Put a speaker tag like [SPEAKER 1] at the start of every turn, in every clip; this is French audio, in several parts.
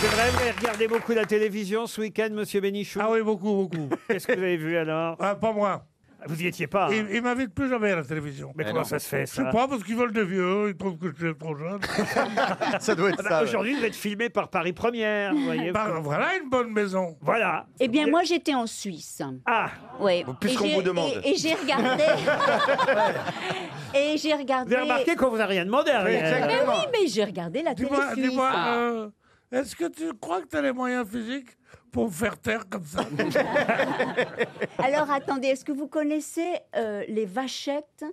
[SPEAKER 1] C'est vrai, vous avez regardé beaucoup la télévision ce week-end, monsieur Bénichou
[SPEAKER 2] Ah oui, beaucoup, beaucoup.
[SPEAKER 1] Qu'est-ce que vous avez vu alors
[SPEAKER 2] Ah, pas moi.
[SPEAKER 1] Vous n'y étiez pas. hein
[SPEAKER 2] Ils, ils m'invitent plus jamais à la télévision.
[SPEAKER 3] Eh
[SPEAKER 1] Mais comment ça se fait
[SPEAKER 2] Eh Je sais
[SPEAKER 1] ça
[SPEAKER 2] pas, parce qu'ils veulent des vieux, ils trouvent que je suis trop jeune.
[SPEAKER 3] Ça doit
[SPEAKER 1] Ah
[SPEAKER 3] être
[SPEAKER 1] bah,
[SPEAKER 3] ça. ouais.
[SPEAKER 1] Aujourd'hui, vous êtes filmé par Paris Première, vous voyez.
[SPEAKER 2] Bah, voilà une bonne maison.
[SPEAKER 1] Voilà.
[SPEAKER 4] Eh bien, moi, j'étais en Suisse.
[SPEAKER 1] Ah,
[SPEAKER 4] Ouais.
[SPEAKER 3] Puisqu'on
[SPEAKER 4] Et j'ai-
[SPEAKER 3] vous demande.
[SPEAKER 4] Et, et j'ai regardé. et j'ai regardé.
[SPEAKER 1] vous avez remarqué qu'on euh, vous a rien demandé, Ariel.
[SPEAKER 4] Mais oui, mais j'ai regardé la télé
[SPEAKER 2] Dis-moi,
[SPEAKER 4] suisse.
[SPEAKER 2] dis-moi, euh, est-ce que tu crois que tu as les moyens physiques pour me faire taire comme ça
[SPEAKER 4] Ah. Alors, attendez, est-ce que vous connaissez euh, les vachettes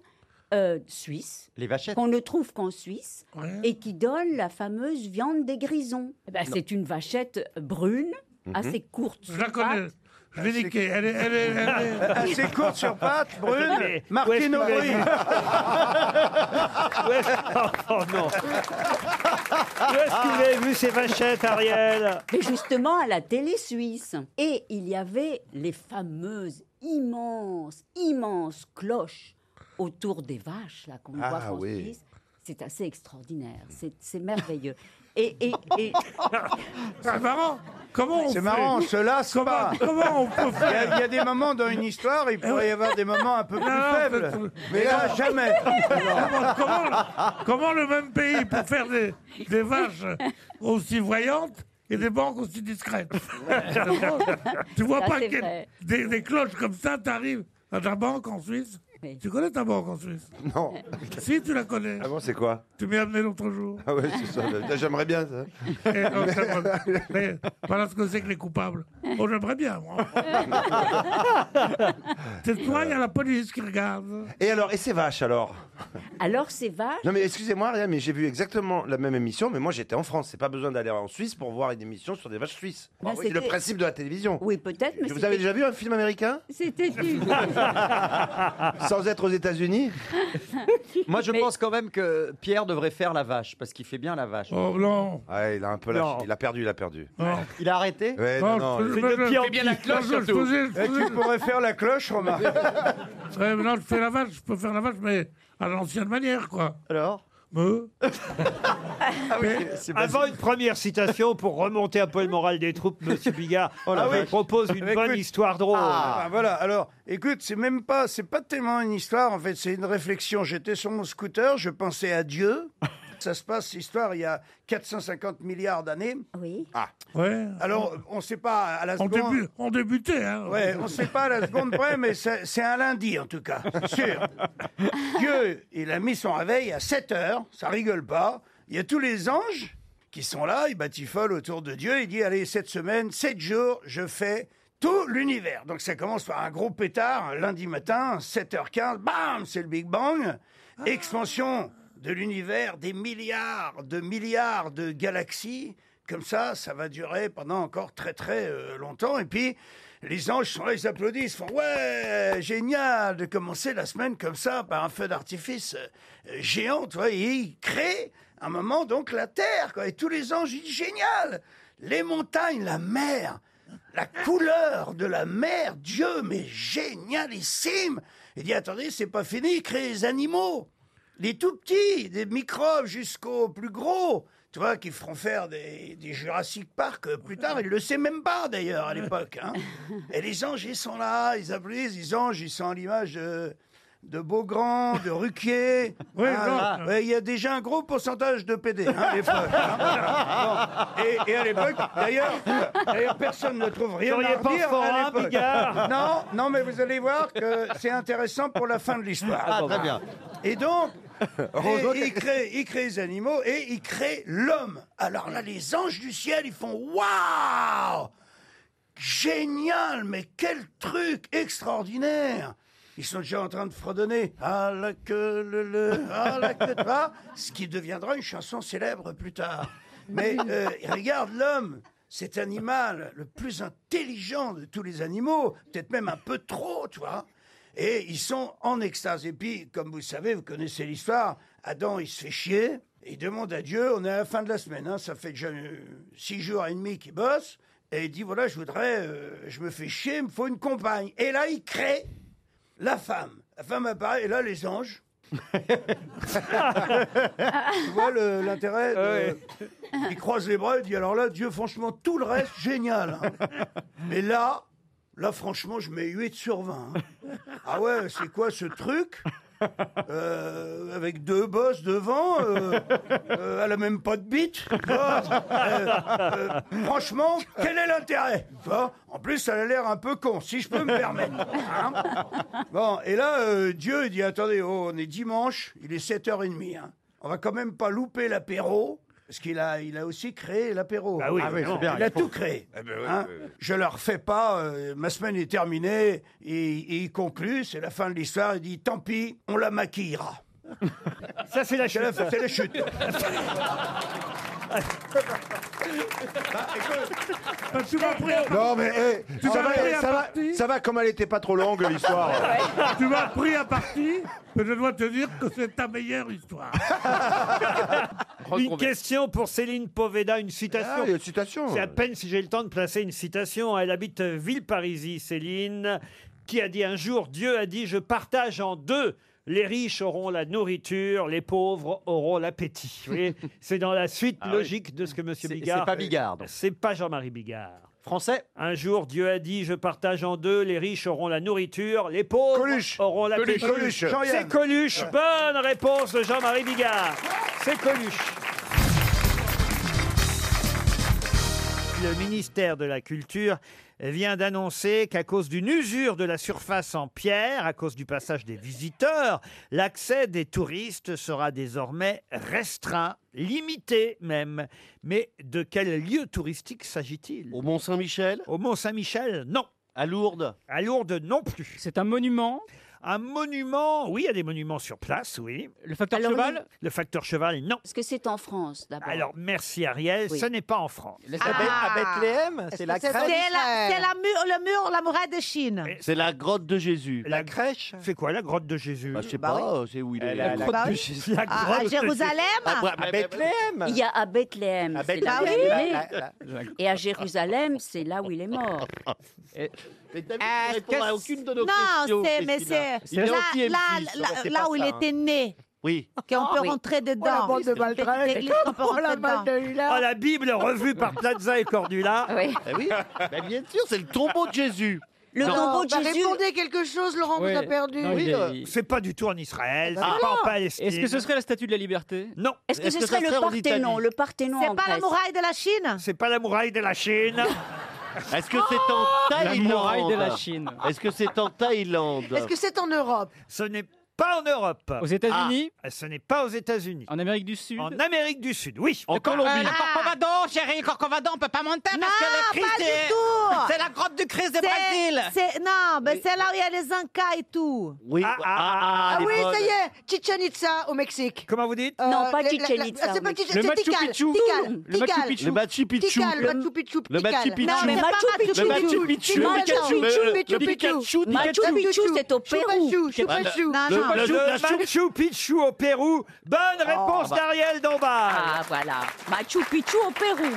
[SPEAKER 4] euh, suisses
[SPEAKER 3] Les vachettes.
[SPEAKER 4] qu'on ne trouve qu'en Suisse
[SPEAKER 2] Ouais.
[SPEAKER 4] et qui donnent la fameuse viande des grisons Eh ben, C'est une vachette brune, assez courte.
[SPEAKER 2] Je
[SPEAKER 4] sur
[SPEAKER 2] la connais.
[SPEAKER 4] pattes.
[SPEAKER 2] Je l'ai niquée. Elle est, elle est, elle est-
[SPEAKER 3] Ah, Assez courte sur pattes,
[SPEAKER 1] Mais
[SPEAKER 3] brune,
[SPEAKER 1] où est-ce
[SPEAKER 3] marquée
[SPEAKER 1] que vous
[SPEAKER 3] nombril.
[SPEAKER 1] avez- Où est-ce-
[SPEAKER 3] Ah
[SPEAKER 1] Oh non. Où est-ce que vous avez vu ces vachettes, Ariel
[SPEAKER 4] Mais justement, à la télé suisse. Et il y avait les fameuses immenses, immenses cloches autour des vaches, là, qu'on
[SPEAKER 3] Ah,
[SPEAKER 4] voit en
[SPEAKER 3] oui.
[SPEAKER 4] Suisse. C'est assez extraordinaire, c'est c'est merveilleux. Et, et, et-
[SPEAKER 2] C'est marrant. Comment on
[SPEAKER 3] C'est
[SPEAKER 2] fait
[SPEAKER 3] marrant, on se lasse
[SPEAKER 2] Comment,
[SPEAKER 3] pas.
[SPEAKER 2] comment on peut
[SPEAKER 3] Il y, a,
[SPEAKER 2] faire Eh
[SPEAKER 3] il y a des moments dans une histoire, il pourrait y avoir des moments un peu plus
[SPEAKER 2] Non,
[SPEAKER 3] faibles.
[SPEAKER 2] non,
[SPEAKER 3] Mais là, jamais.
[SPEAKER 2] Ah, comment, comment- comment le même pays peut faire des, des vaches aussi voyantes et des banques aussi discrètes C'est drôle. Tu vois
[SPEAKER 4] Ça,
[SPEAKER 2] pas
[SPEAKER 4] c'est
[SPEAKER 2] qu'il y a
[SPEAKER 4] vrai.
[SPEAKER 2] des, des cloches comme ça, t'arrives à ta banque en Suisse
[SPEAKER 4] Oui.
[SPEAKER 2] Tu connais ta banque en Suisse
[SPEAKER 3] Non.
[SPEAKER 2] Si, tu la connais.
[SPEAKER 3] Ah bon, c'est quoi
[SPEAKER 2] Tu m'y as amené l'autre jour.
[SPEAKER 3] Ah ouais, c'est ça. Là, J'aimerais bien ça.
[SPEAKER 2] Et, oh, c'est drôle. Mais voilà ce que c'est que les coupables. Oh, j'aimerais bien, moi. C'est toi, il y a la police qui regarde.
[SPEAKER 3] Et alors, et ces vaches alors
[SPEAKER 4] alors ces vaches,
[SPEAKER 3] Non mais excusez-moi, Ariane, mais j'ai vu exactement la même émission, mais moi j'étais en France. C'est pas besoin d'aller en Suisse pour voir une émission sur des vaches suisses.
[SPEAKER 4] Bah,
[SPEAKER 3] c'est le
[SPEAKER 4] c'était-
[SPEAKER 3] principe de la télévision.
[SPEAKER 4] oui peut-être, mais
[SPEAKER 3] Vous avez
[SPEAKER 4] c'était-
[SPEAKER 3] déjà vu un film américain
[SPEAKER 4] c'était une...
[SPEAKER 3] sans être aux États-Unis
[SPEAKER 5] Moi, je
[SPEAKER 4] Mais-
[SPEAKER 5] pense quand même que Pierre devrait faire la vache, parce qu'il fait bien la vache.
[SPEAKER 2] Oh, non.
[SPEAKER 3] Ouais, il a un peu
[SPEAKER 1] Non.
[SPEAKER 3] lâché. Il a perdu, il a perdu.
[SPEAKER 2] non.
[SPEAKER 5] Il a arrêté
[SPEAKER 3] Ouais,
[SPEAKER 2] Non,
[SPEAKER 3] non, Eh, non.
[SPEAKER 2] je-
[SPEAKER 1] C'est
[SPEAKER 2] je-
[SPEAKER 1] de pire en pire.
[SPEAKER 2] Non, je- je faisais- je faisais-
[SPEAKER 3] pourrais faire la cloche, remarque.
[SPEAKER 2] Ouais, mais non, je fais la vache, je peux faire la vache, mais à l'ancienne manière, quoi.
[SPEAKER 5] Alors
[SPEAKER 2] Me.
[SPEAKER 1] Avant une première citation, pour remonter un peu le moral des troupes, monsieur Bigard
[SPEAKER 3] Oh la
[SPEAKER 1] vous
[SPEAKER 3] vache.
[SPEAKER 1] propose une
[SPEAKER 3] Écoute.
[SPEAKER 1] bonne histoire drôle.
[SPEAKER 3] Ah, voilà, alors, écoute, c'est même pas, c'est pas tellement une histoire, en fait, c'est une réflexion. J'étais sur mon scooter, je pensais à Dieu. Ça se passe, cette histoire, il y a 450 milliards d'années.
[SPEAKER 4] Oui,
[SPEAKER 2] Ouais.
[SPEAKER 3] Ah. Alors, on sait pas à la
[SPEAKER 2] On,
[SPEAKER 3] seconde...
[SPEAKER 2] début, on débutait, hein.
[SPEAKER 3] Ouais, on sait pas à la seconde près, mais c'est c'est un lundi, en tout cas, c'est sûr. Dieu, il a mis son réveil à 7 heures, ça rigole pas. Il y a tous les anges qui sont là, ils batifolent autour de Dieu. Il dit, allez, cette semaine, 7 jours, je fais tout l'univers. Donc ça commence par un gros pétard, un lundi matin, 7h15, bam, c'est le Big Bang. Expansion de l'univers, des milliards de milliards de galaxies. Comme ça, ça va durer pendant encore très très euh, longtemps. Et puis, les anges sont là, ils applaudissent, font Ouais, génial de commencer la semaine comme ça par un feu d'artifice euh, géant, tu vois. Et ils créent un moment, donc, la Terre, quoi. Et tous les anges, ils disent Génial Les montagnes, la mer, la couleur de la mer, Dieu, mais génialissime Il dit Attendez, c'est pas fini, il crée les animaux les tout petits, des microbes jusqu'aux plus gros, tu vois, qui feront faire des, des Jurassic Park euh, plus tard. Il le sait même pas d'ailleurs à l'époque. hein. Et les anges, ils sont là, ils applaudissent, les anges, ils sont à l'image de, de Beaugrand, de Ruquier.
[SPEAKER 2] Oui,
[SPEAKER 3] Ah,
[SPEAKER 2] non.
[SPEAKER 3] ouais, il y a déjà un gros pourcentage de PD hein, à l'époque. hein. Voilà. Bon. Et, et à l'époque, d'ailleurs, d'ailleurs, personne ne trouve
[SPEAKER 1] Vous
[SPEAKER 3] rien
[SPEAKER 1] n'auriez
[SPEAKER 3] à
[SPEAKER 1] pas
[SPEAKER 3] redire à
[SPEAKER 1] Forain,
[SPEAKER 3] l'époque.
[SPEAKER 1] Bigard
[SPEAKER 3] Non, non, mais vous allez voir que c'est intéressant pour la fin de l'histoire.
[SPEAKER 5] Ah, très bien.
[SPEAKER 3] Et donc, et- il, crée, il crée les animaux et il crée l'homme. Alors là, les anges du ciel, ils font Waouh Génial, mais quel truc extraordinaire Ils sont déjà en train de fredonner Ah la queue, le le, ah la queue, de bas ce qui deviendra une chanson célèbre plus tard. Mais euh, regarde l'homme cet animal le plus intelligent de tous les animaux, peut-être même un peu trop, tu vois. Et ils sont en extase. Et puis, comme vous le savez, vous connaissez l'histoire, Adam, il se fait chier, il demande à Dieu, on est à la fin de la semaine, hein, ça fait déjà euh, six jours et demi qu'il bosse, et il dit, voilà, je voudrais, euh, je me fais chier, il me faut une compagne. Et là, il crée la femme. La femme apparaît, et là, les anges, Tu vois le- l'intérêt de- Il croise les bras et dit alors là, Dieu, franchement, tout le reste, génial. hein. Mais là, là, franchement, je mets 8 sur 20. hein. Ah ouais, c'est quoi ce truc Euh, avec deux bosses devant, euh, euh, elle a même pas de bite. tu vois. Euh, euh, franchement, quel est l'intérêt tu vois En plus, elle a l'air un peu con, si je peux me permettre. hein. Bon, et là, euh, Dieu, il dit attendez, oh, on est dimanche, il est 7h30. hein. On va quand même pas louper l'apéro, parce qu'il a, il a aussi créé l'apéro.
[SPEAKER 1] Ah oui,
[SPEAKER 5] Ah oui, c'est bien.
[SPEAKER 3] Il a tout créé.
[SPEAKER 6] Ben
[SPEAKER 3] hein. Je leur fais pas, euh, ma semaine est terminée, et, et il conclut, c'est la fin de l'histoire, il dit tant pis, on la maquillera.
[SPEAKER 1] Ça, c'est la
[SPEAKER 3] C'est
[SPEAKER 1] chute.
[SPEAKER 3] la, c'est la chute.
[SPEAKER 2] Bah, tu m'as pris, à-
[SPEAKER 7] Non, mais hey,
[SPEAKER 3] eh,
[SPEAKER 2] Tu
[SPEAKER 7] ça, va,
[SPEAKER 2] m'as pris à
[SPEAKER 7] ça, va,
[SPEAKER 2] partie
[SPEAKER 7] ça va, comme elle était pas trop longue l'histoire.
[SPEAKER 2] tu m'as pris à partie, mais je dois te dire que c'est ta meilleure histoire.
[SPEAKER 1] Une question pour Céline Poveda, une
[SPEAKER 7] Ah,
[SPEAKER 1] citation.
[SPEAKER 7] il y a une citation.
[SPEAKER 1] C'est à peine si j'ai le temps de placer une citation. Elle habite Villeparisis, Céline, qui a dit un jour Dieu a dit, je partage en deux. Les riches auront la nourriture, les pauvres auront l'appétit. Vous voyez, c'est dans la suite
[SPEAKER 5] Ah oui.
[SPEAKER 1] logique de ce que M.
[SPEAKER 5] C'est-
[SPEAKER 1] Bigard.
[SPEAKER 5] c'est pas Bigard, donc.
[SPEAKER 1] C'est pas Jean-Marie Bigard.
[SPEAKER 5] Français
[SPEAKER 1] Un jour, Dieu a dit, je partage en deux, les riches auront la nourriture, les pauvres
[SPEAKER 7] Coluche.
[SPEAKER 1] auront l'appétit.
[SPEAKER 7] Coluche.
[SPEAKER 3] Jean-Yann.
[SPEAKER 1] C'est Coluche. Bonne réponse de Jean-Marie Bigard. C'est Coluche. Le ministère de la Culture vient d'annoncer qu'à cause d'une usure de la surface en pierre, à cause du passage des visiteurs, l'accès des touristes sera désormais restreint, limité même. Mais de quel lieu touristique s'agit-il
[SPEAKER 5] Au Mont-Saint-Michel
[SPEAKER 1] Au Mont-Saint-Michel, non.
[SPEAKER 5] À Lourdes
[SPEAKER 1] À Lourdes, non plus.
[SPEAKER 8] C'est un monument.
[SPEAKER 1] Un monument, oui, il y a des monuments sur place, oui.
[SPEAKER 8] Le facteur
[SPEAKER 4] Alors,
[SPEAKER 8] cheval.
[SPEAKER 1] Le facteur cheval, non.
[SPEAKER 4] Parce que c'est en France d'abord.
[SPEAKER 1] Alors, merci Ariel,
[SPEAKER 4] Oui.
[SPEAKER 1] ce n'est pas en France.
[SPEAKER 9] Ah.
[SPEAKER 5] À Bethléem C'est la
[SPEAKER 9] C'est la,
[SPEAKER 5] crèche
[SPEAKER 9] c'est la mur, le mur, la muraille de Chine.
[SPEAKER 1] Et-
[SPEAKER 5] C'est la grotte de Jésus.
[SPEAKER 1] La
[SPEAKER 5] crèche
[SPEAKER 1] C'est quoi la grotte de Jésus
[SPEAKER 5] bah, Je sais
[SPEAKER 9] Bah
[SPEAKER 5] pas, c'est où il est.
[SPEAKER 9] La grotte de
[SPEAKER 1] Jésus. La
[SPEAKER 9] Ah,
[SPEAKER 1] grotte
[SPEAKER 9] à
[SPEAKER 1] de
[SPEAKER 9] Jérusalem
[SPEAKER 4] Ah,
[SPEAKER 5] à Bethléhem
[SPEAKER 4] Il y a à Bethléem,
[SPEAKER 5] À
[SPEAKER 4] c'est là où
[SPEAKER 9] Bethléem.
[SPEAKER 4] il est né. Et à Jérusalem, c'est là où il est mort.
[SPEAKER 5] Mais David,
[SPEAKER 9] Euh,
[SPEAKER 5] tu répondras à
[SPEAKER 9] que-
[SPEAKER 5] aucune de nos
[SPEAKER 9] non,
[SPEAKER 5] questions.
[SPEAKER 9] c'est mais
[SPEAKER 5] Christina.
[SPEAKER 9] c'est
[SPEAKER 5] Il est
[SPEAKER 9] là,
[SPEAKER 5] anti-M6,
[SPEAKER 9] là,
[SPEAKER 5] alors
[SPEAKER 9] là-
[SPEAKER 5] c'est
[SPEAKER 9] là
[SPEAKER 5] pas
[SPEAKER 9] où il
[SPEAKER 5] ça, hein.
[SPEAKER 9] était né,
[SPEAKER 5] Oui.
[SPEAKER 9] qu'on peut
[SPEAKER 4] oui.
[SPEAKER 9] rentrer dedans.
[SPEAKER 6] la bande de
[SPEAKER 9] Une petite
[SPEAKER 6] Valtrin.
[SPEAKER 9] église qu'on peut rentrer dedans. Oh
[SPEAKER 1] Ah, la Bible revue par Plaza et Cordula.
[SPEAKER 4] Oui.
[SPEAKER 5] Eh oui. Bah, bien sûr, c'est le tombeau de Jésus.
[SPEAKER 4] Le tombeau de
[SPEAKER 9] bah,
[SPEAKER 4] Jésus.
[SPEAKER 9] Répondez quelque chose, Laurent,
[SPEAKER 8] Ouais.
[SPEAKER 9] vous a perdu.
[SPEAKER 8] Non,
[SPEAKER 5] Oui,
[SPEAKER 8] il est-
[SPEAKER 5] euh,
[SPEAKER 8] il-
[SPEAKER 1] C'est pas du tout en Israël, c'est pas en Palestine.
[SPEAKER 8] Est-ce que ce serait la statue de la liberté
[SPEAKER 1] Non,
[SPEAKER 4] Eh ben Est-ce que
[SPEAKER 5] Est-ce que
[SPEAKER 4] ce
[SPEAKER 5] ça
[SPEAKER 4] serait le
[SPEAKER 5] serait en
[SPEAKER 4] Parthénon,
[SPEAKER 5] Italie
[SPEAKER 4] le Parthénon en
[SPEAKER 9] C'est pas la
[SPEAKER 4] Grèce
[SPEAKER 9] muraille de la Chine
[SPEAKER 1] c'est pas la muraille de la Chine.
[SPEAKER 5] Est-ce que c'est
[SPEAKER 4] Oh
[SPEAKER 5] en
[SPEAKER 8] La
[SPEAKER 5] Thaïlande
[SPEAKER 8] muraille de la Chine.
[SPEAKER 5] Est-ce que c'est en Thaïlande
[SPEAKER 9] Est-ce que c'est en Europe
[SPEAKER 1] Ce n'est pas en Europe. Ah, euh,
[SPEAKER 8] Aux États-Unis
[SPEAKER 1] Ce n'est pas aux États-Unis.
[SPEAKER 8] En Amérique du Sud
[SPEAKER 1] En Amérique du Sud, oui. Euh,
[SPEAKER 5] En Colombie
[SPEAKER 10] Corcovado, chérie, Corcovado, on peut pas monter
[SPEAKER 9] Non,
[SPEAKER 10] parce que le
[SPEAKER 9] pas
[SPEAKER 10] Christ
[SPEAKER 9] du
[SPEAKER 10] est...
[SPEAKER 9] tout
[SPEAKER 10] C'est la grotte du Christ de
[SPEAKER 9] C'est-
[SPEAKER 10] Brésil
[SPEAKER 9] c'est- Non, mais c'est là où il y a les Incas et tout.
[SPEAKER 5] Oui.
[SPEAKER 1] Ah, ah,
[SPEAKER 9] Ah,
[SPEAKER 5] les
[SPEAKER 9] oui,
[SPEAKER 5] bonnes.
[SPEAKER 9] ça y est, Chichen Itza au Mexique.
[SPEAKER 1] Comment vous dites
[SPEAKER 4] Non,
[SPEAKER 9] Euh,
[SPEAKER 4] pas
[SPEAKER 9] la- la-
[SPEAKER 4] Chichen
[SPEAKER 9] la-
[SPEAKER 4] Itza,
[SPEAKER 9] ah, C'est pas
[SPEAKER 4] mais-
[SPEAKER 9] Chichen
[SPEAKER 8] Le Machu
[SPEAKER 9] Tikal,
[SPEAKER 8] Picchu.
[SPEAKER 9] Tikal,
[SPEAKER 8] Le Machu
[SPEAKER 9] Tikal.
[SPEAKER 8] Picchu.
[SPEAKER 5] Le Machu Picchu.
[SPEAKER 9] Tikal,
[SPEAKER 5] Le
[SPEAKER 9] Machu Picchu,
[SPEAKER 5] le
[SPEAKER 9] Tikal.
[SPEAKER 5] Machu Picchu.
[SPEAKER 9] Non, mais
[SPEAKER 4] Le
[SPEAKER 9] c'est pas
[SPEAKER 4] Machu Picchu.
[SPEAKER 9] Machu
[SPEAKER 5] Machu
[SPEAKER 9] Picchu.
[SPEAKER 5] Picchu.
[SPEAKER 9] Tikal,
[SPEAKER 4] Machu
[SPEAKER 9] non.
[SPEAKER 4] Picchu.
[SPEAKER 9] Machu
[SPEAKER 5] Le-
[SPEAKER 9] Picchu,
[SPEAKER 5] le Pikachu.
[SPEAKER 4] Machu
[SPEAKER 9] Machu
[SPEAKER 4] Picchu,
[SPEAKER 9] Picchu.
[SPEAKER 4] c'est au Pérou.
[SPEAKER 9] Chupachu, Chupachu. Non,
[SPEAKER 5] Le-
[SPEAKER 9] non.
[SPEAKER 5] le-
[SPEAKER 1] Le Machu Picchu au Pérou. Bonne réponse d'Ariel Dombal.
[SPEAKER 4] Ah, voilà. Machu Picchu au Pérou.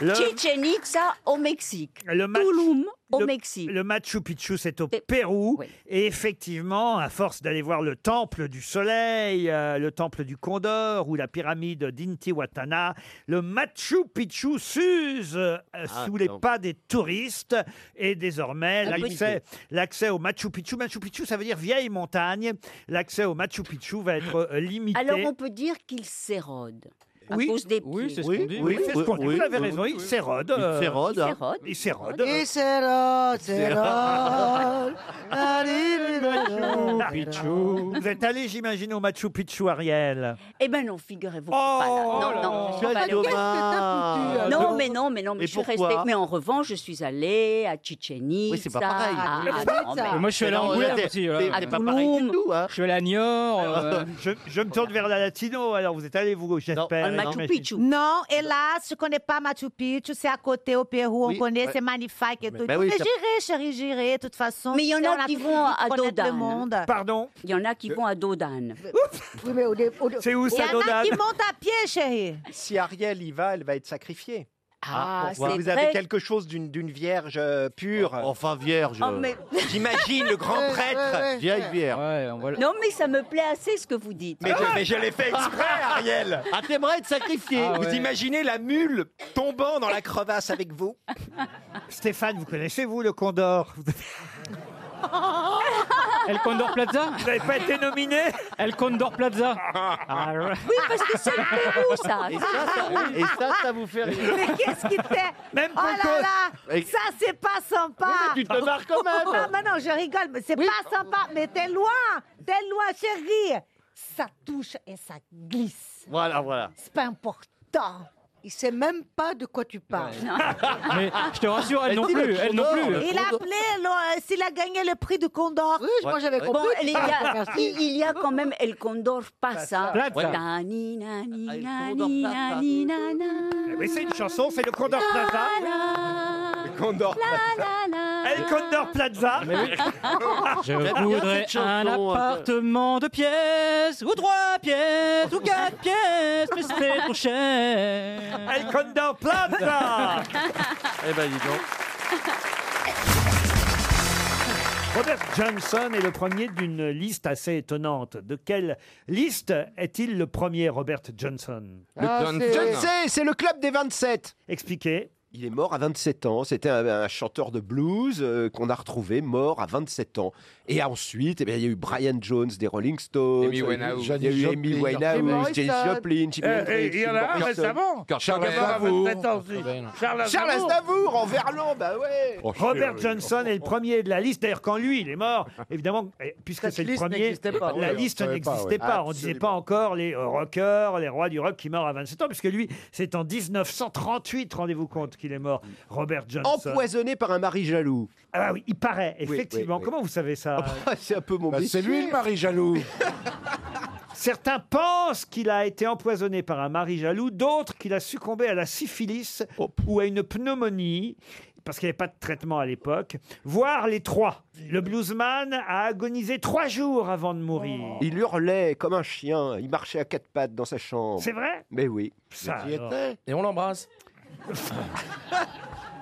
[SPEAKER 1] le,
[SPEAKER 4] Chichen Itza au Mexique.
[SPEAKER 1] le Machu-
[SPEAKER 4] Tulum au
[SPEAKER 1] le-
[SPEAKER 4] Mexique.
[SPEAKER 1] Le Machu Picchu, c'est au
[SPEAKER 4] C'est-
[SPEAKER 1] Pérou.
[SPEAKER 4] oui.
[SPEAKER 1] Et effectivement, à force d'aller voir le temple du soleil, euh, le temple du Condor ou la pyramide d'Intihuatana, le Machu Picchu s'use euh, sous les
[SPEAKER 5] donc.
[SPEAKER 1] pas des touristes. Et désormais,
[SPEAKER 4] Ah,
[SPEAKER 1] l'accès, l'accès au Machu Picchu, Machu Picchu, ça veut dire vieille montagne. L'accès au Machu Picchu va être euh, limité.
[SPEAKER 4] Alors on peut dire qu'il s'érode à
[SPEAKER 1] Oui.
[SPEAKER 4] cause des
[SPEAKER 8] Oui,
[SPEAKER 4] pieds.
[SPEAKER 8] c'est ce qu'on
[SPEAKER 5] Oui,
[SPEAKER 8] dit.
[SPEAKER 1] Oui,
[SPEAKER 5] oui,
[SPEAKER 1] c'est ce qu'on dit.
[SPEAKER 5] oui,
[SPEAKER 1] Vous avez
[SPEAKER 5] oui,
[SPEAKER 1] raison,
[SPEAKER 5] oui,
[SPEAKER 1] il s'érode. euh,
[SPEAKER 5] Xérode, hein.
[SPEAKER 4] s'érode.
[SPEAKER 1] Il s'érode.
[SPEAKER 9] Et c'est là, c'est là. Allez,
[SPEAKER 1] Vous êtes allé, j'imagine, au Machu Picchu, Ariel.
[SPEAKER 4] Eh ben non, figurez-vous.
[SPEAKER 1] Oh
[SPEAKER 4] pas là. Non,
[SPEAKER 1] là
[SPEAKER 4] non, je suis
[SPEAKER 5] Tu
[SPEAKER 4] pas
[SPEAKER 5] as
[SPEAKER 4] allée
[SPEAKER 5] dit
[SPEAKER 4] au-
[SPEAKER 5] hommage.
[SPEAKER 4] Non, mais non, mais non, mais
[SPEAKER 5] Et
[SPEAKER 4] je suis
[SPEAKER 5] pourquoi
[SPEAKER 4] restée. Mais en revanche, je suis allée à Chichen Itza.
[SPEAKER 5] Oui, c'est pas pareil.
[SPEAKER 4] à- à-
[SPEAKER 9] Chichen
[SPEAKER 4] non,
[SPEAKER 9] Itza.
[SPEAKER 4] mais-
[SPEAKER 8] Mais Moi, je suis allé
[SPEAKER 5] Ah, Mais
[SPEAKER 8] en
[SPEAKER 5] non,
[SPEAKER 8] Guyane
[SPEAKER 5] t'es-
[SPEAKER 8] aussi.
[SPEAKER 5] t'es-
[SPEAKER 8] voilà.
[SPEAKER 5] t'es pas pareil du
[SPEAKER 4] Tulum.
[SPEAKER 5] tout, hein. Ah,
[SPEAKER 8] Je suis allé à Niort. euh,
[SPEAKER 1] Je, je me tourne vers la latino, alors vous êtes allé, vous, j'espère.
[SPEAKER 4] Dans le Machu
[SPEAKER 1] j'imagine.
[SPEAKER 4] Picchu.
[SPEAKER 9] Non, hélas, je connais pas Machu Picchu, c'est à côté au Pérou,
[SPEAKER 5] Oui,
[SPEAKER 9] on connaît,
[SPEAKER 5] ouais.
[SPEAKER 9] c'est magnifique et tout.
[SPEAKER 5] bah oui,
[SPEAKER 9] mais
[SPEAKER 5] ça-
[SPEAKER 9] j'irai, chérie, j'irai, de toute façon.
[SPEAKER 4] Mais il y en a
[SPEAKER 9] On
[SPEAKER 4] qui
[SPEAKER 9] tout
[SPEAKER 4] vont
[SPEAKER 9] dit
[SPEAKER 4] à
[SPEAKER 9] connaître
[SPEAKER 4] Dodane,
[SPEAKER 9] le monde.
[SPEAKER 1] Pardon
[SPEAKER 4] Il y en a qui vont à Dodane.
[SPEAKER 6] Oui, mais au dé- au dé-
[SPEAKER 1] C'est où
[SPEAKER 9] Il y
[SPEAKER 1] ça,
[SPEAKER 9] en a
[SPEAKER 1] Donald
[SPEAKER 9] qui montent à pied, chérie.
[SPEAKER 5] Si Ariel y va, elle va être sacrifiée.
[SPEAKER 4] Ah,
[SPEAKER 6] Vous
[SPEAKER 4] c'est
[SPEAKER 6] avez
[SPEAKER 4] vrai.
[SPEAKER 6] quelque chose d'une d'une vierge euh, pure.
[SPEAKER 11] Enfin, vierge.
[SPEAKER 4] Oh, mais-
[SPEAKER 6] J'imagine le grand
[SPEAKER 4] Ouais,
[SPEAKER 6] prêtre.
[SPEAKER 4] ouais, ouais.
[SPEAKER 11] Vieille bière.
[SPEAKER 4] Non, mais ça me plaît assez ce que vous dites.
[SPEAKER 6] Mais je, mais je l'ai fait exprès, Ariel.
[SPEAKER 11] Ah, t'aimerais être sacrifié.
[SPEAKER 8] Ah,
[SPEAKER 6] Vous imaginez la mule tombant dans la crevasse avec vous
[SPEAKER 1] Stéphane, vous connaissez, vous, le Condor
[SPEAKER 8] El Condor Plaza Vous
[SPEAKER 1] n'avez pas été nominé
[SPEAKER 8] El Condor Plaza
[SPEAKER 6] Ah,
[SPEAKER 4] Oui, parce que c'est le Pérou, ça.
[SPEAKER 8] Et ça,
[SPEAKER 11] Et ça, ça vous fait rire.
[SPEAKER 9] Mais qu'est-ce qui t'est
[SPEAKER 11] Même
[SPEAKER 9] Oh
[SPEAKER 11] Coco-
[SPEAKER 9] là là
[SPEAKER 11] Et-
[SPEAKER 9] Ça, c'est pas sympa
[SPEAKER 11] Oui, mais tu te marres quand même.
[SPEAKER 9] Non, mais non, je rigole, mais c'est pas sympa Mais t'es loin T'es loin, chérie Ça touche et ça glisse.
[SPEAKER 11] Voilà, voilà.
[SPEAKER 9] C'est pas important il sait même pas de quoi tu parles.
[SPEAKER 8] Mais je te rassure, elle non plus, elle non plus.
[SPEAKER 9] Il a appelé le- euh, s'il a gagné le prix du Condor. Oui,
[SPEAKER 8] moi, j'avais
[SPEAKER 4] Bon, il y,
[SPEAKER 9] Ah,
[SPEAKER 4] a, il- il y a quand même El Condor Pasa.
[SPEAKER 1] Plaza. Plaza.
[SPEAKER 4] Na, ni, na, ni,
[SPEAKER 1] El
[SPEAKER 4] na,
[SPEAKER 1] Condor
[SPEAKER 4] ni,
[SPEAKER 1] Plaza.
[SPEAKER 4] na, ni, na, na.
[SPEAKER 1] Eh Oui, c'est une chanson, c'est le Condor
[SPEAKER 4] La,
[SPEAKER 1] Plaza.
[SPEAKER 4] la,
[SPEAKER 6] Condor.
[SPEAKER 4] la, la, la.
[SPEAKER 1] El Condor Plaza.
[SPEAKER 8] Je voudrais un appartement de pièces, ou trois pièces, ou quatre pièces, mais c'est trop cher.
[SPEAKER 1] El Condor
[SPEAKER 12] Ah.
[SPEAKER 1] Plaza.
[SPEAKER 11] Eh ben, dis donc.
[SPEAKER 1] Robert Johnson est le premier d'une liste assez étonnante. De quelle liste est-il le premier, Robert Johnson
[SPEAKER 4] Ah,
[SPEAKER 6] Je le sais, Ah, c'est le club des 27.
[SPEAKER 1] Expliquez.
[SPEAKER 6] Il est mort à 27 ans. C'était un, un chanteur de blues euh, qu'on a retrouvé mort à 27 ans. Et ensuite, eh bien, il y a eu Brian Jones des Rolling Stones.
[SPEAKER 13] Amy
[SPEAKER 6] il y a eu-
[SPEAKER 13] Winehouse.
[SPEAKER 6] Il y a eu
[SPEAKER 13] Johnny
[SPEAKER 6] Amy
[SPEAKER 13] Joplin. Jim
[SPEAKER 6] Winehouse,
[SPEAKER 13] Morrison.
[SPEAKER 6] Janis Joplin, Jimi
[SPEAKER 2] Eh,
[SPEAKER 6] Hendrix,
[SPEAKER 2] eh, il y en
[SPEAKER 6] Jim
[SPEAKER 2] a un
[SPEAKER 6] Morrison.
[SPEAKER 2] récemment.
[SPEAKER 13] Charles
[SPEAKER 2] Il y en a un à
[SPEAKER 13] Aznavour.
[SPEAKER 2] 27 ans aussi. Charles
[SPEAKER 6] Ah, Charles
[SPEAKER 2] Aznavour.
[SPEAKER 6] Aznavour en Verlan, bah ouais.
[SPEAKER 1] Oh, Robert Johnson est le premier de la liste. D'ailleurs, quand lui, il est mort, évidemment, eh, puisque
[SPEAKER 11] Cette
[SPEAKER 1] c'est le
[SPEAKER 11] liste
[SPEAKER 1] premier,
[SPEAKER 11] n'existait pas.
[SPEAKER 1] la
[SPEAKER 11] Oui, on
[SPEAKER 1] liste
[SPEAKER 11] savait pas,
[SPEAKER 1] n'existait
[SPEAKER 11] oui.
[SPEAKER 1] pas. On ne disait pas encore les euh, rockers, les rois du rock qui meurent à 27 ans, puisque lui, c'est en 1938, rendez-vous compte, qu'il est mort, Robert Johnson.
[SPEAKER 6] Empoisonné par un mari jaloux.
[SPEAKER 1] Ah oui, il paraît,
[SPEAKER 6] oui,
[SPEAKER 1] effectivement.
[SPEAKER 6] oui. Ah bah,
[SPEAKER 1] Comment vous savez ça
[SPEAKER 6] c'est un peu mon métier.
[SPEAKER 13] Bah, c'est lui le mari jaloux.
[SPEAKER 1] Certains pensent qu'il a été empoisonné par un mari jaloux, d'autres qu'il a succombé à la syphilis
[SPEAKER 6] Oh.
[SPEAKER 1] ou à une pneumonie, parce qu'il n'y avait pas de traitement à l'époque, voire les trois. Le bluesman a agonisé trois jours avant de mourir.
[SPEAKER 6] Il hurlait comme un chien. Il marchait à quatre pattes dans sa chambre.
[SPEAKER 1] C'est vrai
[SPEAKER 6] Mais oui.
[SPEAKER 1] Ça, alors.
[SPEAKER 13] Et on l'embrasse.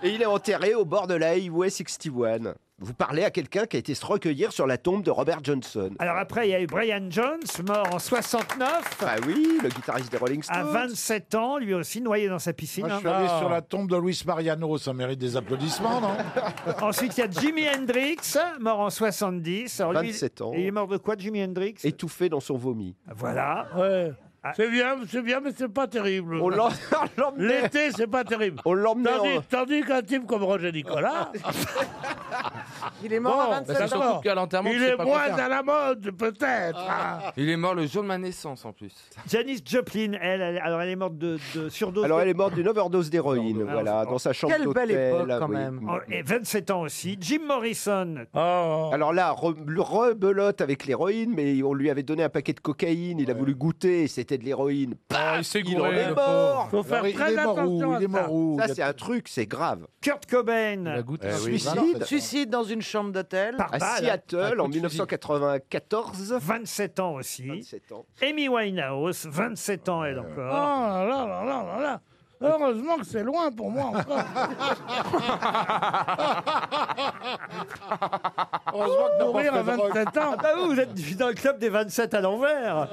[SPEAKER 6] Et il est enterré au bord de la Highway 61. Vous parlez à quelqu'un qui a été se recueillir sur la tombe de Robert Johnson.
[SPEAKER 1] Alors après, il y a eu Brian Jones, mort en 69,
[SPEAKER 6] Ah oui, le guitariste des Rolling Stones.
[SPEAKER 1] à 27 ans, lui aussi noyé dans sa piscine. hein.
[SPEAKER 13] Moi, je suis allé sur la tombe de Luis Mariano, ça mérite des applaudissements, non
[SPEAKER 1] Ensuite, il y a Jimi Hendrix, mort en 70. Alors, lui,
[SPEAKER 6] 27 ans.
[SPEAKER 1] et Il est mort de quoi, Jimi Hendrix
[SPEAKER 6] Étouffé dans son vomi.
[SPEAKER 1] Voilà.
[SPEAKER 2] Ouais. C'est bien, c'est bien, mais c'est pas terrible.
[SPEAKER 6] Ah. On l'en- on l'emmenait
[SPEAKER 2] L'été, c'est pas terrible.
[SPEAKER 6] on l'emmenait
[SPEAKER 2] Tandis,
[SPEAKER 6] en... Ah.
[SPEAKER 2] tandis qu'un type comme Roger Nicolas,
[SPEAKER 1] Ah.
[SPEAKER 9] Il est
[SPEAKER 2] bon,
[SPEAKER 1] ben,
[SPEAKER 13] C'est surtout qu'à l'enterrement,
[SPEAKER 2] il
[SPEAKER 13] tu sais
[SPEAKER 2] est
[SPEAKER 13] pas
[SPEAKER 2] moins
[SPEAKER 13] quoi faire.
[SPEAKER 2] à la mode, peut-être. hein.
[SPEAKER 13] Il est mort le jour de ma naissance en plus.
[SPEAKER 1] Ah. Janis Joplin, elle, elle- alors elle est morte de, de surdose.
[SPEAKER 6] Alors elle est morte d'une overdose d'héroïne,
[SPEAKER 1] Ah,
[SPEAKER 6] voilà,
[SPEAKER 1] c'est-
[SPEAKER 6] dans sa chambre
[SPEAKER 1] Quelle
[SPEAKER 6] d'hôtel.
[SPEAKER 1] belle époque,
[SPEAKER 6] ah
[SPEAKER 1] quand
[SPEAKER 6] oui.
[SPEAKER 1] même. Oh, Et 27 ans aussi. Jim Morrison.
[SPEAKER 2] Oh.
[SPEAKER 6] Alors là, re- le rebelote avec l'héroïne, mais on lui avait donné un paquet de cocaïne, il a voulu goûter, c'était de l'héroïne. Paf,
[SPEAKER 13] Ah, il s'est
[SPEAKER 6] il en
[SPEAKER 13] gouré,
[SPEAKER 6] est
[SPEAKER 13] le
[SPEAKER 6] mort
[SPEAKER 2] Faut faire
[SPEAKER 13] Alors, il
[SPEAKER 2] très
[SPEAKER 13] est mort
[SPEAKER 2] attention
[SPEAKER 13] où
[SPEAKER 2] à
[SPEAKER 13] Il est
[SPEAKER 2] ça.
[SPEAKER 13] mort où
[SPEAKER 6] Ça
[SPEAKER 13] Il a-
[SPEAKER 6] c'est un truc, c'est grave.
[SPEAKER 1] Kurt
[SPEAKER 13] il a
[SPEAKER 1] Cobain.
[SPEAKER 13] goûté.
[SPEAKER 6] Un suicide.
[SPEAKER 10] Suicide dans une chambre d'hôtel.
[SPEAKER 1] Par
[SPEAKER 6] À
[SPEAKER 1] balle.
[SPEAKER 6] Seattle en
[SPEAKER 13] de fusil.
[SPEAKER 6] 1994.
[SPEAKER 1] 27 ans aussi.
[SPEAKER 6] 27 ans. Euh.
[SPEAKER 1] Amy Winehouse, 27 ans elle
[SPEAKER 2] Oh
[SPEAKER 1] encore.
[SPEAKER 2] là là là là là là. Heureusement que c'est loin pour moi encore.
[SPEAKER 13] Heureusement que n'importe
[SPEAKER 2] Mourir à
[SPEAKER 13] quelle drogue.
[SPEAKER 2] 27 ans.
[SPEAKER 1] Ah vous, vous êtes dans le club des 27 à l'envers.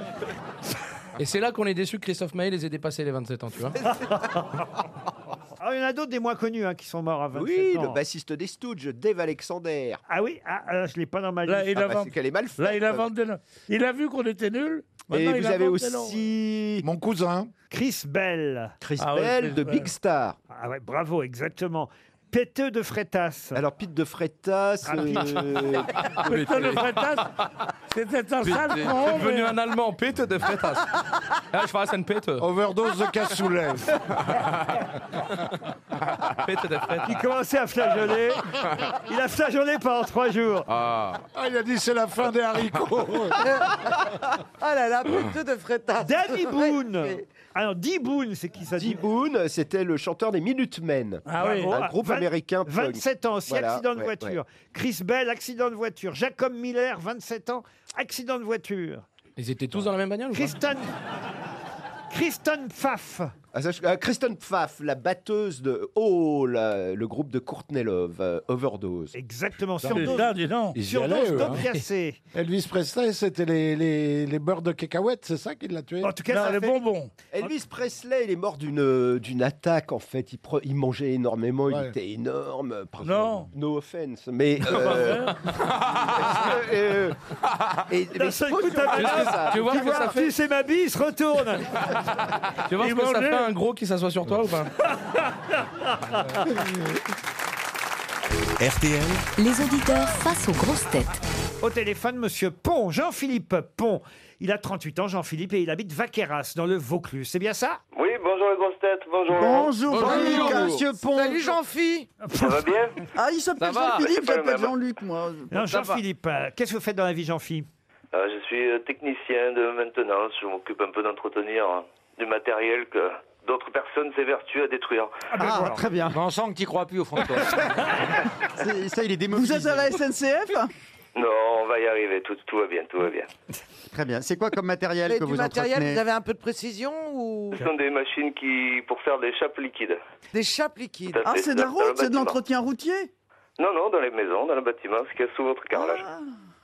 [SPEAKER 13] Et c'est là qu'on est déçu que Christophe Maé les ait dépassés les 27 ans, tu vois.
[SPEAKER 1] Alors, Ah, il y en a d'autres des moins connus hein, qui sont morts à 27
[SPEAKER 6] Oui,
[SPEAKER 1] ans.
[SPEAKER 6] le bassiste des Stooges, Dave Alexander.
[SPEAKER 1] Ah oui, ah, ah, je l'ai pas dans ma liste.
[SPEAKER 2] Là, il
[SPEAKER 6] Ah
[SPEAKER 2] a,
[SPEAKER 6] bah,
[SPEAKER 2] vend-
[SPEAKER 6] c'est qu'elle est mal faite.
[SPEAKER 2] là, il a vendu. le- Il a vu qu'on était nuls.
[SPEAKER 6] Et
[SPEAKER 2] Maintenant, il
[SPEAKER 6] vous
[SPEAKER 2] a
[SPEAKER 6] avez
[SPEAKER 2] vendu le-
[SPEAKER 6] aussi
[SPEAKER 13] Mon cousin.
[SPEAKER 1] Chris Bell.
[SPEAKER 6] Chris
[SPEAKER 2] Ah ouais,
[SPEAKER 6] Bell
[SPEAKER 2] Chris
[SPEAKER 6] de
[SPEAKER 2] Bell.
[SPEAKER 6] Big Star.
[SPEAKER 1] Ah ouais, bravo, exactement. Péteux de Ah frétasse.
[SPEAKER 6] Alors Pete de Freitas, euh,
[SPEAKER 2] Putain, le Fretas, C'était un sale con. mais-
[SPEAKER 13] devenu un Allemand, pète de frétas. Ah, je fasse une pète. Overdose de cassoulet.
[SPEAKER 5] Pète de frette.
[SPEAKER 1] Il commençait à flageoler. Il a flageolé pendant trois jours.
[SPEAKER 5] Ah.
[SPEAKER 13] Ah, il a dit c'est la fin des haricots.
[SPEAKER 10] Ah là là, plutôt de frétas.
[SPEAKER 1] Danny Boone. Alors, Dee Boone, c'est qui ça
[SPEAKER 6] Dee
[SPEAKER 1] Dee
[SPEAKER 6] Boone, c'était le chanteur des Minutemen.
[SPEAKER 1] Ah oui.
[SPEAKER 6] Bah, Un groupe
[SPEAKER 1] Vingt-
[SPEAKER 6] américain punk.
[SPEAKER 1] 27 ans aussi,
[SPEAKER 6] Voilà,
[SPEAKER 1] accident de
[SPEAKER 6] ouais,
[SPEAKER 1] voiture. Chris Bell, accident de voiture. Jacob Miller, 27 ans, accident de voiture.
[SPEAKER 13] Ils étaient tous dans la même bagnole ou pas
[SPEAKER 1] Kristen... Kristen Pfaff,
[SPEAKER 14] Ah, ça, je- euh, Kristen Pfaff, la batteuse de Oh, la- le groupe de Courtney Love, euh, Overdose.
[SPEAKER 6] Ah,
[SPEAKER 1] Exactement,
[SPEAKER 14] Surdose.
[SPEAKER 1] Ils y Surdose allaient, eux, hein. d'opiacés.
[SPEAKER 15] hein. Elvis Presley, c'était les, les, les beurres de cacahuètes, c'est ça qui l'a tué
[SPEAKER 1] En tout cas, ça fait-
[SPEAKER 14] Elvis Presley, il est mort d'une euh, d'une attaque en fait. Il, pre- il mangeait énormément, il
[SPEAKER 15] Ouais.
[SPEAKER 14] était énorme. Non. No offense, mais. euh,
[SPEAKER 15] Ah,
[SPEAKER 1] D'un seul coup, t'as ma bise.
[SPEAKER 16] Tu vois
[SPEAKER 1] Tu
[SPEAKER 16] que
[SPEAKER 1] vois,
[SPEAKER 16] ça fait-
[SPEAKER 1] Artus et ma bise retourne.
[SPEAKER 16] Tu vois ce
[SPEAKER 1] Et
[SPEAKER 16] que ça
[SPEAKER 1] manger.
[SPEAKER 16] fait un gros qui s'assoit sur toi ou pas
[SPEAKER 12] RTL.
[SPEAKER 1] Les auditeurs face aux grosses têtes. Au téléphone, Monsieur Pont, Jean-Philippe Pont. Il a 38 ans, Jean-Philippe, et il habite Vaqueras, dans le Vaucluse. C'est bien ça
[SPEAKER 17] Oui, bonjour les grosses têtes, bonjour.
[SPEAKER 13] Pont. Salut Jean-Phi.
[SPEAKER 17] Ça va bien
[SPEAKER 13] Ah, il
[SPEAKER 17] Ça
[SPEAKER 13] s'appelle
[SPEAKER 17] va,
[SPEAKER 13] Jean-Philippe,
[SPEAKER 17] c'est pas le
[SPEAKER 13] j'appelle
[SPEAKER 17] même.
[SPEAKER 13] Jean-Luc, moi.
[SPEAKER 1] Non, Jean-Philippe, euh, qu'est-ce que vous faites dans la vie, Jean-Philippe
[SPEAKER 17] Euh, Je suis euh, technicien de maintenance, je m'occupe un peu d'entretenir euh, du matériel que d'autres personnes s'évertuent à détruire.
[SPEAKER 2] Ah, ben
[SPEAKER 18] Ah,
[SPEAKER 6] très bien. On sent que tu crois plus au fond de toi.
[SPEAKER 13] Ça, il est démobilisé. Vous êtes à la SNCF
[SPEAKER 17] Non, on va y arriver, tout, tout va bien, tout va bien.
[SPEAKER 6] Très bien. C'est quoi comme matériel
[SPEAKER 13] Et
[SPEAKER 6] que
[SPEAKER 13] du
[SPEAKER 6] vous
[SPEAKER 13] matériel,
[SPEAKER 6] entretenez
[SPEAKER 13] vous avez un peu de précision ou
[SPEAKER 17] Ce sont des machines qui, pour faire des chapes liquides.
[SPEAKER 13] des chapes liquides
[SPEAKER 17] Tout à
[SPEAKER 13] Ah,
[SPEAKER 17] fait,
[SPEAKER 13] c'est de la
[SPEAKER 17] dans- dans le
[SPEAKER 13] route, c'est de
[SPEAKER 17] bâtiment.
[SPEAKER 13] l'entretien routier
[SPEAKER 17] Non, non, dans les maisons, dans le bâtiment, ce qu'il y a sous votre carrelage.
[SPEAKER 18] Ah.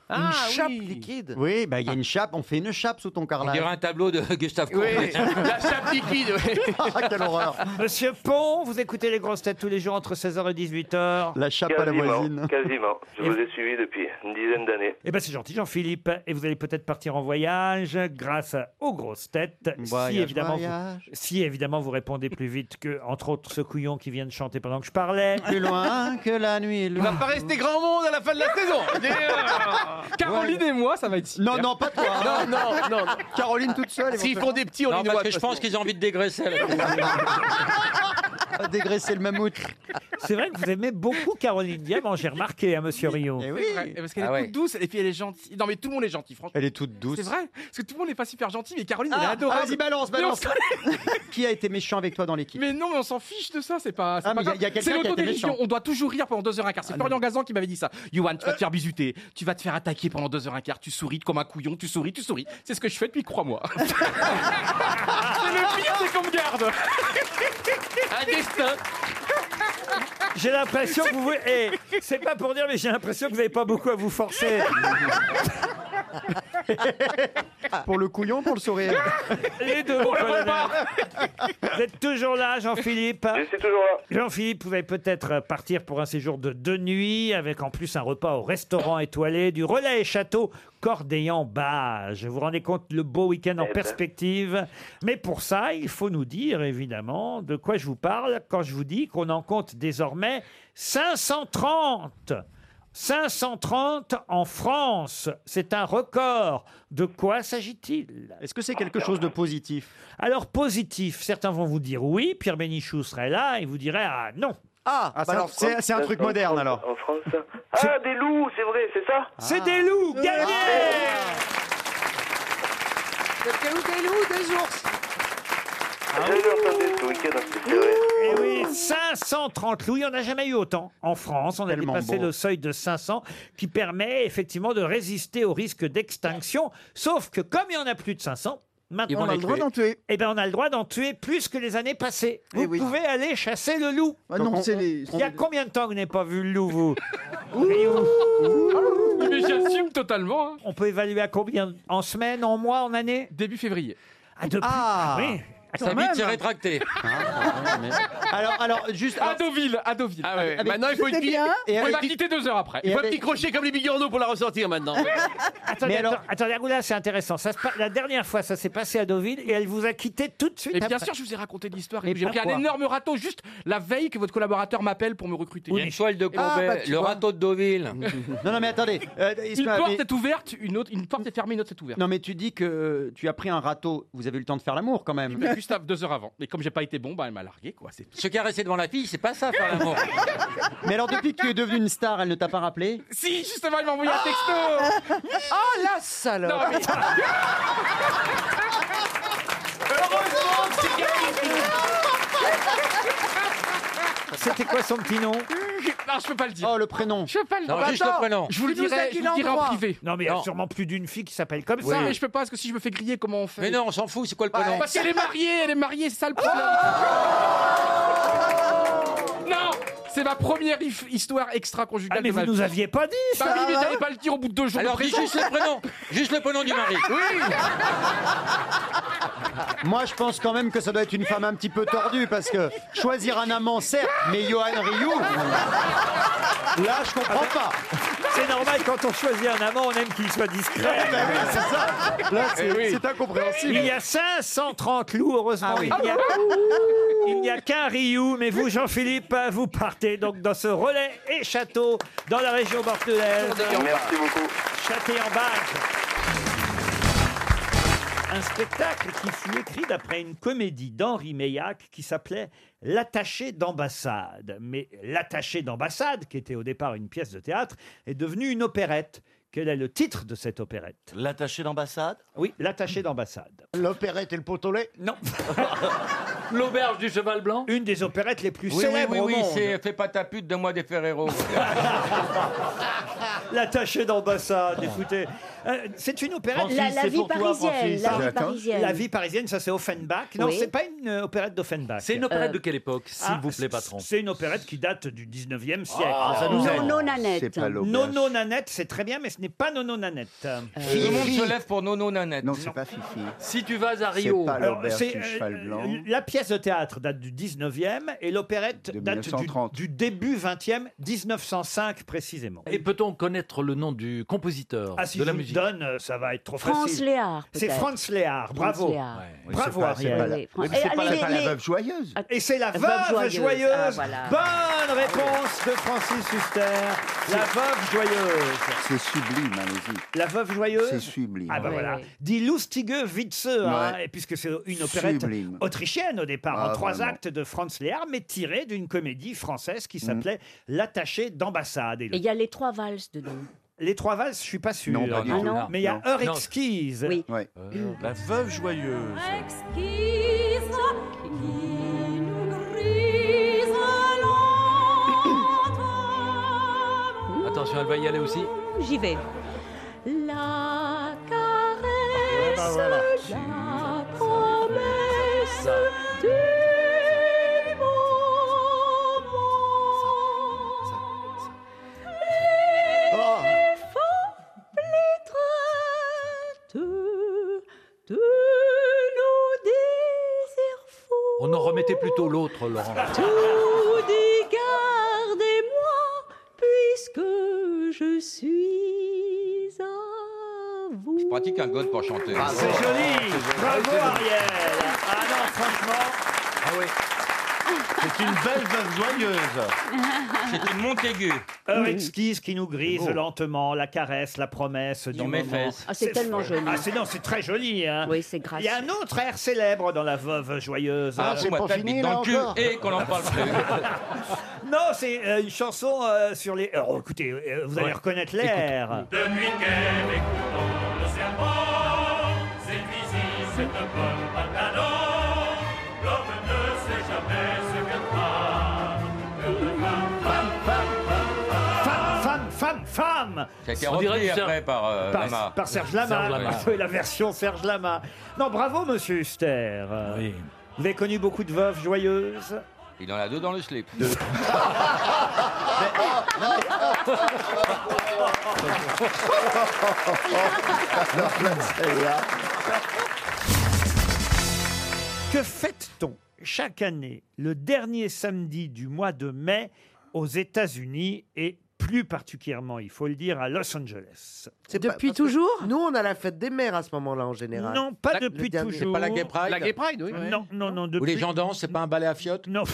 [SPEAKER 16] Ah
[SPEAKER 6] Une chape liquide Oui, bah il y a une chape, on fait une chape sous ton carrelage.
[SPEAKER 18] dirait un tableau de Gustave Courbet.
[SPEAKER 6] La chape liquide,
[SPEAKER 18] Ah, quelle horreur.
[SPEAKER 1] Monsieur Pont, vous écoutez les grosses têtes tous les jours entre 16h et 18h.
[SPEAKER 18] La chape
[SPEAKER 17] quasiment, quasiment. Je vous ai suivi depuis une dizaine d'années.
[SPEAKER 1] Eh bien, c'est gentil, Jean-Philippe. Et vous allez peut-être partir en voyage grâce aux grosses têtes.
[SPEAKER 6] Voyage,
[SPEAKER 1] si, évidemment,
[SPEAKER 6] voyage.
[SPEAKER 1] Vous, si, évidemment, vous répondez plus vite que, entre autres, ce couillon qui vient de chanter pendant que je parlais.
[SPEAKER 6] Plus loin que la nuit. Il va pas rester grand monde à la fin de la saison.
[SPEAKER 16] Caroline et moi, ça va être super.
[SPEAKER 6] Non, non, pas toi.
[SPEAKER 18] hein.
[SPEAKER 16] Non, non, non.
[SPEAKER 6] Caroline toute seule.
[SPEAKER 16] S'ils font des petits, on
[SPEAKER 18] non,
[SPEAKER 16] les
[SPEAKER 18] parce
[SPEAKER 16] noie,
[SPEAKER 18] que
[SPEAKER 16] de
[SPEAKER 18] je
[SPEAKER 16] toute
[SPEAKER 18] pense
[SPEAKER 16] façon.
[SPEAKER 18] qu'ils ont envie de dégraisser.
[SPEAKER 6] Dégraisser le mammouth.
[SPEAKER 1] C'est vrai que vous aimez beaucoup Caroline Diamant, j'ai remarqué, à Monsieur Rio.
[SPEAKER 6] Eh
[SPEAKER 16] C'est vrai, Parce qu'elle
[SPEAKER 1] Ah
[SPEAKER 16] est
[SPEAKER 1] ouais.
[SPEAKER 16] toute douce et puis elle est gentille. Non mais tout le monde est gentil, franchement.
[SPEAKER 6] Elle est toute douce.
[SPEAKER 16] C'est vrai, parce que tout le monde n'est pas super gentil, mais Caroline elle est
[SPEAKER 6] Ah,
[SPEAKER 16] adorable.
[SPEAKER 6] vas-y, balance,
[SPEAKER 16] Mais on
[SPEAKER 6] balance. Ah,
[SPEAKER 16] s'en-
[SPEAKER 6] Qui a été méchant avec toi dans l'équipe
[SPEAKER 16] Mais non, mais on s'en fiche de ça, c'est pas. c'est
[SPEAKER 6] Ah,
[SPEAKER 16] pas
[SPEAKER 6] mais il y a-
[SPEAKER 16] grave.
[SPEAKER 6] il y a quelqu'un
[SPEAKER 16] C'est
[SPEAKER 6] qui a été
[SPEAKER 16] l'autodérision.
[SPEAKER 6] méchant. Ah
[SPEAKER 16] On doit toujours rire pendant 2h15. C'est Florian Gazan qui m'avait dit ça. Yoann,
[SPEAKER 6] Euh.
[SPEAKER 16] tu vas te faire bisuter, tu vas te faire attaquer pendant 2h15. Tu souris comme un couillon, tu souris, tu souris. C'est ce que je fais depuis, crois-moi. C'est le pire, c'est qu'on me garde.
[SPEAKER 18] Un destin.
[SPEAKER 1] J'ai l'impression que vous voulez. eh, c'est pas pour dire, mais j'ai l'impression que vous n'avez pas beaucoup à vous forcer.
[SPEAKER 6] Pour le couillon, pour le sourire.
[SPEAKER 1] Les deux, mon colonel. Vous êtes toujours là, Jean-Philippe
[SPEAKER 17] Je suis toujours là.
[SPEAKER 1] Jean-Philippe, vous allez peut-être partir pour un séjour de deux nuits, avec en plus un repas au restaurant étoilé du Relais et Château Cordéan-Bage. Vous vous rendez compte, le beau week-end en
[SPEAKER 17] Eh ben.
[SPEAKER 1] perspective. Mais pour ça, il faut nous dire, évidemment, de quoi je vous parle quand je vous dis qu'on en compte désormais 530 530 en France, c'est un record. De quoi s'agit-il
[SPEAKER 6] Est-ce que c'est quelque chose de positif
[SPEAKER 1] Alors positif, certains vont vous dire oui, Pierre Bénichou serait là et vous dirait ah non.
[SPEAKER 6] Ah, bah alors, c'est c'est un truc moderne alors.
[SPEAKER 17] En France Ah, des loups, c'est vrai, c'est ça
[SPEAKER 1] C'est
[SPEAKER 13] Ah.
[SPEAKER 1] des loups, gagné
[SPEAKER 13] Des loups, des loups, des ours
[SPEAKER 17] J'avais entendu ce week-end, c'est vrai.
[SPEAKER 1] Eh oui, 530 louis, on n'a jamais eu autant en France. On a
[SPEAKER 6] Tellement
[SPEAKER 1] dépassé
[SPEAKER 6] beau.
[SPEAKER 1] le seuil de 500 qui permet effectivement de résister au risque d'extinction. Sauf que comme il n'y en a plus de 500,
[SPEAKER 13] Ils
[SPEAKER 1] maintenant
[SPEAKER 13] vont
[SPEAKER 1] on a
[SPEAKER 13] les
[SPEAKER 1] le droit
[SPEAKER 13] tuer.
[SPEAKER 1] d'en tuer. Eh bien, on a le droit d'en tuer plus que les années passées. Vous pouvez aller chasser le loup.
[SPEAKER 13] Ah non,
[SPEAKER 1] Donc, on-
[SPEAKER 13] c'est les-
[SPEAKER 1] Il y a combien de temps que vous n'avez pas vu le loup, vous
[SPEAKER 16] Mais j'assume totalement. hein.
[SPEAKER 1] On peut évaluer à combien En semaine, en mois, en année
[SPEAKER 16] Début février.
[SPEAKER 1] Ah, depuis-
[SPEAKER 6] Ah.
[SPEAKER 1] oui.
[SPEAKER 18] Sa
[SPEAKER 6] Quand
[SPEAKER 18] bite s'est
[SPEAKER 6] même.
[SPEAKER 18] rétractée.
[SPEAKER 6] Alors, alors, juste.
[SPEAKER 16] Ah, À Deauville, à Deauville. Ah
[SPEAKER 6] ouais. Maintenant, il faut une C'était petite- bien.
[SPEAKER 16] Il
[SPEAKER 6] Et
[SPEAKER 16] faut
[SPEAKER 6] avec-
[SPEAKER 16] la quitter deux heures après.
[SPEAKER 6] Et
[SPEAKER 16] Il faut un
[SPEAKER 6] avec-
[SPEAKER 16] petit crochet comme les bigorneaux pour la ressortir maintenant.
[SPEAKER 1] Attendez, attends- attendez, Agoula, c'est intéressant. Ça se pa- La dernière fois, ça s'est passé à Deauville et elle vous a quitté tout de suite.
[SPEAKER 16] Et bien
[SPEAKER 1] après.
[SPEAKER 16] sûr, je vous ai raconté l'histoire.
[SPEAKER 1] Mais
[SPEAKER 16] J'ai pris un
[SPEAKER 1] pourquoi
[SPEAKER 16] énorme râteau juste la veille que votre collaborateur m'appelle pour me recruter.
[SPEAKER 18] Il y a une toile de
[SPEAKER 16] Ah,
[SPEAKER 18] Courbet,
[SPEAKER 16] bah, tu
[SPEAKER 18] le
[SPEAKER 16] vois.
[SPEAKER 18] râteau de Deauville.
[SPEAKER 6] Non, non, mais attendez. euh,
[SPEAKER 16] Une
[SPEAKER 6] Isma,
[SPEAKER 16] porte
[SPEAKER 6] mais-
[SPEAKER 16] est ouverte, une autre, une porte est fermée, une autre est ouverte.
[SPEAKER 6] Non, mais tu dis que tu as pris un râteau. Vous avez eu le temps de faire l'amour quand même.
[SPEAKER 16] Mais Gustave, deux heures avant. Mais comme j'ai pas été bon, bah elle m'a largué quoi. C'est tout.
[SPEAKER 18] Se caresser devant la fille, c'est pas ça faire l'amour.
[SPEAKER 6] Mais alors, depuis que tu es devenue une star, elle ne t'a pas rappelé
[SPEAKER 16] Si, justement, il m'a envoyé un texto.
[SPEAKER 13] Oh la salope
[SPEAKER 16] Non, mais- Heureusement que c'est gagné.
[SPEAKER 1] C'était quoi son petit nom
[SPEAKER 16] Ah,
[SPEAKER 13] Non, je peux pas le dire.
[SPEAKER 11] Oh, le prénom.
[SPEAKER 13] Je peux pas le
[SPEAKER 1] Non,
[SPEAKER 13] dire.
[SPEAKER 1] juste le
[SPEAKER 13] Attends,
[SPEAKER 1] prénom.
[SPEAKER 13] Je vous le
[SPEAKER 1] Tu nous as
[SPEAKER 13] dirai,
[SPEAKER 1] dit
[SPEAKER 13] je vous le dirai en
[SPEAKER 1] l'endroit.
[SPEAKER 13] privé.
[SPEAKER 1] Non, mais il y a sûrement plus d'une fille qui s'appelle comme
[SPEAKER 13] Oui. Ah,
[SPEAKER 1] ça.
[SPEAKER 13] mais je peux pas, parce que si je me fais griller, comment on fait
[SPEAKER 1] Mais non, on s'en
[SPEAKER 13] fout, c'est
[SPEAKER 1] quoi le prénom
[SPEAKER 13] Parce qu'elle est mariée, elle est mariée, c'est ça le problème.
[SPEAKER 6] Ah
[SPEAKER 13] non c'est ma première if- histoire extra-conjugale.
[SPEAKER 1] Ah, mais
[SPEAKER 13] de
[SPEAKER 1] vous
[SPEAKER 13] ma
[SPEAKER 1] nous
[SPEAKER 13] vie.
[SPEAKER 1] aviez pas dit
[SPEAKER 13] Bah
[SPEAKER 1] ça,
[SPEAKER 13] oui, mais
[SPEAKER 1] hein.
[SPEAKER 13] t'allais pas le dire au bout de deux jours.
[SPEAKER 16] Alors,
[SPEAKER 13] de
[SPEAKER 16] dis
[SPEAKER 13] prison.
[SPEAKER 16] juste le prénom. Juste le prénom du mari.
[SPEAKER 13] Oui
[SPEAKER 11] Moi, je pense quand même que ça doit être une femme un petit peu tordue parce que choisir un amant, certes, mais Johan Rioux. Là, je comprends
[SPEAKER 1] Ah
[SPEAKER 11] pas.
[SPEAKER 1] ben, C'est normal, quand on choisit un amant, on aime qu'il soit discret.
[SPEAKER 11] Eh ben oui, c'est ça. Là, c'est- Eh oui. c'est incompréhensible.
[SPEAKER 1] Il y a 530 loups, heureusement.
[SPEAKER 11] Ah oui.
[SPEAKER 1] Il n'y a, il n'y a qu'un Rioux, mais vous, Jean-Philippe, vous partez donc dans ce relais et château dans la région bordelaise.
[SPEAKER 17] Merci beaucoup.
[SPEAKER 1] Châtillon-Bage. Un spectacle qui fut écrit d'après une comédie d'Henri Meillac qui s'appelait L'attaché d'ambassade. Mais l'attaché d'ambassade, qui était au départ une pièce de théâtre, est devenue une opérette. Quel est le titre de cette opérette
[SPEAKER 19] L'attaché d'ambassade
[SPEAKER 1] Oui, l'attaché d'ambassade.
[SPEAKER 19] L'opérette et le potolet
[SPEAKER 1] Non.
[SPEAKER 16] L'auberge du cheval blanc.
[SPEAKER 1] Une des opérettes les plus
[SPEAKER 16] oui,
[SPEAKER 1] célèbres
[SPEAKER 16] oui,
[SPEAKER 1] au
[SPEAKER 16] oui, oui,
[SPEAKER 1] monde.
[SPEAKER 16] c'est Fais pas ta pute de moi des Ferrero. Euh,
[SPEAKER 1] L'attaché d'ambassade, écoutez. Euh, c'est une opérette.
[SPEAKER 16] Ah. Francis, La- la c'est vie pour toi, parisienne, Francis. la vie
[SPEAKER 1] Pardon
[SPEAKER 16] parisienne.
[SPEAKER 1] La vie parisienne, ça c'est Offenbach. Non,
[SPEAKER 16] Oui.
[SPEAKER 1] c'est pas une euh, opérette d'Offenbach.
[SPEAKER 19] C'est une opérette de quelle époque, s'il
[SPEAKER 1] ah,
[SPEAKER 19] vous plaît, patron
[SPEAKER 1] C'est une opérette qui date du 19e siècle.
[SPEAKER 19] Ah, ça nous aide. Nono Nanette. C'est pas l'auberge.
[SPEAKER 1] Nono Nanette, c'est très bien, mais ce n'est pas Nono Nanette.
[SPEAKER 19] Euh,
[SPEAKER 16] Tout le monde se lève pour Nono Nanette. Non,
[SPEAKER 1] c'est
[SPEAKER 16] pas Fifi. Si tu vas à Rio.
[SPEAKER 1] Alors, c'est, euh, La pièce de théâtre date du 19e et l'opérette date du, du début 20e, 1905 précisément.
[SPEAKER 19] Et peut-on connaître le nom du compositeur
[SPEAKER 1] Ah, si
[SPEAKER 19] de
[SPEAKER 1] je
[SPEAKER 19] la
[SPEAKER 1] vous
[SPEAKER 19] musique
[SPEAKER 1] le donne, euh, ça va être trop
[SPEAKER 19] Franz
[SPEAKER 1] facile.
[SPEAKER 19] Léard,
[SPEAKER 1] C'est
[SPEAKER 19] peut-être.
[SPEAKER 1] Franz Léard,
[SPEAKER 19] Franz
[SPEAKER 1] bravo.
[SPEAKER 19] Léard. Ouais.
[SPEAKER 1] Bravo,
[SPEAKER 19] Oui, c'est pas- c'est pas la-
[SPEAKER 1] Ariel.
[SPEAKER 19] Oui, mais c'est Et pas la- les- pas la les- veuve
[SPEAKER 1] joyeuse. Et c'est la
[SPEAKER 19] La
[SPEAKER 1] veuve,
[SPEAKER 19] veuve
[SPEAKER 1] joyeuse.
[SPEAKER 19] joyeuse. Ah, voilà.
[SPEAKER 1] Bonne réponse de Francis Huster. La veuve joyeuse.
[SPEAKER 20] C'est sublime, allez-y.
[SPEAKER 1] La veuve joyeuse
[SPEAKER 20] C'est sublime.
[SPEAKER 1] Ah bah
[SPEAKER 20] Ouais,
[SPEAKER 1] voilà.
[SPEAKER 20] ouais.
[SPEAKER 1] Dit Lustige Witze, hein,
[SPEAKER 20] Ouais.
[SPEAKER 1] et puisque c'est une opérette
[SPEAKER 20] Sublime.
[SPEAKER 1] autrichienne au départ,
[SPEAKER 20] Ah,
[SPEAKER 1] en trois
[SPEAKER 20] vraiment. Mm.
[SPEAKER 1] actes de Franz Léard, mais tirée d'une comédie française qui s'appelait L'attaché d'ambassade. Et le-
[SPEAKER 4] Et il y a les trois valses dedans.
[SPEAKER 1] Les trois valses, je suis pas sûr.
[SPEAKER 20] Non, pas du
[SPEAKER 1] Ah
[SPEAKER 20] tout.
[SPEAKER 1] non. Mais il y a
[SPEAKER 20] Non.
[SPEAKER 1] Heure
[SPEAKER 20] Non.
[SPEAKER 1] exquise.
[SPEAKER 4] Oui.
[SPEAKER 19] La veuve joyeuse.
[SPEAKER 12] Exquise qui nous grise lentement.
[SPEAKER 19] Attention, elle va y aller aussi.
[SPEAKER 12] J'y vais. La caresse,
[SPEAKER 19] Ah, voilà.
[SPEAKER 12] la promesse du moment. Les fables, les traites de nos désirs fous.
[SPEAKER 19] On en remettait plutôt l'autre, Laurent.
[SPEAKER 1] Ah.
[SPEAKER 12] Tout dit gardez-moi, puisque je suis à vous.
[SPEAKER 16] Je pratique un god pour chanter.
[SPEAKER 1] Ah, C'est joli. Bravo Ariel. Ah non, franchement.
[SPEAKER 19] Ah oui. C'est une belle veuve joyeuse.
[SPEAKER 16] C'est une Montaigu.
[SPEAKER 1] Heure exquise qui nous grise
[SPEAKER 16] C'est beau.
[SPEAKER 1] lentement, la caresse, la promesse du
[SPEAKER 16] Dans mes
[SPEAKER 1] moment.
[SPEAKER 16] fesses. Ah,
[SPEAKER 4] c'est tellement joli.
[SPEAKER 1] Ah, c'est, non, c'est très joli. Hein. Oui, c'est grâce. Il y a un autre air célèbre dans La Veuve Joyeuse.
[SPEAKER 16] Ah, c'est pas fini, dans le cul et qu'on en parle plus.
[SPEAKER 1] Non, c'est euh, une chanson euh, sur les... Alors, écoutez, euh, vous allez
[SPEAKER 16] Ouais.
[SPEAKER 1] reconnaître l'air.
[SPEAKER 12] Depuis qu'elle écoute le serpent, séduisit cette bonne pantalon, l'homme ne sait jamais ce que fera.
[SPEAKER 1] Femme, femme, femme, femme
[SPEAKER 16] Ça a été repris après par, euh,
[SPEAKER 1] par,
[SPEAKER 16] Lama.
[SPEAKER 1] par Serge Lama.
[SPEAKER 16] Serge Lama.
[SPEAKER 1] Oui, la version Serge Lama. Non, bravo, monsieur Huster. Vous avez connu beaucoup de veuves joyeuses
[SPEAKER 16] Il en a deux dans le slip.
[SPEAKER 1] Que fête-t-on chaque année le dernier samedi du mois de mai aux États-Unis et plus particulièrement, il faut le dire, à Los Angeles
[SPEAKER 10] Depuis toujours Nous, on a la fête des mères à ce moment-là, en général.
[SPEAKER 1] Non, pas depuis toujours. Non, non, non. Depuis...
[SPEAKER 16] les gens dansent, c'est pas un ballet à fiottes
[SPEAKER 1] Non.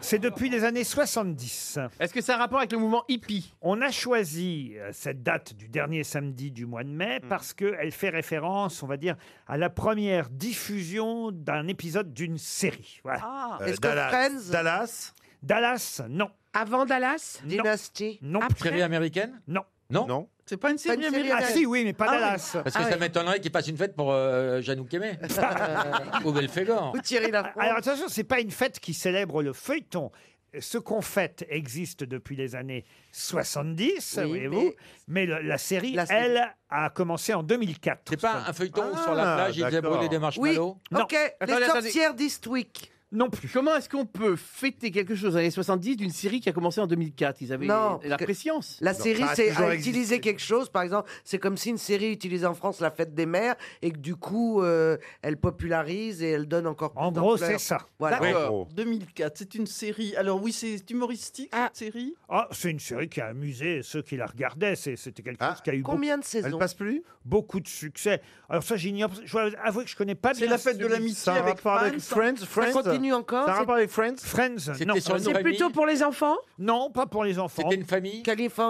[SPEAKER 1] C'est depuis les années 70.
[SPEAKER 13] Est-ce que ça a un rapport avec le mouvement hippie
[SPEAKER 1] On a choisi euh, cette date du dernier samedi du mois de mai
[SPEAKER 13] Mm.
[SPEAKER 1] parce qu'elle fait référence, on va dire, à la première diffusion d'un épisode d'une série. Voilà.
[SPEAKER 10] Ah.
[SPEAKER 16] Euh,
[SPEAKER 10] Est-ce que Friends-
[SPEAKER 1] Dallas Dallas, non.
[SPEAKER 10] Avant Dallas
[SPEAKER 1] Dynasty Non.
[SPEAKER 10] Après
[SPEAKER 16] Série américaine
[SPEAKER 1] Non.
[SPEAKER 16] Non. Non.
[SPEAKER 1] C'est pas une
[SPEAKER 13] série Pas une série américaine.
[SPEAKER 1] Ah si, oui, mais pas Ah, Dallas.
[SPEAKER 16] Parce que ça m'étonnerait qu'il fasse une fête pour euh, Janou Kémé. Ou Belphégor.
[SPEAKER 1] Alors attention, c'est pas une fête qui célèbre le feuilleton. Ce qu'on fête existe depuis les années 70,
[SPEAKER 16] Oui,
[SPEAKER 1] voyez-vous, mais, le- la, série,
[SPEAKER 16] série.
[SPEAKER 1] elle, a commencé en 2004. C'est
[SPEAKER 16] pas un feuilleton où sur
[SPEAKER 12] ah,
[SPEAKER 16] la plage, ils faisaient brûler des
[SPEAKER 13] Oui,
[SPEAKER 16] marshmallows
[SPEAKER 13] ok. les sorcières d'Eastwick.
[SPEAKER 1] Non plus.
[SPEAKER 12] Comment est-ce qu'on peut fêter quelque chose dans les années 70 d'une série qui a commencé en 2004 Ils avaient
[SPEAKER 13] Non,
[SPEAKER 12] la
[SPEAKER 13] parce que
[SPEAKER 12] préscience.
[SPEAKER 13] La série, c'est à utiliser quelque chose. Par exemple, c'est comme si une série utilisait en France la fête des mères et que du coup, euh, elle popularise et elle donne encore plus
[SPEAKER 1] En gros,
[SPEAKER 13] d'ampleur.
[SPEAKER 1] c'est ça.
[SPEAKER 13] Voilà.
[SPEAKER 1] D'accord.
[SPEAKER 12] 2004, c'est une série. Alors oui, c'est humoristique cette série.
[SPEAKER 1] Ah, c'est une série qui a amusé ceux qui la regardaient. C'est- C'était quelque chose qui a eu
[SPEAKER 13] Ah. Combien de saisons Elle passe
[SPEAKER 1] plus Beaucoup de succès. Alors ça, j'ignore. Je dois avouer que je connais pas bien.
[SPEAKER 13] C'est la fête de
[SPEAKER 1] celui-
[SPEAKER 13] l'amitié Ça a avec rapport avec Friends. Friends, Friends Ça continue encore, Ça a c'est- rapport
[SPEAKER 1] avec Friends Friends,
[SPEAKER 13] C'était
[SPEAKER 1] non.
[SPEAKER 13] sur une C'est famille plutôt
[SPEAKER 1] pour les enfants Non, pas pour les enfants. C'était une
[SPEAKER 16] famille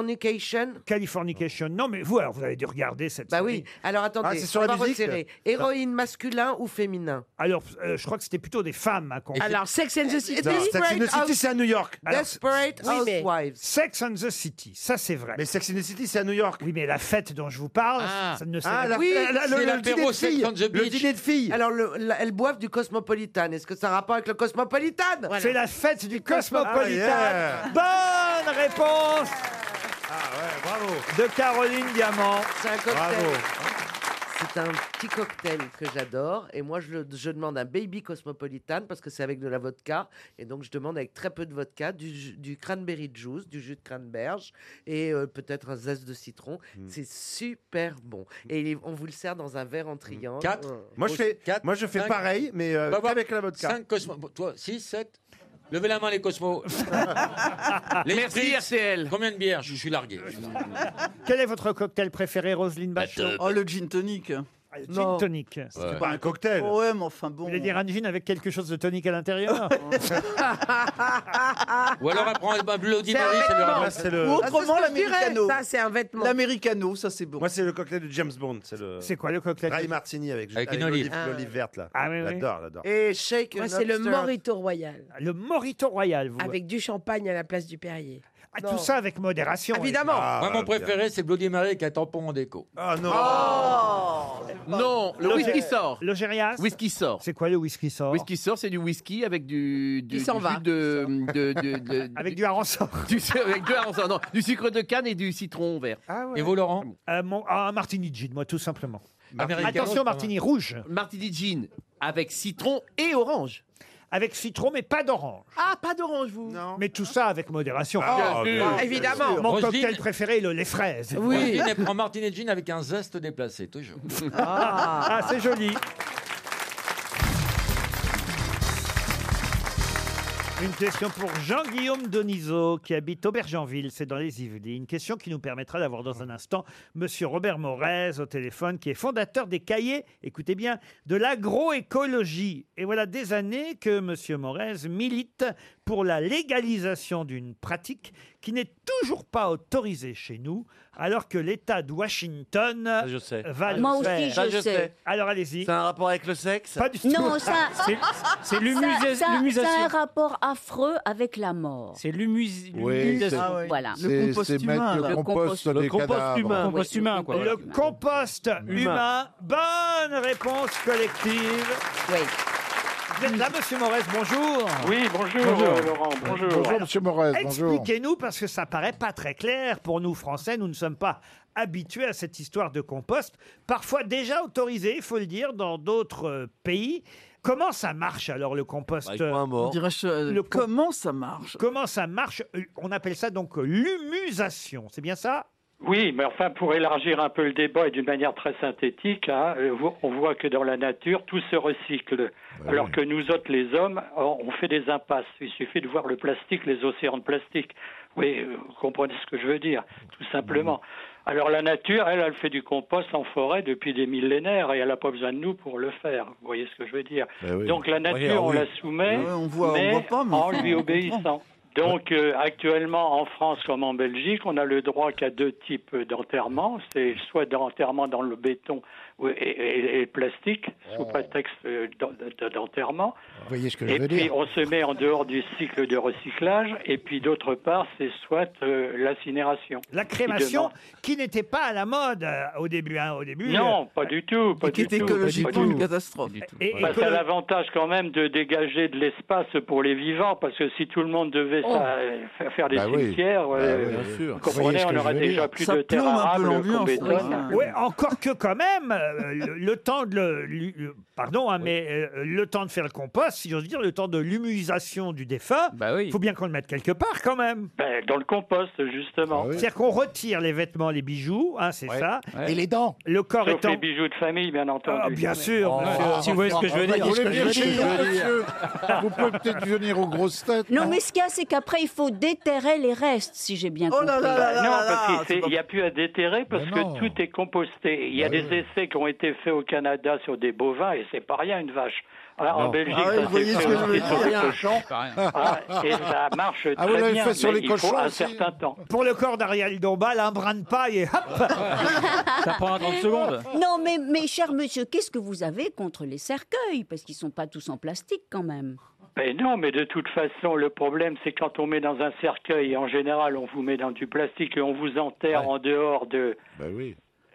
[SPEAKER 13] Californication
[SPEAKER 1] Californication, non, mais vous, alors, vous avez dû regarder cette
[SPEAKER 13] Bah
[SPEAKER 1] série. Ah,
[SPEAKER 13] oui. Alors attendez, on va resserrer. Héroïne masculin ou féminin
[SPEAKER 1] Alors, euh, je crois que c'était plutôt des femmes. hein, qu'on-
[SPEAKER 13] Alors, Sex and the City. Non, Sex and the City, c'est à New York. Desperate
[SPEAKER 1] Alors, c'est-
[SPEAKER 13] Housewives.
[SPEAKER 1] Sex and the City, ça c'est vrai. Mais Sex and the City, c'est à New York. Oui, mais la fête dont je vous parle, ça ne
[SPEAKER 13] Ah,
[SPEAKER 1] célèbre-
[SPEAKER 13] la- la- la- le- le dîner de filles. Le dîner de filles. Alors, le- la- elles boivent du Cosmopolitan. Est-ce que ça a rapport avec le Cosmopolitan
[SPEAKER 1] C'est la fête du
[SPEAKER 13] Cosmopolitan.
[SPEAKER 1] Cosmopolitan.
[SPEAKER 13] Ah,
[SPEAKER 1] Bonne réponse
[SPEAKER 6] Ah,
[SPEAKER 1] de Caroline Diamant.
[SPEAKER 13] C'est un cocktail.
[SPEAKER 1] Bravo.
[SPEAKER 13] C'est un petit cocktail que j'adore. Et moi, je, le- je demande un baby cosmopolitan parce que c'est avec de la vodka. Et donc, je demande avec très peu de vodka, du, ju- du cranberry juice, du jus de cranberge et euh, peut-être un zeste de citron.
[SPEAKER 6] Mm.
[SPEAKER 13] C'est super bon. Et il est- on vous le sert dans un verre en triangle.
[SPEAKER 16] Quatre.
[SPEAKER 1] Oh,
[SPEAKER 13] Euh,
[SPEAKER 6] Mm. Moi, je fais- moi, je fais pareil, mais,
[SPEAKER 13] Bah,
[SPEAKER 8] Bah,
[SPEAKER 6] euh,
[SPEAKER 16] avec la vodka. 5 Cosmo. Toi, 6, 7. Levez la main, les Cosmos. les Merci, RCL. Combien de bières Je suis largué.
[SPEAKER 1] Quel est votre cocktail préféré, Roselyne Bachelot Ah,
[SPEAKER 16] Bah,
[SPEAKER 12] Oh, le gin tonic.
[SPEAKER 1] Le gin
[SPEAKER 12] Non.
[SPEAKER 1] tonic.
[SPEAKER 12] Ouais. Ouais, mais enfin bon.
[SPEAKER 1] Vous voulez dire un gin avec quelque chose de tonique à l'intérieur
[SPEAKER 16] Ou alors, elle prend un Bloody
[SPEAKER 12] C'est un
[SPEAKER 16] Mary, ça lui
[SPEAKER 12] vêtement.
[SPEAKER 16] rappelle-
[SPEAKER 12] Ah, c'est le- Ou autrement,
[SPEAKER 13] Ah, c'est ce que je dirais.
[SPEAKER 12] l'Americano.
[SPEAKER 13] Ça, c'est un vêtement.
[SPEAKER 12] L'Americano, ça c'est bon.
[SPEAKER 6] Moi, c'est le cocktail de James Bond. C'est le.
[SPEAKER 1] C'est quoi le cocktail
[SPEAKER 6] Dry martini avec,
[SPEAKER 16] Avec une
[SPEAKER 6] l'olive-
[SPEAKER 16] olive. Ah.
[SPEAKER 6] l'olive verte là.
[SPEAKER 1] Ah oui, oui.
[SPEAKER 6] J'adore, j'adore.
[SPEAKER 13] Et shake.
[SPEAKER 9] Moi, c'est le Morito Royal.
[SPEAKER 1] Le Morito Royal, vous.
[SPEAKER 9] Avec du champagne à la place du Perrier.
[SPEAKER 1] Ah, tout ça avec modération.
[SPEAKER 16] Ah, Moi, mon préféré, c'est Bloody Mary avec un tampon en déco.
[SPEAKER 6] Ah non
[SPEAKER 13] Oh,
[SPEAKER 16] Bah
[SPEAKER 12] Non, le
[SPEAKER 1] Le-
[SPEAKER 12] whisky sort.
[SPEAKER 1] Le Gérias
[SPEAKER 12] Whisky sort.
[SPEAKER 1] C'est quoi le whisky sort
[SPEAKER 12] Whisky sort, c'est du whisky avec du, du,
[SPEAKER 1] Il s'en
[SPEAKER 12] du
[SPEAKER 1] va.
[SPEAKER 12] jus de, de- de- de-
[SPEAKER 1] Avec du hareng sort.
[SPEAKER 12] du, avec du hareng sort, non, du sucre de canne et du citron vert.
[SPEAKER 1] ouais. Et vous, Laurent Euh, mon- ah, un martini gin, moi, tout simplement.
[SPEAKER 12] Martini-
[SPEAKER 1] Attention, martini rouge.
[SPEAKER 12] Martini gin avec citron et orange.
[SPEAKER 1] Avec citron, mais pas d'orange.
[SPEAKER 12] Ah, pas d'orange vous Non.
[SPEAKER 1] Mais tout ça avec modération.
[SPEAKER 16] Ah, bien sûr. Bien sûr.
[SPEAKER 1] Mon
[SPEAKER 16] Roselyne-
[SPEAKER 1] cocktail préféré, le lait fraise.
[SPEAKER 16] Oui. Elle prend Martine Jean avec un zeste déplacé, toujours.
[SPEAKER 1] Ah, c'est joli. Une question pour Jean-Guillaume Denisot, qui habite Aubergenville, c'est dans les Yvelines. Une question qui nous permettra d'avoir dans un instant Monsieur Robert Morez au téléphone, qui est fondateur des cahiers, écoutez bien, de l'agroécologie. Et voilà des années que Monsieur Morez milite pour la légalisation d'une pratique qui n'est toujours pas autorisée chez nous, alors que l'État de Washington
[SPEAKER 4] je sais.
[SPEAKER 1] va
[SPEAKER 4] Moi
[SPEAKER 1] le
[SPEAKER 4] aussi,
[SPEAKER 1] faire.
[SPEAKER 4] je Ça, je sais. sais.
[SPEAKER 1] Alors allez-y.
[SPEAKER 4] C'est un rapport avec le sexe
[SPEAKER 1] Pas du tout.
[SPEAKER 21] Non, ça.
[SPEAKER 4] C'est- c'est l'humuse-
[SPEAKER 21] ça- ça-
[SPEAKER 4] l'humusation.
[SPEAKER 21] ça a un rapport affreux avec la mort.
[SPEAKER 4] C'est l'humus.
[SPEAKER 15] Oui, c'est- Ah ouais.
[SPEAKER 21] Voilà.
[SPEAKER 15] Le c'est- compost c'est humain, mettre le là. compost sur
[SPEAKER 4] le
[SPEAKER 15] des
[SPEAKER 4] compost
[SPEAKER 15] cadavres.
[SPEAKER 4] humain.
[SPEAKER 15] Le
[SPEAKER 1] compost humain,
[SPEAKER 4] quoi.
[SPEAKER 1] Le compost humain. Bonne réponse collective.
[SPEAKER 21] Oui.
[SPEAKER 1] Vous êtes là, monsieur Morez, bonjour.
[SPEAKER 15] Oui, bonjour, Bonjour. euh, Laurent, bonjour. Bonjour,
[SPEAKER 1] Alors,
[SPEAKER 15] monsieur Morez, bonjour.
[SPEAKER 1] Expliquez-nous, parce que ça paraît pas très clair pour nous, Français. Nous ne sommes pas habitués à cette histoire de compost, parfois déjà autorisée, il faut le dire, dans d'autres euh, pays. Comment ça marche alors le compost
[SPEAKER 15] Bah,
[SPEAKER 1] euh,
[SPEAKER 12] On dirait, euh,
[SPEAKER 1] le com-
[SPEAKER 12] comment ça marche
[SPEAKER 1] Comment ça marche Euh, On appelle ça donc euh, l'humusation, c'est bien ça
[SPEAKER 22] Oui, mais enfin, pour élargir un peu le débat et d'une manière très synthétique, hein, euh, vo- on voit que dans la nature, tout se recycle. alors que nous autres, les hommes, on on fait des impasses. Il suffit de voir le plastique, les océans de plastique. Oui, euh, vous comprenez ce que je veux dire, tout
[SPEAKER 18] Mmh.
[SPEAKER 22] simplement. Alors la nature, elle, elle fait du compost en forêt depuis des millénaires et elle n'a pas besoin de nous pour le faire. Vous voyez ce que je veux dire
[SPEAKER 18] Ben oui.
[SPEAKER 22] Donc la nature,
[SPEAKER 18] Regarde,
[SPEAKER 22] on
[SPEAKER 18] oui.
[SPEAKER 22] la soumet,
[SPEAKER 18] Ouais, on voit- on
[SPEAKER 22] mais,
[SPEAKER 18] voit pas, mais
[SPEAKER 22] en
[SPEAKER 18] enfin,
[SPEAKER 22] lui
[SPEAKER 18] on
[SPEAKER 22] obéissant. Donc euh, actuellement en France comme en Belgique, on a le droit qu'à deux types d'enterrement, c'est soit d'enterrement dans le béton ou- et, et- et plastique sous prétexte euh, d'en- d'en- d'enterrement.
[SPEAKER 15] Vous voyez ce que
[SPEAKER 22] Et
[SPEAKER 15] je veux
[SPEAKER 22] puis
[SPEAKER 15] dire
[SPEAKER 22] on se met en dehors du cycle de recyclage. Et puis d'autre part, c'est soit euh, l'incinération.
[SPEAKER 1] La crémation qui n'était pas à la mode euh, au début. hein, au début
[SPEAKER 22] Non, pas du tout. Pas
[SPEAKER 1] Et qui
[SPEAKER 22] du
[SPEAKER 1] est
[SPEAKER 22] tout,
[SPEAKER 1] écologiquement
[SPEAKER 22] pas du
[SPEAKER 1] une
[SPEAKER 22] tout.
[SPEAKER 1] catastrophe. Et- et
[SPEAKER 22] Bah,
[SPEAKER 1] écolo-
[SPEAKER 22] ça a l'avantage quand même de dégager de l'espace pour les vivants, parce que si tout le monde devait
[SPEAKER 1] Oh.
[SPEAKER 22] ça, euh, fa- faire des
[SPEAKER 1] Bah oui.
[SPEAKER 22] cimetières,
[SPEAKER 1] Bah
[SPEAKER 22] euh,
[SPEAKER 1] oui, bien sûr.
[SPEAKER 22] vous
[SPEAKER 1] Vous
[SPEAKER 22] comprenez,
[SPEAKER 1] voyez ce
[SPEAKER 22] on
[SPEAKER 1] que
[SPEAKER 22] aura
[SPEAKER 1] je veux
[SPEAKER 22] déjà
[SPEAKER 1] dire.
[SPEAKER 22] plus
[SPEAKER 1] Ça
[SPEAKER 22] de terre
[SPEAKER 1] plombe un peu
[SPEAKER 22] arable qu'on
[SPEAKER 1] l'ambiance,
[SPEAKER 22] bétonne.
[SPEAKER 1] Ouais, encore que quand même, euh, le, le temps de le, lu- euh, pardon, hein, mais euh, le temps de faire le compost, si j'ose dire, le temps de l'humusation du défunt, il faut bien qu'on le mette quelque part quand même.
[SPEAKER 22] Ben, dans le compost, justement.
[SPEAKER 1] C'est-à-dire qu'on retire les vêtements, les bijoux, hein, c'est ça.
[SPEAKER 22] Ouais. Et les
[SPEAKER 1] dents. Le corps
[SPEAKER 22] Sauf
[SPEAKER 1] étant.
[SPEAKER 22] les bijoux de famille, bien entendu.
[SPEAKER 1] Ah, bien sûr,
[SPEAKER 22] Oh,
[SPEAKER 1] monsieur.
[SPEAKER 22] si vous voyez ce que je veux dire.
[SPEAKER 15] Vous voulez
[SPEAKER 22] Je veux
[SPEAKER 15] venir
[SPEAKER 22] dire,
[SPEAKER 15] chez
[SPEAKER 22] je
[SPEAKER 15] nous,
[SPEAKER 22] veux dire.
[SPEAKER 15] monsieur Vous pouvez peut-être venir aux grosses têtes.
[SPEAKER 4] Non, mais ce qu'il y a, c'est qu'après, il faut déterrer les restes, si j'ai
[SPEAKER 15] Oh
[SPEAKER 4] bien compris.
[SPEAKER 22] non, parce qu'il n'y a plus à déterrer parce que tout est composté. Il y a
[SPEAKER 15] Bah
[SPEAKER 22] des essais qui ont été faits au Canada sur des bovins et c'est pas rien une vache. Ah, en
[SPEAKER 15] Non.
[SPEAKER 22] Belgique,
[SPEAKER 15] Ah oui,
[SPEAKER 22] ça
[SPEAKER 15] vous voyez
[SPEAKER 22] s'est
[SPEAKER 15] ce
[SPEAKER 22] fait
[SPEAKER 15] que je veux
[SPEAKER 22] aussi sur
[SPEAKER 15] dire.
[SPEAKER 22] des cochons.
[SPEAKER 15] C'est pas rien.
[SPEAKER 22] Ah, et ça marche
[SPEAKER 15] Ah, vous
[SPEAKER 22] très
[SPEAKER 15] l'avez
[SPEAKER 22] bien.
[SPEAKER 15] fait sur
[SPEAKER 22] mais
[SPEAKER 15] les
[SPEAKER 22] il faut
[SPEAKER 15] cochons
[SPEAKER 22] un
[SPEAKER 15] aussi.
[SPEAKER 22] certain temps.
[SPEAKER 1] Pour le corps d'Ariel Dombal, un brin de paille et hop
[SPEAKER 8] Ça prend 30 secondes.
[SPEAKER 4] Non, mais, mais cher monsieur, qu'est-ce que vous avez contre les cercueils Parce qu'ils sont pas tous en plastique, quand même.
[SPEAKER 22] Mais non, mais de toute façon, le problème, c'est quand on met dans un cercueil, en général, on vous met dans du plastique et on vous enterre en dehors de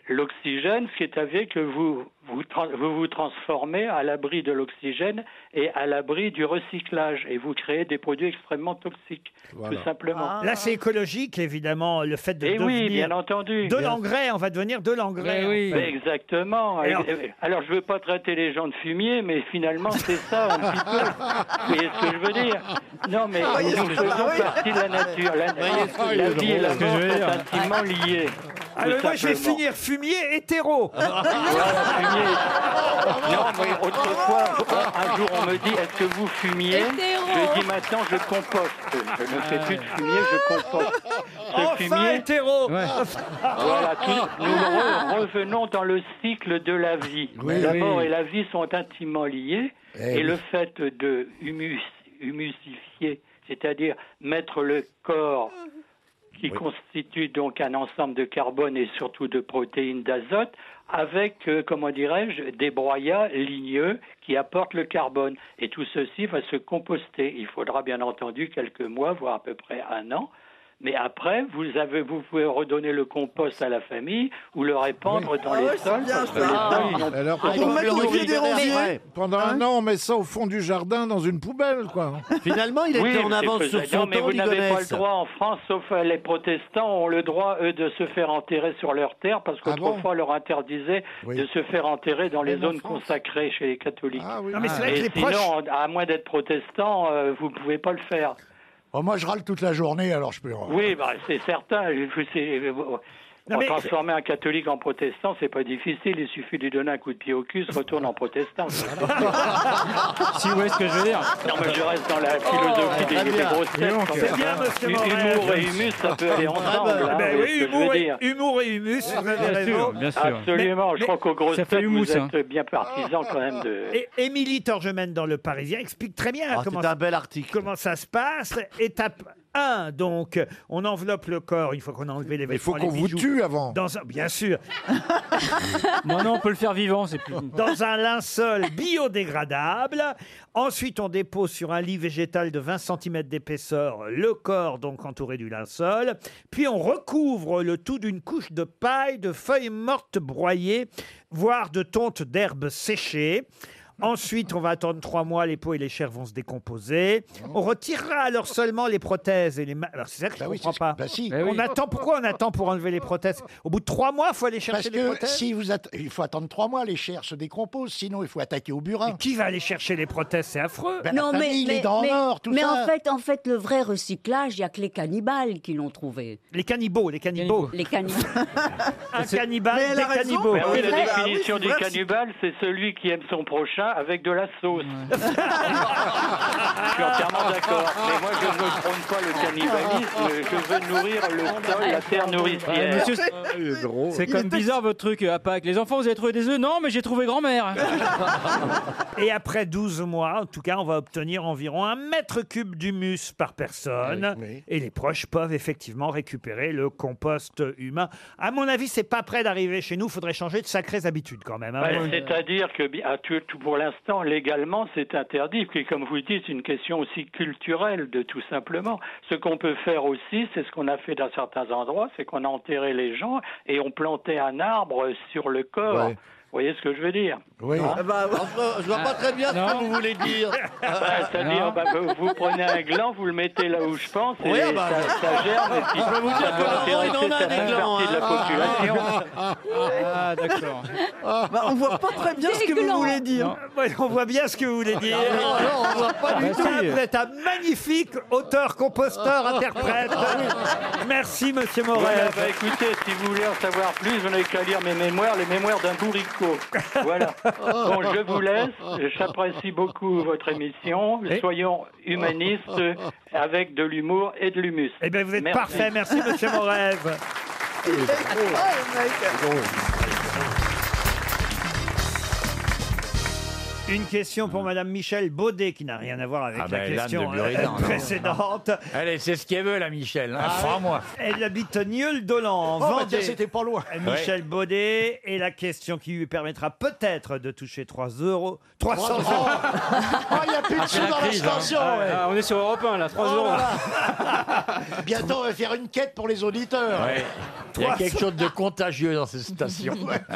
[SPEAKER 22] l'oxygène, ce qui est avec que vous vous, tran- vous vous transformez à l'abri de l'oxygène et à l'abri du recyclage. Et vous créez des produits extrêmement toxiques, tout simplement.
[SPEAKER 1] Là, c'est écologique, évidemment, le fait de
[SPEAKER 22] Eh oui,
[SPEAKER 1] devenir
[SPEAKER 22] bien entendu.
[SPEAKER 1] de
[SPEAKER 22] Bien.
[SPEAKER 1] l'engrais. On va devenir de l'engrais. en fait.
[SPEAKER 22] Mais exactement.
[SPEAKER 1] Alors-
[SPEAKER 22] Alors, Alors, je veux pas traiter les gens de fumier, mais finalement, c'est ça un petit peu. Vous voyez ce que je veux dire Non, mais
[SPEAKER 12] Ah, voyez ce
[SPEAKER 22] nous
[SPEAKER 12] que je
[SPEAKER 22] faisons
[SPEAKER 12] veux dire.
[SPEAKER 22] partie de la nature. La,
[SPEAKER 12] Voyez ce que
[SPEAKER 22] la
[SPEAKER 12] je veux
[SPEAKER 22] vie
[SPEAKER 12] dire.
[SPEAKER 22] et la
[SPEAKER 12] Ce que je
[SPEAKER 22] mort
[SPEAKER 12] veux
[SPEAKER 22] sont
[SPEAKER 12] dire.
[SPEAKER 22] intimement liées.
[SPEAKER 1] Ah,
[SPEAKER 22] tout
[SPEAKER 1] mais moi, je vais
[SPEAKER 22] simplement.
[SPEAKER 1] finir fumier hétéro.
[SPEAKER 22] Non, mais autrefois, un jour, on me dit est-ce que vous fumiez
[SPEAKER 12] Hétéro.
[SPEAKER 22] Je dis maintenant, je Ah. composte. Je ne fais plus de fumier, je composte. Ce
[SPEAKER 12] Enfin,
[SPEAKER 22] fumier. Ah.
[SPEAKER 1] hétéro
[SPEAKER 22] Voilà, tout- nous re- revenons dans le cycle de la vie.
[SPEAKER 12] Oui,
[SPEAKER 22] la
[SPEAKER 12] oui.
[SPEAKER 22] mort et la vie sont intimement liées,
[SPEAKER 12] Eh
[SPEAKER 22] et
[SPEAKER 12] oui.
[SPEAKER 22] le fait de humus, humusifier, c'est-à-dire mettre le corps qui constitue donc un ensemble de carbone et surtout de protéines d'azote, avec, euh, comment dirais-je, des broyats ligneux qui apportent le carbone. Et tout ceci va se composter. Il faudra bien entendu quelques mois, voire à peu près un an. Mais après, vous, avez, vous pouvez redonner le compost à la famille ou le répandre dans les sols. parce que les sols, ils ont-
[SPEAKER 15] Alors,
[SPEAKER 22] Ah, ils ont plus envie de faire. Ouais.
[SPEAKER 15] Pendant un an, on met ça au fond du jardin dans une poubelle, quoi.
[SPEAKER 19] Finalement,
[SPEAKER 22] Oui, mais c'est faisable. Non, mais vous n'avez pas le droit en France, sauf euh, les protestants ont le droit, eux, de se faire enterrer sur leur terre, parce qu'autrefois, on leur interdisait de se faire enterrer dans les zones consacrées chez les catholiques.
[SPEAKER 1] Non, mais c'est vrai que
[SPEAKER 22] Et
[SPEAKER 1] les
[SPEAKER 22] sinon,
[SPEAKER 1] proches-
[SPEAKER 22] à moins d'être protestant, euh, vous ne pouvez pas le faire.
[SPEAKER 15] Oh, moi, je râle toute la journée, alors je peux.
[SPEAKER 22] Oui, bah, c'est certain. Il faut- c'est-
[SPEAKER 1] Non, mais-
[SPEAKER 22] euh, Transformer un catholique en protestant, c'est pas difficile. Il suffit de lui donner un coup de pied au cul, se retourne en protestant.
[SPEAKER 8] Si vous voyez ce que je veux dire.
[SPEAKER 22] Non, mais je reste dans
[SPEAKER 1] Oh,
[SPEAKER 22] la philosophie
[SPEAKER 8] très
[SPEAKER 22] des, des
[SPEAKER 8] bien.
[SPEAKER 22] grosses
[SPEAKER 8] Dis
[SPEAKER 22] têtes.
[SPEAKER 8] donc.
[SPEAKER 22] quand
[SPEAKER 8] C'est
[SPEAKER 22] même.
[SPEAKER 8] bien, monsieur
[SPEAKER 22] Hu-
[SPEAKER 8] Morel.
[SPEAKER 22] Humour et humus, ça peut aller ensemble. hein,
[SPEAKER 1] Ben oui,
[SPEAKER 22] vous voyez ce que
[SPEAKER 1] humour,
[SPEAKER 22] je veux
[SPEAKER 1] et,
[SPEAKER 22] dire.
[SPEAKER 1] humour et humus, vous avez
[SPEAKER 22] Bien
[SPEAKER 1] raison.
[SPEAKER 22] sûr, bien sûr. Absolument, je crois qu'aux grosses
[SPEAKER 1] ça fait
[SPEAKER 22] têtes,
[SPEAKER 1] humus,
[SPEAKER 22] vous
[SPEAKER 1] hein.
[SPEAKER 22] êtes bien partisans quand même de...
[SPEAKER 1] Et Émilie Torgemène dans Le Parisien explique très bien
[SPEAKER 15] Ah,
[SPEAKER 1] comment, un bel article. comment ça se passe. Étape 1, donc, on enveloppe le corps une fois qu'on a enlevé les
[SPEAKER 15] Il faut
[SPEAKER 1] vêtements.
[SPEAKER 15] qu'on
[SPEAKER 1] les
[SPEAKER 15] vous
[SPEAKER 1] bijoux,
[SPEAKER 15] tue avant.
[SPEAKER 1] Dans un, bien sûr,
[SPEAKER 8] Maintenant, on peut le faire vivant, c'est plus.
[SPEAKER 1] dans un linceul biodégradable. Ensuite, on dépose sur un lit végétal de 20 cm d'épaisseur le corps, donc entouré du linceul. Puis on recouvre le tout d'une couche de paille, de feuilles mortes broyées, voire de tontes d'herbes séchées. Ensuite, on va attendre trois mois, les peaux et les chairs vont se décomposer.
[SPEAKER 15] Ah
[SPEAKER 1] On retirera alors seulement les prothèses et les. ma- Alors, c'est ça que
[SPEAKER 15] Bah
[SPEAKER 1] je comprends pas.
[SPEAKER 8] Eh
[SPEAKER 1] On attend, pourquoi on attend pour enlever les prothèses Au bout de trois mois, il faut aller
[SPEAKER 15] Parce
[SPEAKER 1] chercher les
[SPEAKER 15] que
[SPEAKER 1] prothèses
[SPEAKER 15] si vous atte- il faut attendre trois mois, les chairs se décomposent, sinon il faut attaquer au burin. Ben,
[SPEAKER 1] Qui va aller chercher les prothèses C'est affreux.
[SPEAKER 4] non, mais,
[SPEAKER 15] il est
[SPEAKER 4] mais-
[SPEAKER 15] dans
[SPEAKER 4] mais-
[SPEAKER 15] l'or, tout
[SPEAKER 4] mais
[SPEAKER 15] ça.
[SPEAKER 4] en fait, en fait, le vrai recyclage, il n'y a que les cannibales qui l'ont trouvé.
[SPEAKER 1] Les cannibaux, les cannibaux.
[SPEAKER 4] Les cannibales.
[SPEAKER 1] Un cannibale, des cannibaux. Ah
[SPEAKER 15] Ah
[SPEAKER 22] Ben oui, la définition du cannibale, c'est celui qui aime son prochain plat avec de la sauce. je suis entièrement d'accord. Mais moi, je ne prône pas le cannibalisme. Je veux nourrir le sol, la terre
[SPEAKER 8] Ouais,
[SPEAKER 22] nourricière.
[SPEAKER 8] monsieur, c'est- c'est comme bizarre votre truc euh, à Pâques. Les enfants, vous avez trouvé des œufs Non, mais j'ai trouvé grand-mère.
[SPEAKER 1] Et après 12 mois, en tout cas, on va obtenir environ un mètre cube d'humus par personne. Et les proches peuvent effectivement récupérer le compost humain. À mon avis, c'est pas près d'arriver chez nous. Faudrait changer de sacrées habitudes quand même. hein.
[SPEAKER 22] Ouais, Bah, C'est-à-dire que bi- à tout, tout pour l'instant, légalement, c'est interdit. Puis, comme vous dites, c'est une question aussi culturelle de tout simplement. Ce qu'on peut faire aussi, c'est ce qu'on a fait dans certains endroits, c'est qu'on a enterré les gens et on plantait un arbre sur le corps.
[SPEAKER 15] Ouais.
[SPEAKER 22] Vous voyez ce que je veux dire
[SPEAKER 15] Oui. Ah,
[SPEAKER 22] Hein
[SPEAKER 19] Ah, bah, je vois pas très bien ce que vous voulez dire.
[SPEAKER 22] Bah, C'est-à-dire,
[SPEAKER 19] Non.
[SPEAKER 22] bah, vous, vous prenez un gland, vous le mettez là où je pense, et
[SPEAKER 19] Oui, ah bah.
[SPEAKER 22] ça, ça germe. Et puis,
[SPEAKER 19] Je peux vous dire
[SPEAKER 22] ça
[SPEAKER 19] que
[SPEAKER 22] va
[SPEAKER 19] Laurent, il en
[SPEAKER 22] intéresser
[SPEAKER 19] a des
[SPEAKER 22] certaines
[SPEAKER 19] glands, hein. ah,
[SPEAKER 22] parties de la population.
[SPEAKER 8] Ah, d'accord.
[SPEAKER 3] Bah, on voit pas très bien ce que vous voulez dire.
[SPEAKER 1] Ouais, on voit bien ce que vous voulez dire. Ah,
[SPEAKER 3] Non, non, on voit pas du
[SPEAKER 1] Ça,
[SPEAKER 3] tout.
[SPEAKER 1] Vous êtes un magnifique auteur, composteur, interprète. ah
[SPEAKER 22] Ah,
[SPEAKER 1] Merci, monsieur
[SPEAKER 22] Voilà,
[SPEAKER 1] Morel.
[SPEAKER 22] bah, écoutez, si vous voulez en savoir plus, vous n'avez qu'à lire mes mémoires, les mémoires d'un bourricot. Voilà. Bon, je vous laisse. J'apprécie beaucoup votre émission. Soyons humanistes euh, avec de l'humour et de l'humus.
[SPEAKER 1] Eh bien, vous êtes Parfait, merci, monsieur Morel.
[SPEAKER 3] Oh,
[SPEAKER 23] Ah,
[SPEAKER 1] Une question pour Madame Michel Baudet qui n'a rien à voir avec
[SPEAKER 18] Ah
[SPEAKER 1] la
[SPEAKER 18] ben, l'âme
[SPEAKER 1] question
[SPEAKER 18] de
[SPEAKER 1] euh,
[SPEAKER 18] Buridan, non.
[SPEAKER 1] précédente. Ah
[SPEAKER 18] Allez, c'est ce qu'elle veut, la Michel.
[SPEAKER 19] Ah,
[SPEAKER 18] hein, Crois-moi.
[SPEAKER 1] Elle habite Nieul-Dolan, en
[SPEAKER 18] Oh, bah
[SPEAKER 1] Vendée. Euh,
[SPEAKER 18] tiens, c'était pas loin.
[SPEAKER 1] Michel Baudet, et la question qui lui permettra peut-être de toucher 3 euros. 300 euros
[SPEAKER 19] Oh,
[SPEAKER 15] Ah,
[SPEAKER 1] Ah,
[SPEAKER 19] il n'y a
[SPEAKER 16] Ah,
[SPEAKER 19] plus de sous
[SPEAKER 1] hein.
[SPEAKER 19] dans
[SPEAKER 16] hein.
[SPEAKER 19] l'extension. ouais.
[SPEAKER 8] Ah, on est sur Europe 1, là, 3
[SPEAKER 19] Oh
[SPEAKER 8] euros.
[SPEAKER 19] là là. Bientôt, on va faire une quête pour les auditeurs.
[SPEAKER 18] Ouais. Il y a quelque chose de contagieux dans cette station.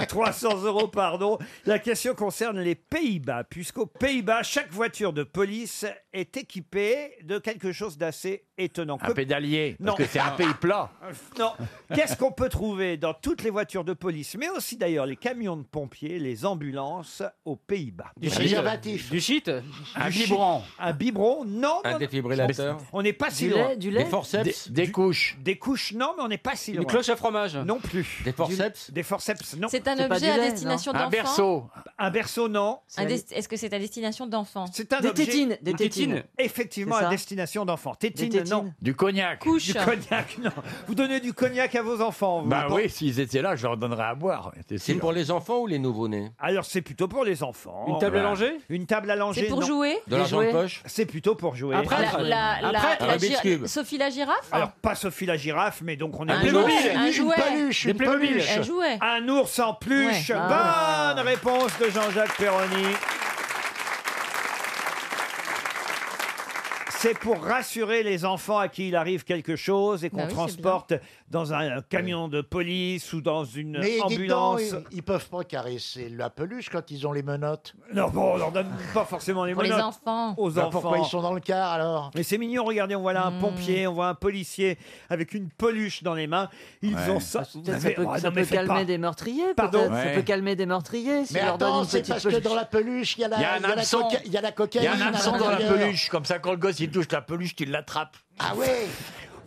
[SPEAKER 1] 300 euros, pardon. La question concerne les Pays-Bas, puisqu'aux Pays-Bas, chaque voiture de police est équipée de quelque chose d'assez étonnant.
[SPEAKER 18] Un pédalier, parce
[SPEAKER 1] Non.
[SPEAKER 18] que c'est un pays plat.
[SPEAKER 1] Non. Qu'est-ce qu'on peut trouver dans toutes les voitures de police, mais aussi d'ailleurs les camions de pompiers, les ambulances aux Pays-Bas
[SPEAKER 18] Du shit. Préservatif.
[SPEAKER 8] Du shit
[SPEAKER 18] Un
[SPEAKER 1] shit.
[SPEAKER 18] biberon.
[SPEAKER 1] Un biberon Non.
[SPEAKER 16] Un
[SPEAKER 1] non.
[SPEAKER 16] défibrillateur.
[SPEAKER 1] On n'est pas si
[SPEAKER 16] Du
[SPEAKER 1] loin.
[SPEAKER 16] lait, du lait. Des forceps.
[SPEAKER 1] Des, couches. Des couches, non, mais on n'est pas si
[SPEAKER 8] Une
[SPEAKER 1] loin.
[SPEAKER 8] cloche à fromage.
[SPEAKER 1] Non plus. Des
[SPEAKER 16] forceps
[SPEAKER 1] Des forceps, non.
[SPEAKER 24] C'est un C'est pas objet du à lait, non. destination d'enfants
[SPEAKER 1] Un berceau, non.
[SPEAKER 24] Un des- Est-ce que c'est à destination d'enfants
[SPEAKER 1] C'est un objet- Effectivement, à destination d'enfants. Tétine,
[SPEAKER 24] Des tétines.
[SPEAKER 1] non.
[SPEAKER 18] Du cognac.
[SPEAKER 1] Du cognac, non. Vous donnez du cognac à vos enfants. vous
[SPEAKER 18] Bah
[SPEAKER 1] Vous-
[SPEAKER 18] oui, s'ils étaient là, je leur donnerais à boire.
[SPEAKER 16] C'est pour les enfants ou les nouveau-nés
[SPEAKER 1] Alors, c'est plutôt pour les enfants.
[SPEAKER 16] Une table à
[SPEAKER 1] Voilà.
[SPEAKER 16] langer
[SPEAKER 1] Une table à langer.
[SPEAKER 24] C'est pour
[SPEAKER 1] non.
[SPEAKER 24] jouer De l'argent de Jouer. poche
[SPEAKER 1] C'est plutôt pour jouer.
[SPEAKER 24] La- la- la- Ah, la gi- Sophie la girafe
[SPEAKER 1] Alors, pas Sophie la girafe, mais donc on est...
[SPEAKER 24] Un Playmobil, jouet, un Une jouet. peluche, Des une Playmobil. peluche. Un jouet.
[SPEAKER 1] Un ours en peluche.
[SPEAKER 24] Ouais. Ah.
[SPEAKER 1] Bonne réponse de Jean-Jacques Perroni. C'est pour rassurer les enfants à qui il arrive quelque chose et qu'on
[SPEAKER 19] Bah oui, c'est
[SPEAKER 1] transporte dans un camion de police ou dans une
[SPEAKER 19] Mais dites donc,
[SPEAKER 1] ambulance.
[SPEAKER 19] ils, ils peuvent pas caresser la peluche quand ils ont les menottes.
[SPEAKER 1] Non, bon, on leur donne pas forcément les
[SPEAKER 24] Pour les
[SPEAKER 1] menottes
[SPEAKER 24] enfants.
[SPEAKER 1] Aux
[SPEAKER 19] Bah,
[SPEAKER 1] enfants.
[SPEAKER 19] Pourquoi ils sont dans le car alors
[SPEAKER 1] Mais c'est mignon, regardez, on voit
[SPEAKER 24] Hmm.
[SPEAKER 1] là un pompier, on voit un policier avec une peluche dans les mains. Ils
[SPEAKER 18] Ouais.
[SPEAKER 1] ont ça. Vous
[SPEAKER 3] Ça
[SPEAKER 1] avez-
[SPEAKER 3] peut,
[SPEAKER 1] Ah,
[SPEAKER 3] ça
[SPEAKER 1] non, mais
[SPEAKER 3] peut
[SPEAKER 1] faites
[SPEAKER 3] calmer
[SPEAKER 1] pas.
[SPEAKER 3] des meurtriers,
[SPEAKER 1] Pardon
[SPEAKER 3] peut-être. Ça
[SPEAKER 18] Ouais.
[SPEAKER 3] peut calmer des meurtriers. Si
[SPEAKER 19] Mais
[SPEAKER 3] on leur donne
[SPEAKER 19] attends,
[SPEAKER 3] une
[SPEAKER 19] c'est
[SPEAKER 3] petite
[SPEAKER 19] parce que
[SPEAKER 3] peluche.
[SPEAKER 19] dans la peluche, il y a la,
[SPEAKER 18] Il y a un
[SPEAKER 19] il y a la
[SPEAKER 18] hameçon.
[SPEAKER 19] coca- il y a la
[SPEAKER 18] Il y
[SPEAKER 19] cocaïne.
[SPEAKER 18] a un hameçon
[SPEAKER 19] à
[SPEAKER 18] dans la
[SPEAKER 19] l'intérieur.
[SPEAKER 18] peluche, comme ça, quand le gosse il touche la peluche, tu l'attrapes.
[SPEAKER 19] Ah ouais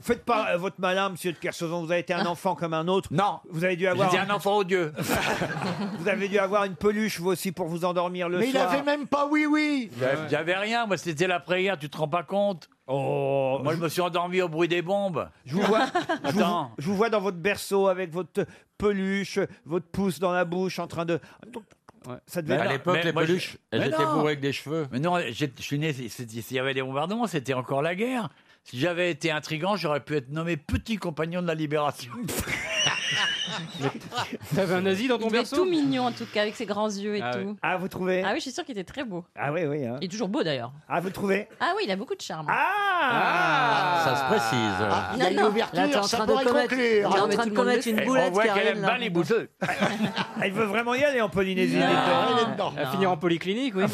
[SPEAKER 1] Faites pas euh, votre malin, monsieur de Kersauzon. Vous avez été un enfant comme un autre. Non. Vous avez dû avoir.
[SPEAKER 18] J'étais un enfant odieux.
[SPEAKER 1] Vous avez dû avoir une peluche, vous aussi, pour vous endormir le
[SPEAKER 19] Mais il
[SPEAKER 1] soir.
[SPEAKER 19] avait même pas oui oui.
[SPEAKER 1] Ah
[SPEAKER 18] J'avais- J'avais rien, moi c'était l'après-guerre, tu te rends pas compte
[SPEAKER 1] Oh
[SPEAKER 18] Moi je me suis endormi au bruit des bombes.
[SPEAKER 1] Je vous vois. je vous-
[SPEAKER 18] Attends.
[SPEAKER 1] Je vous, vois dans votre berceau avec votre peluche, votre pouce dans la bouche, en train de. Ça devait.
[SPEAKER 18] Mais
[SPEAKER 16] à
[SPEAKER 18] non,
[SPEAKER 16] l'époque,
[SPEAKER 18] mais
[SPEAKER 16] les
[SPEAKER 18] moi, je-
[SPEAKER 16] peluches, elles
[SPEAKER 18] Mais
[SPEAKER 16] étaient
[SPEAKER 18] non.
[SPEAKER 16] bourrées avec des cheveux.
[SPEAKER 18] Mais non, j'ai- je suis né, c'est- c'est- s'il y avait des bombardements, c'était encore la guerre. Si j'avais été intrigant, j'aurais pu être nommé petit compagnon de la libération.
[SPEAKER 8] T'avais un nazi dans
[SPEAKER 24] Il
[SPEAKER 8] ton
[SPEAKER 24] devait être tout
[SPEAKER 8] berceau
[SPEAKER 24] mignon en tout cas, avec ses grands yeux et
[SPEAKER 1] Ah
[SPEAKER 24] tout.
[SPEAKER 1] oui. Ah, vous trouvez
[SPEAKER 24] Ah oui, je suis sûre qu'il était très beau.
[SPEAKER 1] Ah oui, oui. hein.
[SPEAKER 24] Il est toujours beau d'ailleurs.
[SPEAKER 1] Ah, vous trouvez Ah
[SPEAKER 24] Ah oui, il a beaucoup de charme.
[SPEAKER 16] Ça se précise.
[SPEAKER 22] Ah,
[SPEAKER 18] euh,
[SPEAKER 19] Il y a une
[SPEAKER 24] Ah, Là, t'es en
[SPEAKER 19] ouverture, ça
[SPEAKER 24] train de
[SPEAKER 19] pourrait
[SPEAKER 24] commettre-
[SPEAKER 19] conclure.
[SPEAKER 24] t'es en train de commettre une
[SPEAKER 18] Eh,
[SPEAKER 24] boulette,
[SPEAKER 18] on voit qu'elle
[SPEAKER 24] Karine,
[SPEAKER 18] aime
[SPEAKER 24] là.
[SPEAKER 18] bien les bouteux.
[SPEAKER 1] Elle veut vraiment y aller en Polynésie.
[SPEAKER 18] Non.
[SPEAKER 1] dites donc.
[SPEAKER 19] Elle est dedans.
[SPEAKER 8] À finir en polyclinique, oui.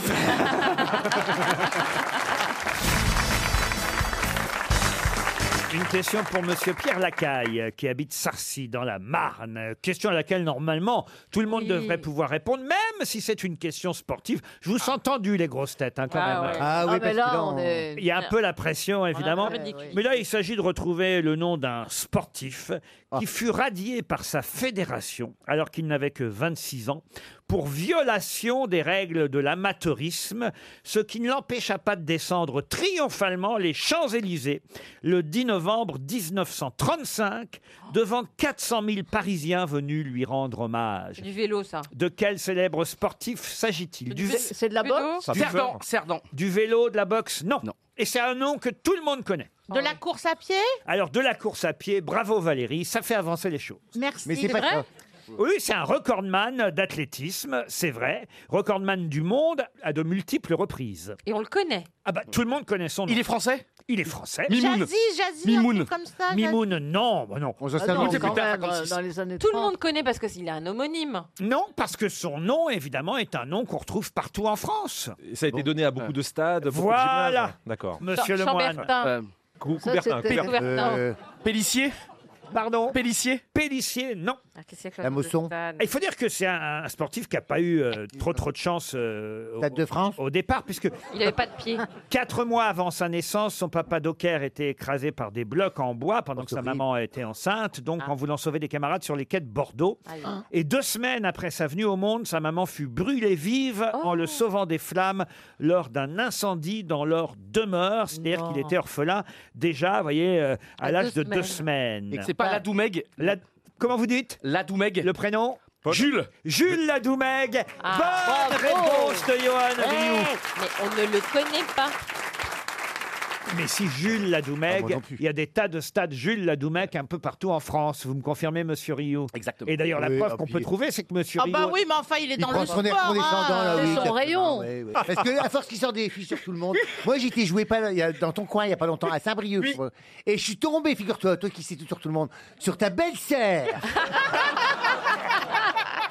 [SPEAKER 1] Une question pour Monsieur Pierre Lacaille, qui habite Sarcy, dans la Marne. Question à laquelle, normalement, tout le monde
[SPEAKER 24] Oui.
[SPEAKER 1] devrait pouvoir répondre, même si c'est une question sportive. Je vous sens tendu, les grosses têtes, hein, quand
[SPEAKER 24] Ah
[SPEAKER 1] même.
[SPEAKER 24] ouais. Ah oui, Ah, parce mais que là, là, on on- est- Ah.
[SPEAKER 1] Il y a un peu la pression, évidemment.
[SPEAKER 24] peu ridicule.
[SPEAKER 1] Mais là, il s'agit de retrouver le nom d'un sportif qui fut radié par sa fédération, alors qu'il n'avait que 26 ans, pour violation des règles de l'amateurisme, ce qui ne l'empêcha pas de descendre triomphalement les Champs-Élysées le 10 novembre 1935, devant 400 000 Parisiens venus lui rendre hommage.
[SPEAKER 24] Du vélo, ça.
[SPEAKER 1] De quel célèbre sportif s'agit-il
[SPEAKER 24] Du vé- c'est de la
[SPEAKER 1] vélo
[SPEAKER 24] boxe Ça fait peur.
[SPEAKER 1] Du vélo, de la boxe Non. Et c'est un nom que tout le monde connaît.
[SPEAKER 9] De la course à pied
[SPEAKER 1] Alors, de la course à pied, bravo Valérie, ça fait avancer les choses.
[SPEAKER 9] Merci. Mais c'est C'est pas vrai ça.
[SPEAKER 1] Oui, c'est un recordman d'athlétisme, c'est vrai. Recordman du monde à de multiples reprises.
[SPEAKER 24] Et on le connaît.
[SPEAKER 1] Ah bah, tout le monde connaît son nom. Il est français Il est français.
[SPEAKER 9] Mimoun. Jazzy, Jazzy, un Mimoun. truc comme ça, Jazzy.
[SPEAKER 1] Mimoun, non, bah non.
[SPEAKER 24] Ah non, quand même, dans les années Tout le monde connaît parce qu'il a un homonyme.
[SPEAKER 1] Non, parce que son nom, évidemment, est un nom qu'on retrouve partout en France.
[SPEAKER 23] Ça a été donné à beaucoup de stades. beaucoup de
[SPEAKER 1] Voilà.
[SPEAKER 23] gymnases. D'accord.
[SPEAKER 1] Monsieur Jean- Lemoine. Chambertin.
[SPEAKER 23] Euh,
[SPEAKER 16] Euh,
[SPEAKER 23] Cou-
[SPEAKER 1] Ça,
[SPEAKER 23] Coubertin.
[SPEAKER 1] c'était
[SPEAKER 23] Coubertin.
[SPEAKER 1] Coubertin.
[SPEAKER 23] Euh,
[SPEAKER 1] Pélissier Pardon Pélissier Pélissier, non.
[SPEAKER 23] La Mosson.
[SPEAKER 1] Ah, Il faut dire que c'est un, un sportif qui n'a pas eu euh, trop trop de chance euh, au, de France. au départ, puisque
[SPEAKER 24] Il n'avait pas de pied.
[SPEAKER 1] quatre mois avant sa naissance, son papa Docker était écrasé par des blocs en bois pendant que sa maman était enceinte, donc en voulant sauver des camarades sur les quais de Bordeaux.
[SPEAKER 24] Aïe.
[SPEAKER 1] Et deux semaines après sa venue au monde, sa maman fut brûlée vive en le sauvant des flammes lors d'un incendie dans leur demeure. C'est-à-dire
[SPEAKER 16] Non.
[SPEAKER 1] qu'il était orphelin déjà, vous voyez, euh, à,
[SPEAKER 16] À
[SPEAKER 1] l'âge
[SPEAKER 16] deux
[SPEAKER 1] de deux
[SPEAKER 16] semaines.
[SPEAKER 1] semaines.
[SPEAKER 16] Et que c'est pas
[SPEAKER 1] Ah. la
[SPEAKER 16] Ladoumeg
[SPEAKER 1] Comment vous dites
[SPEAKER 16] Ladoumeg.
[SPEAKER 1] Le prénom
[SPEAKER 16] Jules.
[SPEAKER 1] Jules Ladoumeg.
[SPEAKER 24] Ah,
[SPEAKER 1] Bonne
[SPEAKER 24] bravo.
[SPEAKER 1] réponse de Johan
[SPEAKER 24] Ouais,
[SPEAKER 1] Rioux.
[SPEAKER 24] Mais on ne le connaît pas.
[SPEAKER 1] Mais si Jules
[SPEAKER 9] Ah,
[SPEAKER 1] Ladoumeg, il y a des tas de stades Jules Ladoumeg un peu partout en France. Vous me confirmez, Monsieur Rio Exactement. Et d'ailleurs, la
[SPEAKER 9] Oui,
[SPEAKER 1] preuve
[SPEAKER 9] ah,
[SPEAKER 1] qu'on
[SPEAKER 9] puis-
[SPEAKER 1] peut trouver, c'est que Monsieur
[SPEAKER 9] Ah
[SPEAKER 1] Rio.
[SPEAKER 9] bah oui, mais enfin, il est
[SPEAKER 1] Il
[SPEAKER 9] dans
[SPEAKER 1] prend
[SPEAKER 9] le
[SPEAKER 1] son
[SPEAKER 9] sport.
[SPEAKER 1] air condescendant,
[SPEAKER 9] hein.
[SPEAKER 1] là, oui,
[SPEAKER 9] C'est son
[SPEAKER 1] capitaine.
[SPEAKER 9] rayon.
[SPEAKER 20] Ouais, ouais. Parce que à force qu'il sort des filles sur tout le monde, moi j'étais joué pas là, il y a- dans ton coin il y a pas longtemps à Saint-Brieuc je crois. et je suis tombé, figure-toi, toi qui sais tout sur tout le monde, sur ta belle-sœur.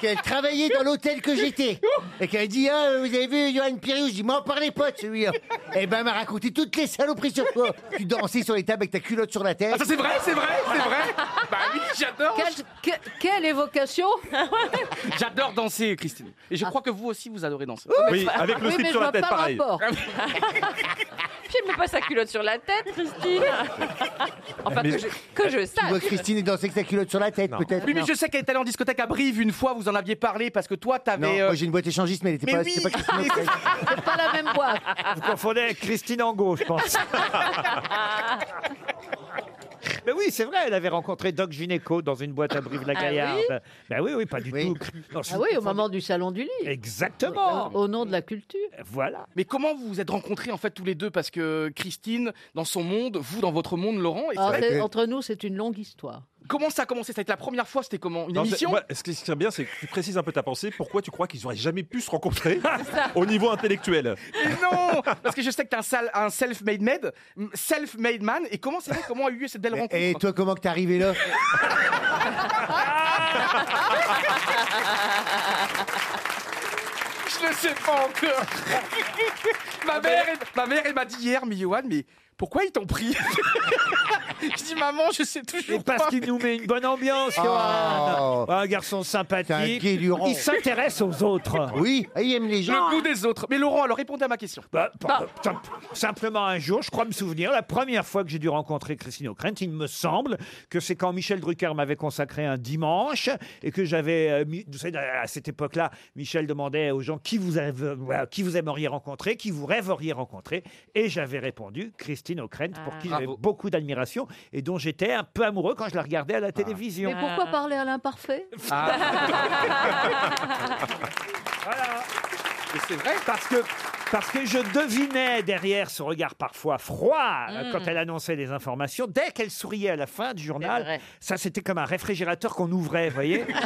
[SPEAKER 20] Qu'elle travaillait dans l'hôtel que j'étais et qu'elle dit ah vous avez vu Johan Piriou, je dis m'en parlez pas de celui-là. Et ben elle m'a raconté toutes les saloperies sur toi. Tu dansais sur les tables avec ta culotte sur la tête.
[SPEAKER 16] Ah, ça c'est vrai, c'est vrai, c'est vrai. Bah oui, j'adore.
[SPEAKER 24] Quelle, évocation
[SPEAKER 16] J'adore danser, Christine. Et je crois que vous aussi, vous adorez danser.
[SPEAKER 23] Oui, avec le slip sur la tête, pareil.
[SPEAKER 24] Puis elle met pas sa culotte sur la tête, Christine. enfin, que je, que je
[SPEAKER 20] Tu vois
[SPEAKER 24] sache.
[SPEAKER 20] Christine est dansée avec sa culotte sur la tête peut-être.
[SPEAKER 16] Oui, mais
[SPEAKER 20] non
[SPEAKER 16] je sais qu'elle est allée en discothèque à Brive une fois, vous en aviez parlé parce que toi,
[SPEAKER 20] Non,
[SPEAKER 16] t'avais. euh,
[SPEAKER 20] moi j'ai une boîte échangiste mais elle était
[SPEAKER 16] Mais
[SPEAKER 20] pas,
[SPEAKER 16] oui.
[SPEAKER 20] c'était pas Christine O'Crane.
[SPEAKER 24] C'est pas la même boîte.
[SPEAKER 1] Vous confondez avec Christine Angot, je pense. Mais oui, c'est vrai, elle avait rencontré Doc Gynéco dans une boîte à Brive-la-Gaillarde.
[SPEAKER 9] Ah oui
[SPEAKER 1] ben oui, oui, pas du tout. Non, si
[SPEAKER 9] Ah
[SPEAKER 1] vous
[SPEAKER 9] oui, au
[SPEAKER 1] confondez-
[SPEAKER 9] moment du salon du livre.
[SPEAKER 16] Exactement.
[SPEAKER 9] Au, au nom de la culture.
[SPEAKER 1] Voilà.
[SPEAKER 16] Mais comment vous vous êtes rencontrés en fait tous les deux Parce que Christine, dans son monde, vous dans votre monde, Laurent. et c'est
[SPEAKER 9] Ah,
[SPEAKER 16] vrai
[SPEAKER 9] c'est-
[SPEAKER 16] que-
[SPEAKER 9] entre nous, c'est une longue histoire.
[SPEAKER 16] Comment ça a commencé Ça a été la première fois, c'était comment Une
[SPEAKER 23] Non, c'est-
[SPEAKER 16] émission
[SPEAKER 23] moi, ce qui serait bien, c'est que tu précises un peu ta pensée. Pourquoi tu crois qu'ils auraient jamais pu se rencontrer au niveau intellectuel
[SPEAKER 16] Mais non Parce que je sais que t'es un, sal- un self-made mad, self-made man. Et comment c'est vrai Comment a eu lieu cette belle rencontre
[SPEAKER 20] Et toi comment que t'es arrivé là
[SPEAKER 16] Je ne sais pas encore.
[SPEAKER 1] Ah,
[SPEAKER 16] ma, mère, elle- ma mère, elle m'a dit hier, mais Johan, mais pourquoi ils t'ont pris Je dis, maman, je sais toujours Ah.
[SPEAKER 1] Et parce qu'il nous met une bonne ambiance, Johan. Oh. Un garçon sympathique. Il s'intéresse aux autres.
[SPEAKER 20] Oui, il aime les
[SPEAKER 16] Le goût des autres. Mais Laurent, alors répondez à ma question.
[SPEAKER 1] Bah, par- simp- Simplement un jour, je crois me souvenir, la première fois que j'ai dû rencontrer Christine O'Krent, il me semble que c'est quand Michel Drucker m'avait consacré un dimanche et que j'avais. euh, mis- vous savez, à cette époque-là, Michel demandait aux gens qui vous, avez- voilà, qui vous aimeriez rencontrer, qui vous rêveriez rencontrer. Et j'avais répondu Christine O'Krent, pour qui j'avais beaucoup d'admiration et dont j'étais un peu amoureux quand je la regardais à la télévision.
[SPEAKER 9] Mais
[SPEAKER 24] Ah.
[SPEAKER 9] pourquoi parler à l'imparfait
[SPEAKER 16] Mais c'est vrai.
[SPEAKER 1] Parce que, parce que je devinais derrière ce regard parfois froid euh,
[SPEAKER 20] Mmh.
[SPEAKER 16] Mm.
[SPEAKER 1] quand elle annonçait les informations, dès qu'elle souriait à la fin du journal, ça c'était comme un réfrigérateur qu'on ouvrait, vous voyez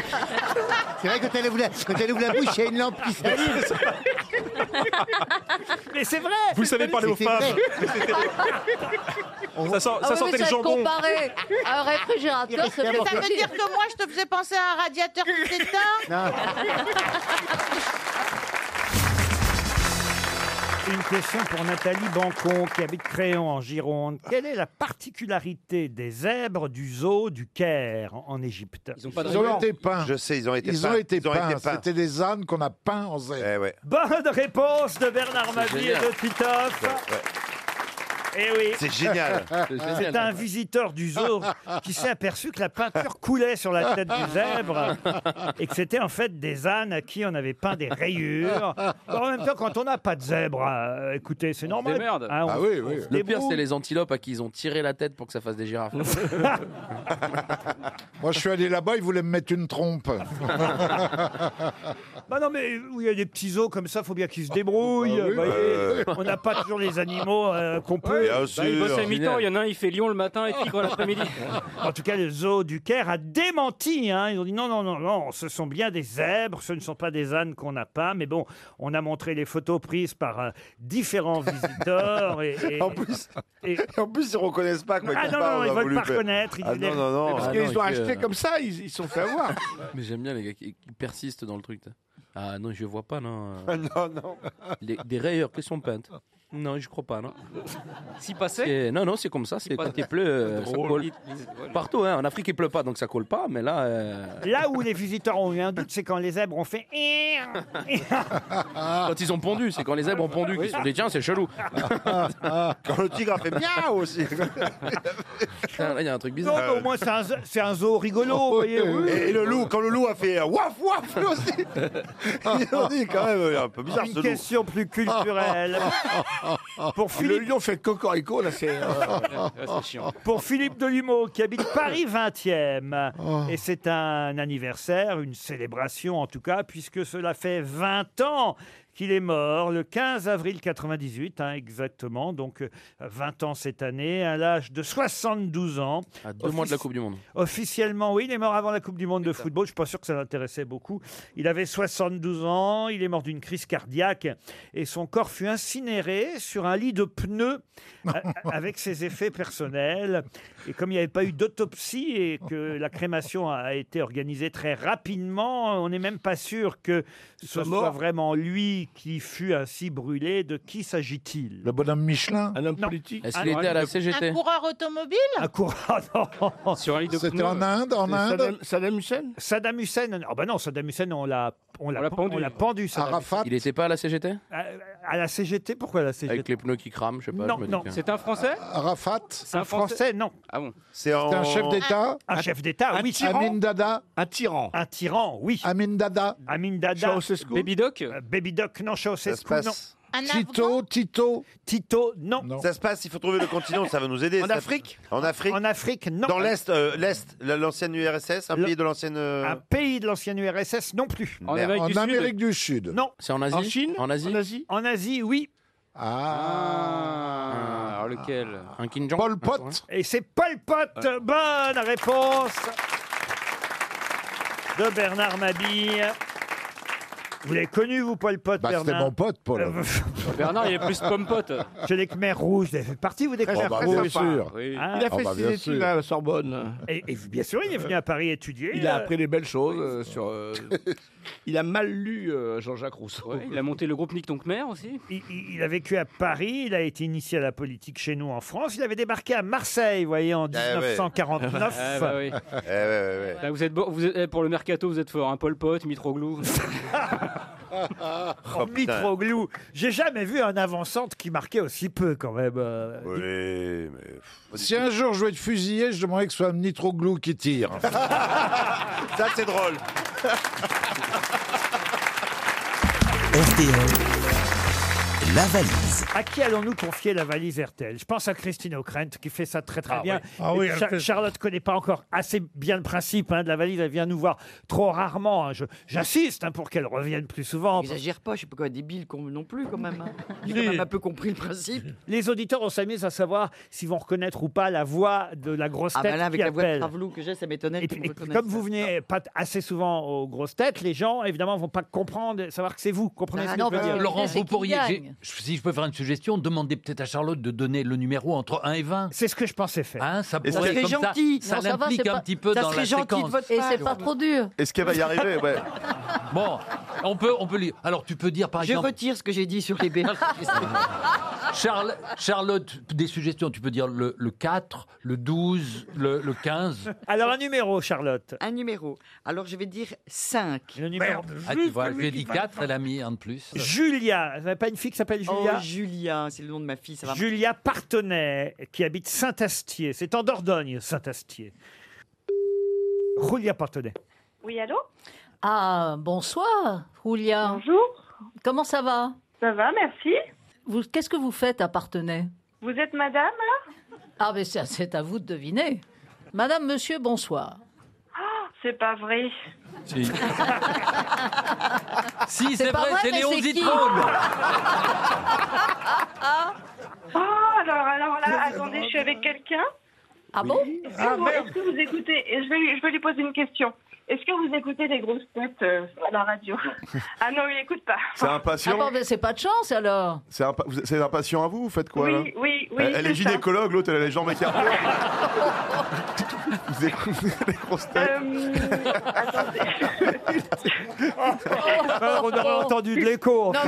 [SPEAKER 20] C'est vrai que quand elle ouvre la, quand elle ouvre la bouche, il y a une lampe qui s'allume.
[SPEAKER 1] Mais c'est vrai
[SPEAKER 23] Vous savez parler aux
[SPEAKER 20] C'était
[SPEAKER 23] femmes.
[SPEAKER 20] vrai.
[SPEAKER 23] Mais c'était- Ça, sent,
[SPEAKER 9] Ah
[SPEAKER 23] ça
[SPEAKER 9] oui,
[SPEAKER 23] sentait
[SPEAKER 9] mais ça
[SPEAKER 23] le
[SPEAKER 9] te
[SPEAKER 23] jambon.
[SPEAKER 9] comparer à un réfrigérateur, c'est
[SPEAKER 20] Directement.
[SPEAKER 9] pas
[SPEAKER 20] Ça
[SPEAKER 9] possible.
[SPEAKER 20] veut
[SPEAKER 9] dire
[SPEAKER 20] dire
[SPEAKER 9] que moi, je te faisais penser à un radiateur qui s'éteint
[SPEAKER 20] Non.
[SPEAKER 1] une question pour Nathalie Bancon, qui habite Créon, en Gironde. Quelle est la particularité des zèbres du zoo du Caire, en en Égypte
[SPEAKER 15] Ils ont été peints.
[SPEAKER 1] Je sais, ils ont été
[SPEAKER 15] Ils
[SPEAKER 1] peints.
[SPEAKER 15] ont été
[SPEAKER 1] Ils ont
[SPEAKER 15] peints.
[SPEAKER 1] été peints.
[SPEAKER 15] C'était des ânes qu'on a peints en zèbre.
[SPEAKER 1] Bonne réponse de Bernard Mabie et
[SPEAKER 15] génial.
[SPEAKER 1] de Titoff. Eh oui.
[SPEAKER 15] C'est génial. C'est génial.
[SPEAKER 1] C'est un visiteur du zoo qui s'est aperçu que la peinture coulait sur la tête du zèbre et que c'était en fait des ânes à qui on avait peint des rayures. Bon, en même temps, quand on n'a pas de zèbre, euh, écoutez, c'est normal.
[SPEAKER 16] démerde.
[SPEAKER 1] Hein, on-
[SPEAKER 15] Ah
[SPEAKER 6] Ah
[SPEAKER 1] on se
[SPEAKER 16] Le pire,
[SPEAKER 1] débrouille.
[SPEAKER 16] c'est les antilopes à qui ils ont tiré la tête pour que ça fasse des girafes.
[SPEAKER 15] Moi, je suis allé là-bas, ils voulaient me mettre une trompe.
[SPEAKER 1] Bah non, mais où il y a des petits os comme ça, faut bien qu'ils se débrouillent.
[SPEAKER 15] Bah oui.
[SPEAKER 1] vous voyez.
[SPEAKER 15] Euh.
[SPEAKER 1] On n'a pas toujours les animaux euh, qu'on peut.
[SPEAKER 15] Bien Bah,
[SPEAKER 22] il bosse à mi-temps, il y en a un, il fait Lyon le matin et Tigre l'après-midi.
[SPEAKER 1] En tout cas, le zoo du Caire a démenti. hein. Ils ont dit non, non, non, non, ce sont bien des zèbres, ce ne sont pas des ânes qu'on n'a pas. Mais bon, on a montré les photos prises par euh, différents visiteurs. Et, et-
[SPEAKER 6] En plus,
[SPEAKER 1] et-
[SPEAKER 6] en plus, ils reconnaissent pas quoi.
[SPEAKER 1] Ah
[SPEAKER 6] qu'ils
[SPEAKER 1] non,
[SPEAKER 6] parlent,
[SPEAKER 1] non,
[SPEAKER 6] on
[SPEAKER 1] ils
[SPEAKER 6] a
[SPEAKER 1] veulent
[SPEAKER 6] voulu
[SPEAKER 1] pas
[SPEAKER 6] faire-
[SPEAKER 1] reconnaître, ils
[SPEAKER 6] Ah non,
[SPEAKER 1] disaient-
[SPEAKER 6] non, non.
[SPEAKER 1] Mais parce
[SPEAKER 16] Ah
[SPEAKER 1] qu'ils
[SPEAKER 16] non,
[SPEAKER 1] ont
[SPEAKER 16] et que-
[SPEAKER 1] acheté comme
[SPEAKER 15] ça, ils, ils sont fait avoir.
[SPEAKER 16] Mais j'aime bien les gars qui, qui persistent dans le truc. t'as. Ah non, je vois pas, non.
[SPEAKER 6] Ah non, non.
[SPEAKER 16] Les- des rayures qui sont peintes. Non, je crois pas, non.
[SPEAKER 22] Si
[SPEAKER 16] C'est- Non, non, c'est comme ça. C'est
[SPEAKER 22] passe-
[SPEAKER 16] quand il pleut, euh, ça
[SPEAKER 22] Drôle.
[SPEAKER 16] colle. Partout, hein. En Afrique, il pleut pas, donc ça colle pas. Mais là, euh,
[SPEAKER 1] Là où les visiteurs ont eu un doute, c'est quand les zèbres ont fait.
[SPEAKER 16] quand ils ont pondu, c'est quand les zèbres ont pondu qu'ils se sont dit tiens, c'est chelou.
[SPEAKER 6] Quand le tigre a fait miaou aussi.
[SPEAKER 16] Ah, Il y a un truc
[SPEAKER 1] Non, mais au moins, c'est un, zo- c'est un zoo rigolo, vous voyez. oui.
[SPEAKER 6] Et, et le loup, quand le loup a fait euh, waf waf, lui aussi. Ils ont dit quand même, euh, un peu bizarre
[SPEAKER 1] Une
[SPEAKER 6] ce loup.
[SPEAKER 1] question plus culturelle. Pour
[SPEAKER 2] Le
[SPEAKER 1] Philippe Ah,
[SPEAKER 2] lion fait cocorico, là,
[SPEAKER 6] euh,
[SPEAKER 2] c'est.
[SPEAKER 1] Pour Philippe Delumeau, qui habite Paris 20e.
[SPEAKER 6] Ah.
[SPEAKER 1] Et c'est un anniversaire, une célébration en tout cas, puisque cela fait 20 ans qu'il est mort, le 15 avril 98, hein, exactement. Donc euh, 20 ans cette année, à l'âge de 72 ans.
[SPEAKER 16] À deux mois de la Coupe du Monde.
[SPEAKER 1] Mmh. Officiellement, oui, il est mort avant la Coupe du Monde de football. Je suis pas sûr que ça l'intéressait beaucoup. Il avait 72 ans, il est mort d'une crise cardiaque et son corps fut incinéré sur un lit de pneus a- avec ses effets personnels. Et comme il n'y avait pas eu d'autopsie et que la crémation a été organisée très rapidement, on n'est même pas sûr que ce
[SPEAKER 15] soit
[SPEAKER 1] soit
[SPEAKER 15] mort.
[SPEAKER 1] vraiment lui qui fut ainsi brûlé. De qui s'agit-il
[SPEAKER 15] Le bonhomme Michelin Un homme politique
[SPEAKER 1] Est-ce qu'il était à la CGT
[SPEAKER 24] Un coureur automobile
[SPEAKER 1] un Sur un lit de
[SPEAKER 15] C'était pneus. en Inde, en Inde
[SPEAKER 1] Saddam Hussein Saddam Hussein, non. Ah bah non, Saddam Hussein, on l'a on l'a pen- on l'a pendu. Saddam Hussein.
[SPEAKER 16] Il était pas à la CGT
[SPEAKER 1] À, à la CGT, pourquoi la CGT
[SPEAKER 16] Avec les pneus qui crament, je sais pas.
[SPEAKER 1] Euh, Non,
[SPEAKER 16] je me dis
[SPEAKER 1] non.
[SPEAKER 16] que-
[SPEAKER 1] C'est un
[SPEAKER 22] Français
[SPEAKER 15] Arafat
[SPEAKER 1] Un Français, non.
[SPEAKER 16] Ah bon
[SPEAKER 6] C'est
[SPEAKER 15] un chef d'État
[SPEAKER 1] Un chef d'État,
[SPEAKER 15] Un
[SPEAKER 1] oui.
[SPEAKER 15] tyran Amin Dada
[SPEAKER 1] Un tyran. Un tyran, oui.
[SPEAKER 15] Amin Dada
[SPEAKER 1] Amin Dada.
[SPEAKER 15] Ceausescu
[SPEAKER 1] Baby Doc Baby Doc, non,
[SPEAKER 6] Ça se
[SPEAKER 1] Ceausescu, non.
[SPEAKER 6] passe.
[SPEAKER 15] Tito, Tito.
[SPEAKER 1] Tito, non.
[SPEAKER 6] Ça se passe, il faut trouver le continent, ça va nous aider.
[SPEAKER 1] En
[SPEAKER 6] ça.
[SPEAKER 1] Afrique
[SPEAKER 6] En Afrique
[SPEAKER 1] En Afrique, non.
[SPEAKER 6] Dans l'Est, euh, l'Est, la- l'ancienne URSS, un
[SPEAKER 1] Le- Ah.
[SPEAKER 6] pays de l'ancienne. euh,
[SPEAKER 1] Un pays de l'ancienne URSS, non plus.
[SPEAKER 6] En Merde. Amérique du Sud
[SPEAKER 15] du Sud.
[SPEAKER 1] Non.
[SPEAKER 16] C'est en Asie
[SPEAKER 1] En
[SPEAKER 16] Chine En Asie
[SPEAKER 1] En Asie, oui.
[SPEAKER 16] Ah, Alors lequel Un Kim Jong Paul Pot
[SPEAKER 1] Et c'est Pol Pot. Bonne réponse de Bernard Mabille. Vous l'avez connu, vous, Paul Pot,
[SPEAKER 15] Bah, c'était
[SPEAKER 1] Bernard Euh,
[SPEAKER 15] mon pote, Paul.
[SPEAKER 22] Bernard, il est plus pompote.
[SPEAKER 1] Chez les Khmers rouges, vous avez fait partie, vous, des
[SPEAKER 15] Très
[SPEAKER 1] Khmers
[SPEAKER 15] sympa.
[SPEAKER 1] rouges
[SPEAKER 15] Bien sûr.
[SPEAKER 22] Oui.
[SPEAKER 1] Ah.
[SPEAKER 2] Il a fait
[SPEAKER 15] Ah bah,
[SPEAKER 2] ses
[SPEAKER 15] bien
[SPEAKER 2] études
[SPEAKER 15] sûr.
[SPEAKER 2] à la Sorbonne.
[SPEAKER 1] Et, et bien sûr, il est venu à Paris étudier.
[SPEAKER 2] Il a
[SPEAKER 1] Euh,
[SPEAKER 2] appris des belles choses euh, sur. euh, il a mal lu euh, Jean-Jacques Rousseau.
[SPEAKER 22] Il a monté le groupe Nick Ton Khmer aussi.
[SPEAKER 1] Il, il- il a vécu à Paris, il a été initié à la politique chez nous en France, il avait débarqué à Marseille, vous voyez,
[SPEAKER 15] Ah,
[SPEAKER 1] en
[SPEAKER 6] ouais.
[SPEAKER 1] 1949.
[SPEAKER 22] Ah bah oui.
[SPEAKER 6] Eh
[SPEAKER 22] Là, vous êtes bon- vous êtes- eh, pour le mercato, vous êtes fort, hein, Paul Pot, Mitroglou.
[SPEAKER 1] Oh, Mitroglou, j'ai jamais vu un avant-centre qui marquait aussi peu quand même. euh.
[SPEAKER 6] Oui, mais.
[SPEAKER 15] Si un jour je vais être fusillé, je demanderais que ce soit Nitroglou qui tire.
[SPEAKER 6] Ça, c'est drôle.
[SPEAKER 23] La valise.
[SPEAKER 1] À qui allons-nous confier la valise RTL Je pense à Christine O'Krent qui fait ça très très
[SPEAKER 2] Ah
[SPEAKER 1] bien.
[SPEAKER 2] oui. Ah
[SPEAKER 1] Et
[SPEAKER 2] oui,
[SPEAKER 1] Cha-
[SPEAKER 2] elle fait-
[SPEAKER 1] Charlotte connaît pas encore assez bien le principe hein, de la valise. Elle vient nous voir trop rarement. hein. Je- J'insiste hein, pour qu'elle revienne plus souvent.
[SPEAKER 9] Exagère pas, je suis pas quoi, débile con- non plus quand même. hein. J'ai quand même un peu compris le principe.
[SPEAKER 1] Les auditeurs, on s'amuse à savoir s'ils vont reconnaître ou pas la voix de la grosse
[SPEAKER 9] Ah
[SPEAKER 1] tête
[SPEAKER 9] bah là, avec
[SPEAKER 1] qui
[SPEAKER 9] la voix de
[SPEAKER 1] appelle.
[SPEAKER 9] Travelou que j'ai, ça m'étonnait
[SPEAKER 1] Et
[SPEAKER 9] qu'on
[SPEAKER 1] puis,
[SPEAKER 9] me
[SPEAKER 1] et puis,
[SPEAKER 9] reconnaisse.
[SPEAKER 1] comme vous venez pas t- assez souvent aux grosses têtes, les gens, évidemment, vont pas comprendre, savoir que c'est vous. Comprenez
[SPEAKER 9] Ah,
[SPEAKER 18] Ah
[SPEAKER 1] ce que
[SPEAKER 18] bah
[SPEAKER 1] je veux dire
[SPEAKER 18] Laurent, vous pourriez, j'ai- si je peux faire une suggestion, demandez peut-être à Charlotte de donner le numéro entre 1 et 20.
[SPEAKER 1] C'est ce que je pensais faire.
[SPEAKER 18] Hein, ça Et pourrait ça serait comme gentil. Ça, Non, ça ça va, l'implique c'est un pas- petit peu ça dans serait la gentil de séquence. votre Et c'est part. pas trop dur. Est-ce qu'elle va y arriver Ouais. Bon, on peut, on peut lui. Alors, tu peux dire par
[SPEAKER 9] Je
[SPEAKER 18] exemple.
[SPEAKER 9] retire ce que j'ai dit sur les berges.
[SPEAKER 18] Charl- Charlotte, des suggestions, tu peux dire le, le 4, le 12, le, le 15.
[SPEAKER 1] Alors, un numéro, Charlotte.
[SPEAKER 9] Un numéro. Alors, je vais dire 5.
[SPEAKER 1] Le numéro. Merde,
[SPEAKER 18] Ah, tu vois, je lui ai dit 4, elle a mis un de plus.
[SPEAKER 1] Julia, vous n'avez pas une fille qui s'appelle Julia
[SPEAKER 9] Oh, Julia, c'est le nom de ma fille, ça va.
[SPEAKER 1] Julia Partenay, qui habite Saint-Astier. C'est en Dordogne, Saint-Astier. Julia Partenay.
[SPEAKER 10] Oui, allô
[SPEAKER 24] Ah, bonsoir, Julia.
[SPEAKER 10] Bonjour.
[SPEAKER 24] Comment ça va
[SPEAKER 10] Ça va, merci.
[SPEAKER 24] Vous, Qu'est-ce que vous faites à Partenay
[SPEAKER 10] Vous êtes madame, là
[SPEAKER 24] Ah, mais ça, c'est à vous de deviner. Madame, monsieur, bonsoir.
[SPEAKER 10] Ah, C'est pas vrai.
[SPEAKER 18] Si,
[SPEAKER 10] c'est vrai, c'est Léon Zitrone. Ah, alors, alors là, attendez, je suis avec quelqu'un.
[SPEAKER 24] Ah bon
[SPEAKER 10] Est-ce que, vous- est-ce que vous écoutez et je, vais, lui- je vais lui poser une question. Est-ce que vous écoutez les grosses têtes euh, à la radio Ah non, il écoute pas.
[SPEAKER 23] C'est impatient.
[SPEAKER 24] Ah bon, ben, c'est pas de chance alors.
[SPEAKER 23] C'est impa- vous- c'est impatient à vous, vous faites quoi
[SPEAKER 24] Oui,
[SPEAKER 23] là
[SPEAKER 24] oui, oui,
[SPEAKER 23] Elle, elle
[SPEAKER 24] c'est
[SPEAKER 23] est
[SPEAKER 24] ça.
[SPEAKER 23] gynécologue, l'autre elle a les jambes écartées. vous écoutez les grosses têtes.
[SPEAKER 9] Oh.
[SPEAKER 1] Alors, Ah, on aurait entendu de l'écho.
[SPEAKER 24] Non,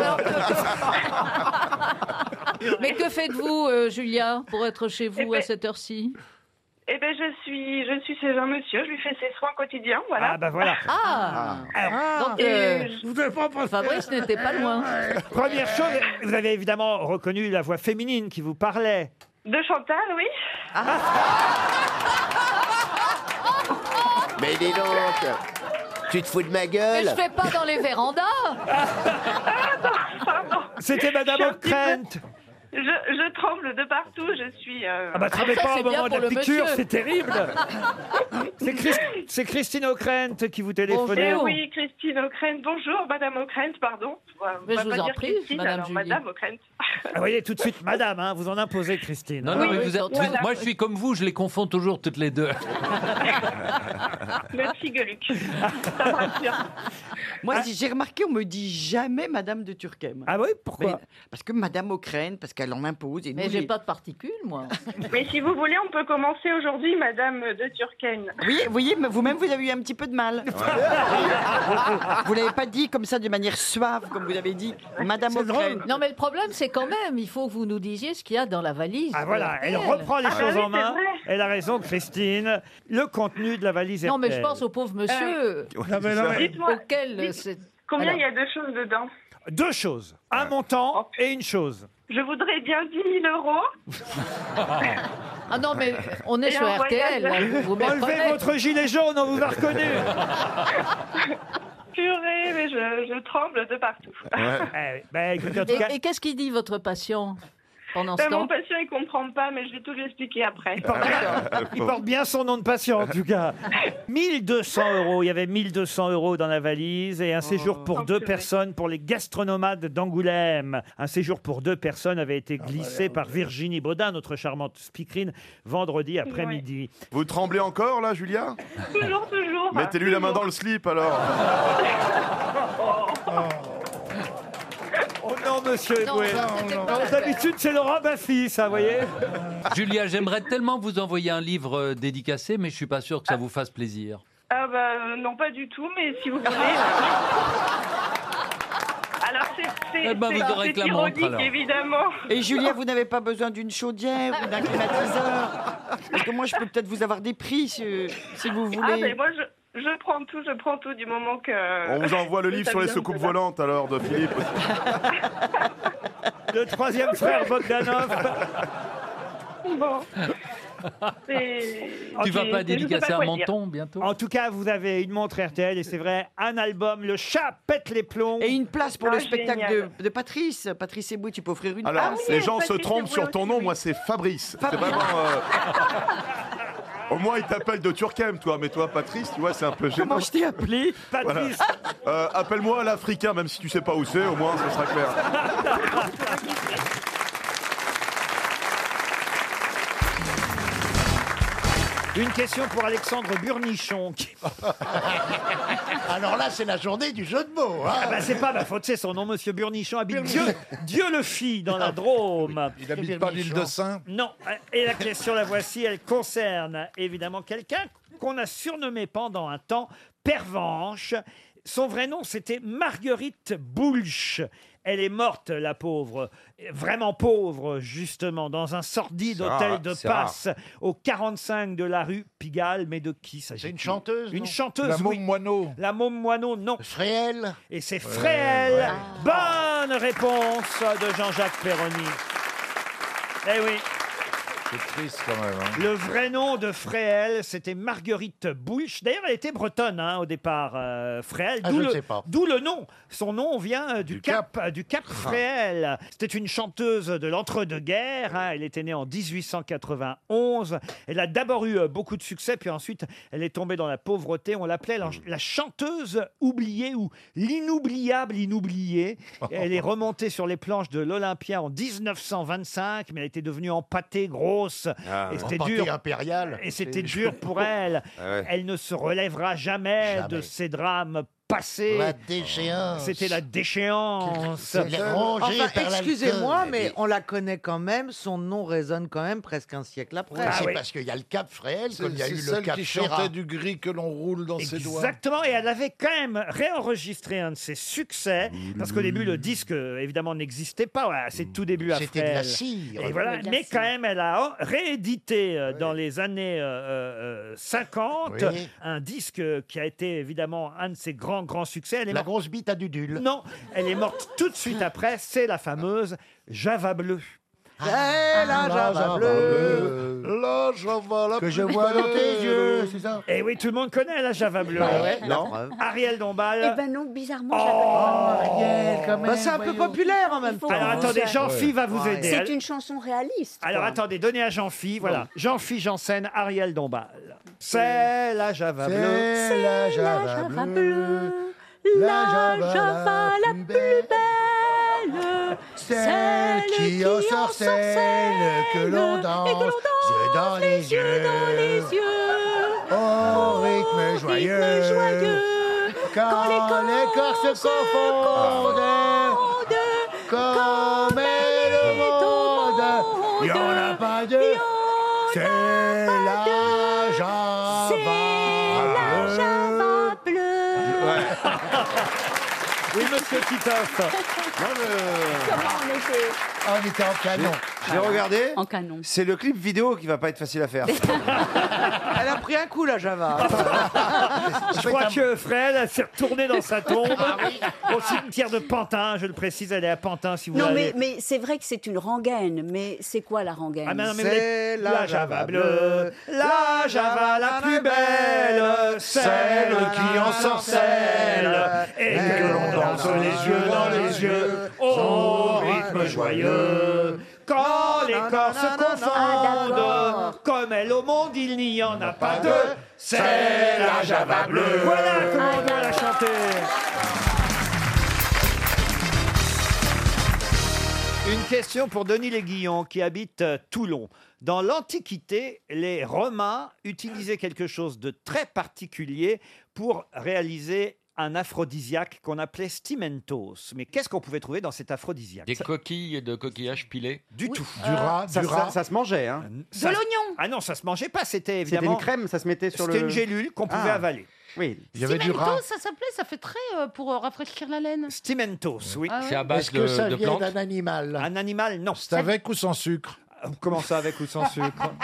[SPEAKER 24] Mais que faites-vous, euh, Julia, pour être chez vous
[SPEAKER 10] ben-
[SPEAKER 24] à cette heure-ci
[SPEAKER 10] Eh ben, je suis, je suis chez un monsieur. Je lui fais ses soins quotidiens, voilà.
[SPEAKER 1] Ah, bah voilà.
[SPEAKER 24] Ah, Donc, euh, Fabrice n'était pas loin.
[SPEAKER 1] Première chose, vous avez évidemment reconnu la voix féminine qui vous parlait.
[SPEAKER 10] De Chantal, oui.
[SPEAKER 6] Mais dis donc Tu te fous de ma
[SPEAKER 24] Mais je
[SPEAKER 6] gueule
[SPEAKER 24] fais pas dans les vérandas.
[SPEAKER 1] C'était Madame O'Krent.
[SPEAKER 10] Je, je tremble de partout. Je suis. euh,
[SPEAKER 1] Ah bah, tremblez pas au moment de la piqûre, c'est terrible. C'est Chris- C'est Christine O'Krent qui vous téléphonait.
[SPEAKER 10] Eh oui, Christine O'Krent. Bonjour, Madame O'Krent, pardon. On
[SPEAKER 24] Mais
[SPEAKER 10] va
[SPEAKER 24] je
[SPEAKER 10] pas
[SPEAKER 24] vous en
[SPEAKER 10] dire
[SPEAKER 24] prie,
[SPEAKER 10] Christine,
[SPEAKER 24] Madame
[SPEAKER 10] alors,
[SPEAKER 24] Julie.
[SPEAKER 10] Madame O'Krent.
[SPEAKER 1] Ah, vous voyez, tout de suite, madame, hein, vous en imposez, Christine.
[SPEAKER 18] Non, non, mais vous êtes- vous-
[SPEAKER 10] voilà.
[SPEAKER 18] moi je suis comme vous, je les confonds toujours toutes les deux.
[SPEAKER 10] Le petit gueuluc. Ça me rassure.
[SPEAKER 9] Moi, si j'ai remarqué, on me dit jamais Madame de Turquem.
[SPEAKER 1] Ah oui, pourquoi
[SPEAKER 9] Parce que Madame O'Krent, parce qu'elle en impose. Et
[SPEAKER 10] Mais
[SPEAKER 9] nous,
[SPEAKER 10] j'ai
[SPEAKER 9] les-
[SPEAKER 10] pas
[SPEAKER 24] de particules, moi.
[SPEAKER 10] Mais si vous voulez, on peut commencer aujourd'hui, Madame de Turquenne.
[SPEAKER 9] Vous voyez, vous voyez, mais vous-même, vous avez eu un petit peu de mal. vous l'avez pas dit comme ça, de manière suave, comme vous avez dit, Madame O'Krent.
[SPEAKER 24] Non, mais le problème, c'est quand même, il faut que vous nous disiez ce qu'il y a dans la valise.
[SPEAKER 1] Ah voilà, elle
[SPEAKER 24] RTL.
[SPEAKER 1] reprend
[SPEAKER 10] bah
[SPEAKER 1] les choses en main. Elle a raison, Christine. Le contenu de la valise
[SPEAKER 24] Non, mais je
[SPEAKER 1] RTL.
[SPEAKER 24] pense au pauvre monsieur
[SPEAKER 1] Euh, Ouais, Non, mais non, mais-
[SPEAKER 10] Dites-moi,
[SPEAKER 24] auquel euh,
[SPEAKER 10] dites-
[SPEAKER 24] c'est-
[SPEAKER 10] Combien
[SPEAKER 24] Alors.
[SPEAKER 10] il y a de choses dedans
[SPEAKER 1] Deux choses. Un montant et une chose.
[SPEAKER 10] Je voudrais bien 10 000 euros.
[SPEAKER 24] Ah non, mais on est
[SPEAKER 10] Et
[SPEAKER 24] sur
[SPEAKER 10] un
[SPEAKER 24] RTL. là,
[SPEAKER 10] voyage.
[SPEAKER 24] hein, vous- vous
[SPEAKER 1] Enlevez
[SPEAKER 24] méprenez.
[SPEAKER 1] votre gilet jaune, on vous a reconnu.
[SPEAKER 10] Purée, mais je, je tremble de partout.
[SPEAKER 1] Eh, ben, écoutez, en tout
[SPEAKER 24] Et-
[SPEAKER 1] cas,
[SPEAKER 24] Et, qu'est-ce qu'il dit votre patient pendant ce
[SPEAKER 10] Ben,
[SPEAKER 24] temps
[SPEAKER 10] mon patient, il comprend pas, mais je vais tout lui expliquer après.
[SPEAKER 1] il porte bien son nom de patient, en tout cas. 1200 euros, il y avait 1200 euros dans la valise
[SPEAKER 23] Oh.
[SPEAKER 1] et un séjour pour deux personnes pour les gastronomades d'Angoulême. Un séjour pour deux personnes avait
[SPEAKER 23] Ah,
[SPEAKER 1] été
[SPEAKER 23] bah
[SPEAKER 1] glissé par Virginie Baudin, notre charmante speakerine, vendredi après-midi.
[SPEAKER 23] Vous tremblez encore là, Julia
[SPEAKER 10] Toujours, toujours.
[SPEAKER 23] Mettez-lui la main dans le slip alors.
[SPEAKER 1] Oh non, monsieur
[SPEAKER 23] Non,
[SPEAKER 1] Eboué.
[SPEAKER 23] non,
[SPEAKER 1] Non,
[SPEAKER 23] non.
[SPEAKER 1] D'habitude, c'est Laurent Baffy, ça, vous voyez
[SPEAKER 18] Julia, j'aimerais tellement vous envoyer un livre euh, dédicacé, mais je suis pas sûr que ça vous fasse plaisir.
[SPEAKER 10] Ah bah euh, non, pas du tout, mais si vous voulez... euh. Alors c'est c'est-
[SPEAKER 9] Eh ben, vous
[SPEAKER 10] c'est-
[SPEAKER 9] aurez
[SPEAKER 10] c'est
[SPEAKER 9] que la montre,
[SPEAKER 10] ironique,
[SPEAKER 9] alors.
[SPEAKER 10] évidemment.
[SPEAKER 9] Et Julia, vous n'avez pas besoin d'une chaudière ou d'un climatiseur Parce que moi, je peux peut-être vous avoir des prix, si, si vous voulez.
[SPEAKER 10] Ah mais moi, je, je prends tout, je prends tout du moment que...
[SPEAKER 23] On vous envoie le livre sur les
[SPEAKER 10] secours
[SPEAKER 23] soucoupes volantes alors de Philippe.
[SPEAKER 1] Le troisième frère Bogdanov.
[SPEAKER 10] Bon.
[SPEAKER 18] Tu vas pas dédicacer à Menton bientôt
[SPEAKER 1] En tout cas, vous avez une montre RTL et c'est vrai, un album, Le chat pète les plombs.
[SPEAKER 9] Et une place pour le spectacle de, de Patrice. Patrice Eboué, tu peux offrir une
[SPEAKER 25] Ah
[SPEAKER 23] Alors,
[SPEAKER 9] place.
[SPEAKER 23] les gens se trompent sur ton nom, moi c'est Fabrice. C'est vraiment. euh, Au moins, ils t'appellent de Turquem, toi, mais toi, Patrice, tu vois, c'est un peu gênant.
[SPEAKER 9] Comment je t'ai appelé
[SPEAKER 1] Patrice
[SPEAKER 23] Euh, Appelle-moi l'Africain, même si tu sais pas où c'est, au moins, ce sera clair.
[SPEAKER 1] Une question pour Alexandre Burnichon. qui-
[SPEAKER 12] Alors là, c'est la journée du jeu de mots. hein.
[SPEAKER 1] Ah bah, c'est pas ma faute, c'est son nom, monsieur Burnichon habite Dieu, Dieu le fit dans
[SPEAKER 12] Ah.
[SPEAKER 1] la Drôme.
[SPEAKER 12] Il habite pas l'île de Saint
[SPEAKER 1] Non, et la question, la voici, elle concerne évidemment quelqu'un qu'on a surnommé pendant un temps Pervenche. Son vrai nom, c'était Marguerite Boulch. Elle est morte, la pauvre, vraiment pauvre, justement, dans un sordide
[SPEAKER 20] C'est rare,
[SPEAKER 1] hôtel de
[SPEAKER 20] c'est rare.
[SPEAKER 1] passe au 45 de la rue Pigalle. Mais de qui s'agit-il C'est une chanteuse Une
[SPEAKER 20] non
[SPEAKER 1] chanteuse,
[SPEAKER 20] La Môme
[SPEAKER 1] Moineau. La Môme Moineau, non. Fréhel Et c'est Fréhel.
[SPEAKER 20] ouais.
[SPEAKER 1] Bonne réponse de Jean-Jacques Perroni. Eh oui.
[SPEAKER 20] C'est triste quand même. hein.
[SPEAKER 1] Le vrai nom de Fréhel, c'était Marguerite Bouche. D'ailleurs, elle était bretonne hein, au départ, euh, Fréhel.
[SPEAKER 20] Ah,
[SPEAKER 1] D'où
[SPEAKER 20] je
[SPEAKER 1] le,
[SPEAKER 20] sais pas. Ah.
[SPEAKER 1] d'où le nom. Son nom vient euh, du, Cap, euh, du Cap Fréhel. C'était une chanteuse de l'entre-deux-guerres. hein. Elle était née en 1891. Elle a d'abord eu euh, beaucoup de succès, puis ensuite, elle est tombée dans la pauvreté. On l'appelait la,
[SPEAKER 20] Mm.
[SPEAKER 1] la chanteuse oubliée ou l'inoubliable inoubliée. Elle est remontée sur les planches de l'Olympia en 1925, mais elle était devenue empâtée, grosse.
[SPEAKER 20] Ah,
[SPEAKER 1] et
[SPEAKER 20] ouais.
[SPEAKER 1] c'était
[SPEAKER 20] Empâtée
[SPEAKER 1] dur.
[SPEAKER 20] impériale.
[SPEAKER 1] Et c'était
[SPEAKER 20] C'est-
[SPEAKER 1] dur pour elle.
[SPEAKER 20] Ah ouais.
[SPEAKER 1] Elle ne se relèvera jamais, de ces drames passés.
[SPEAKER 20] La déchéance.
[SPEAKER 1] C'était la déchéance.
[SPEAKER 12] Enfin, excusez-moi, mais on la connaît quand même. Son nom résonne quand même presque un siècle après.
[SPEAKER 1] Ah
[SPEAKER 20] c'est parce qu'il y a le Cap Fréhel,
[SPEAKER 12] C'est-
[SPEAKER 20] comme il y a
[SPEAKER 12] c'est
[SPEAKER 20] eu le
[SPEAKER 12] celle
[SPEAKER 20] Cap
[SPEAKER 12] qui
[SPEAKER 20] Ferrat.
[SPEAKER 12] chantait
[SPEAKER 20] du gris que l'on roule dans
[SPEAKER 1] Exactement, et elle avait quand même réenregistré un de ses succès, parce qu'au début, le disque, euh, évidemment, n'existait pas, voilà, c'est tout début à
[SPEAKER 20] C'était de la
[SPEAKER 1] Frêle.
[SPEAKER 20] cire.
[SPEAKER 1] Et voilà,
[SPEAKER 20] De la
[SPEAKER 1] mais
[SPEAKER 20] cire.
[SPEAKER 1] quand même, elle a réédité euh, dans les années euh, euh, 50
[SPEAKER 20] Oui.
[SPEAKER 1] un disque euh, qui a été évidemment un de ses grands, grands succès. Elle est
[SPEAKER 20] La
[SPEAKER 1] morte-
[SPEAKER 20] grosse bite à Dudule.
[SPEAKER 1] Non, elle est morte tout de suite après, c'est la fameuse Java Ah, Bleu.
[SPEAKER 20] Ah.
[SPEAKER 12] la
[SPEAKER 1] bah,
[SPEAKER 12] Java
[SPEAKER 15] bah,
[SPEAKER 12] bleue,
[SPEAKER 20] la Java la
[SPEAKER 1] Que
[SPEAKER 20] je vois dans tes yeux, c'est ça
[SPEAKER 1] Et Eh oui, tout le monde connaît la Java Hein Bleu.
[SPEAKER 20] Bah ouais, la
[SPEAKER 1] non.
[SPEAKER 20] preuve.
[SPEAKER 1] Ariel Dombal.
[SPEAKER 4] Eh ben non, bizarrement, je la connais
[SPEAKER 1] Ah.
[SPEAKER 4] pas.
[SPEAKER 12] Oh. Bah, c'est un peu populaire en même temps.
[SPEAKER 1] Alors attendez, Jean-Phi va vous aider.
[SPEAKER 4] C'est une chanson réaliste.
[SPEAKER 1] Alors
[SPEAKER 4] quoi.
[SPEAKER 1] attendez, donnez à Jean-Phi, voilà. Jean-Phi Janssen, Ariel Dombal. C'est la Java bleue.
[SPEAKER 20] C'est la Java
[SPEAKER 4] Java
[SPEAKER 20] bleue.
[SPEAKER 4] La Java la plus belle,
[SPEAKER 20] Celle qui en sorcelle, que l'on danse, yeux dans les yeux, au rythme joyeux, quand les corps se confondent, comme est le monde, il n'y en a pas deux, c'est la Java.
[SPEAKER 4] la Java bleue.
[SPEAKER 1] Oui, monsieur Titoff.
[SPEAKER 4] Comment on était
[SPEAKER 20] On était en canon.
[SPEAKER 26] J'ai regardé.
[SPEAKER 4] En canon.
[SPEAKER 26] C'est le clip vidéo qui va pas être facile à faire.
[SPEAKER 12] Elle a pris un coup, la Java.
[SPEAKER 1] Je crois que Fred elle s'est retournée dans sa tombe
[SPEAKER 20] Ah
[SPEAKER 1] au cimetière de Pantin. Je le précise, elle est à Pantin si vous
[SPEAKER 4] Non, mais,
[SPEAKER 1] voulez.
[SPEAKER 4] mais c'est vrai que c'est une rengaine, mais c'est quoi la rengaine
[SPEAKER 1] Ah, mais non, mais vous l'avez- la Java bleue, la Java la plus belle, celle qui en sorcelle, et que l'on danse les yeux dans les yeux, au rythme joyeux. Quand les corps se Ah, confondent, comme elle au monde, il n'y en a pas deux, c'est la Java bleue. Voilà comment on doit la chanter. Une question pour Denis Léguillon qui habite euh, Toulon. Dans l'Antiquité, les Romains utilisaient quelque chose de très particulier pour réaliser un aphrodisiaque qu'on appelait stimentos. Mais qu'est-ce qu'on pouvait trouver dans cet aphrodisiaque
[SPEAKER 16] Des coquilles de coquillages pilés
[SPEAKER 1] Du tout.
[SPEAKER 16] Euh, Du
[SPEAKER 18] Ah.
[SPEAKER 16] rat,
[SPEAKER 1] Euh, ça,
[SPEAKER 16] du
[SPEAKER 1] ça-
[SPEAKER 16] rat.
[SPEAKER 1] ça se mangeait, hein
[SPEAKER 16] De
[SPEAKER 1] l'oignon Ah non, ça se mangeait pas, c'était évidemment...
[SPEAKER 25] une crème, ça se mettait sur
[SPEAKER 1] C'était
[SPEAKER 25] le-
[SPEAKER 1] une gélule qu'on pouvait
[SPEAKER 25] Ah.
[SPEAKER 1] avaler. Oui, il
[SPEAKER 25] Pimento, ça s'appelait, ça fait très euh, pour euh, rafraîchir la laine.
[SPEAKER 1] Stimentos, oui.
[SPEAKER 25] Ah ouais. C'est à base
[SPEAKER 1] Est-ce
[SPEAKER 15] que ça vient d'un animal
[SPEAKER 1] Un animal, non.
[SPEAKER 15] C'est avec ou sans sucre
[SPEAKER 1] Comment ça, avec ou sans sucre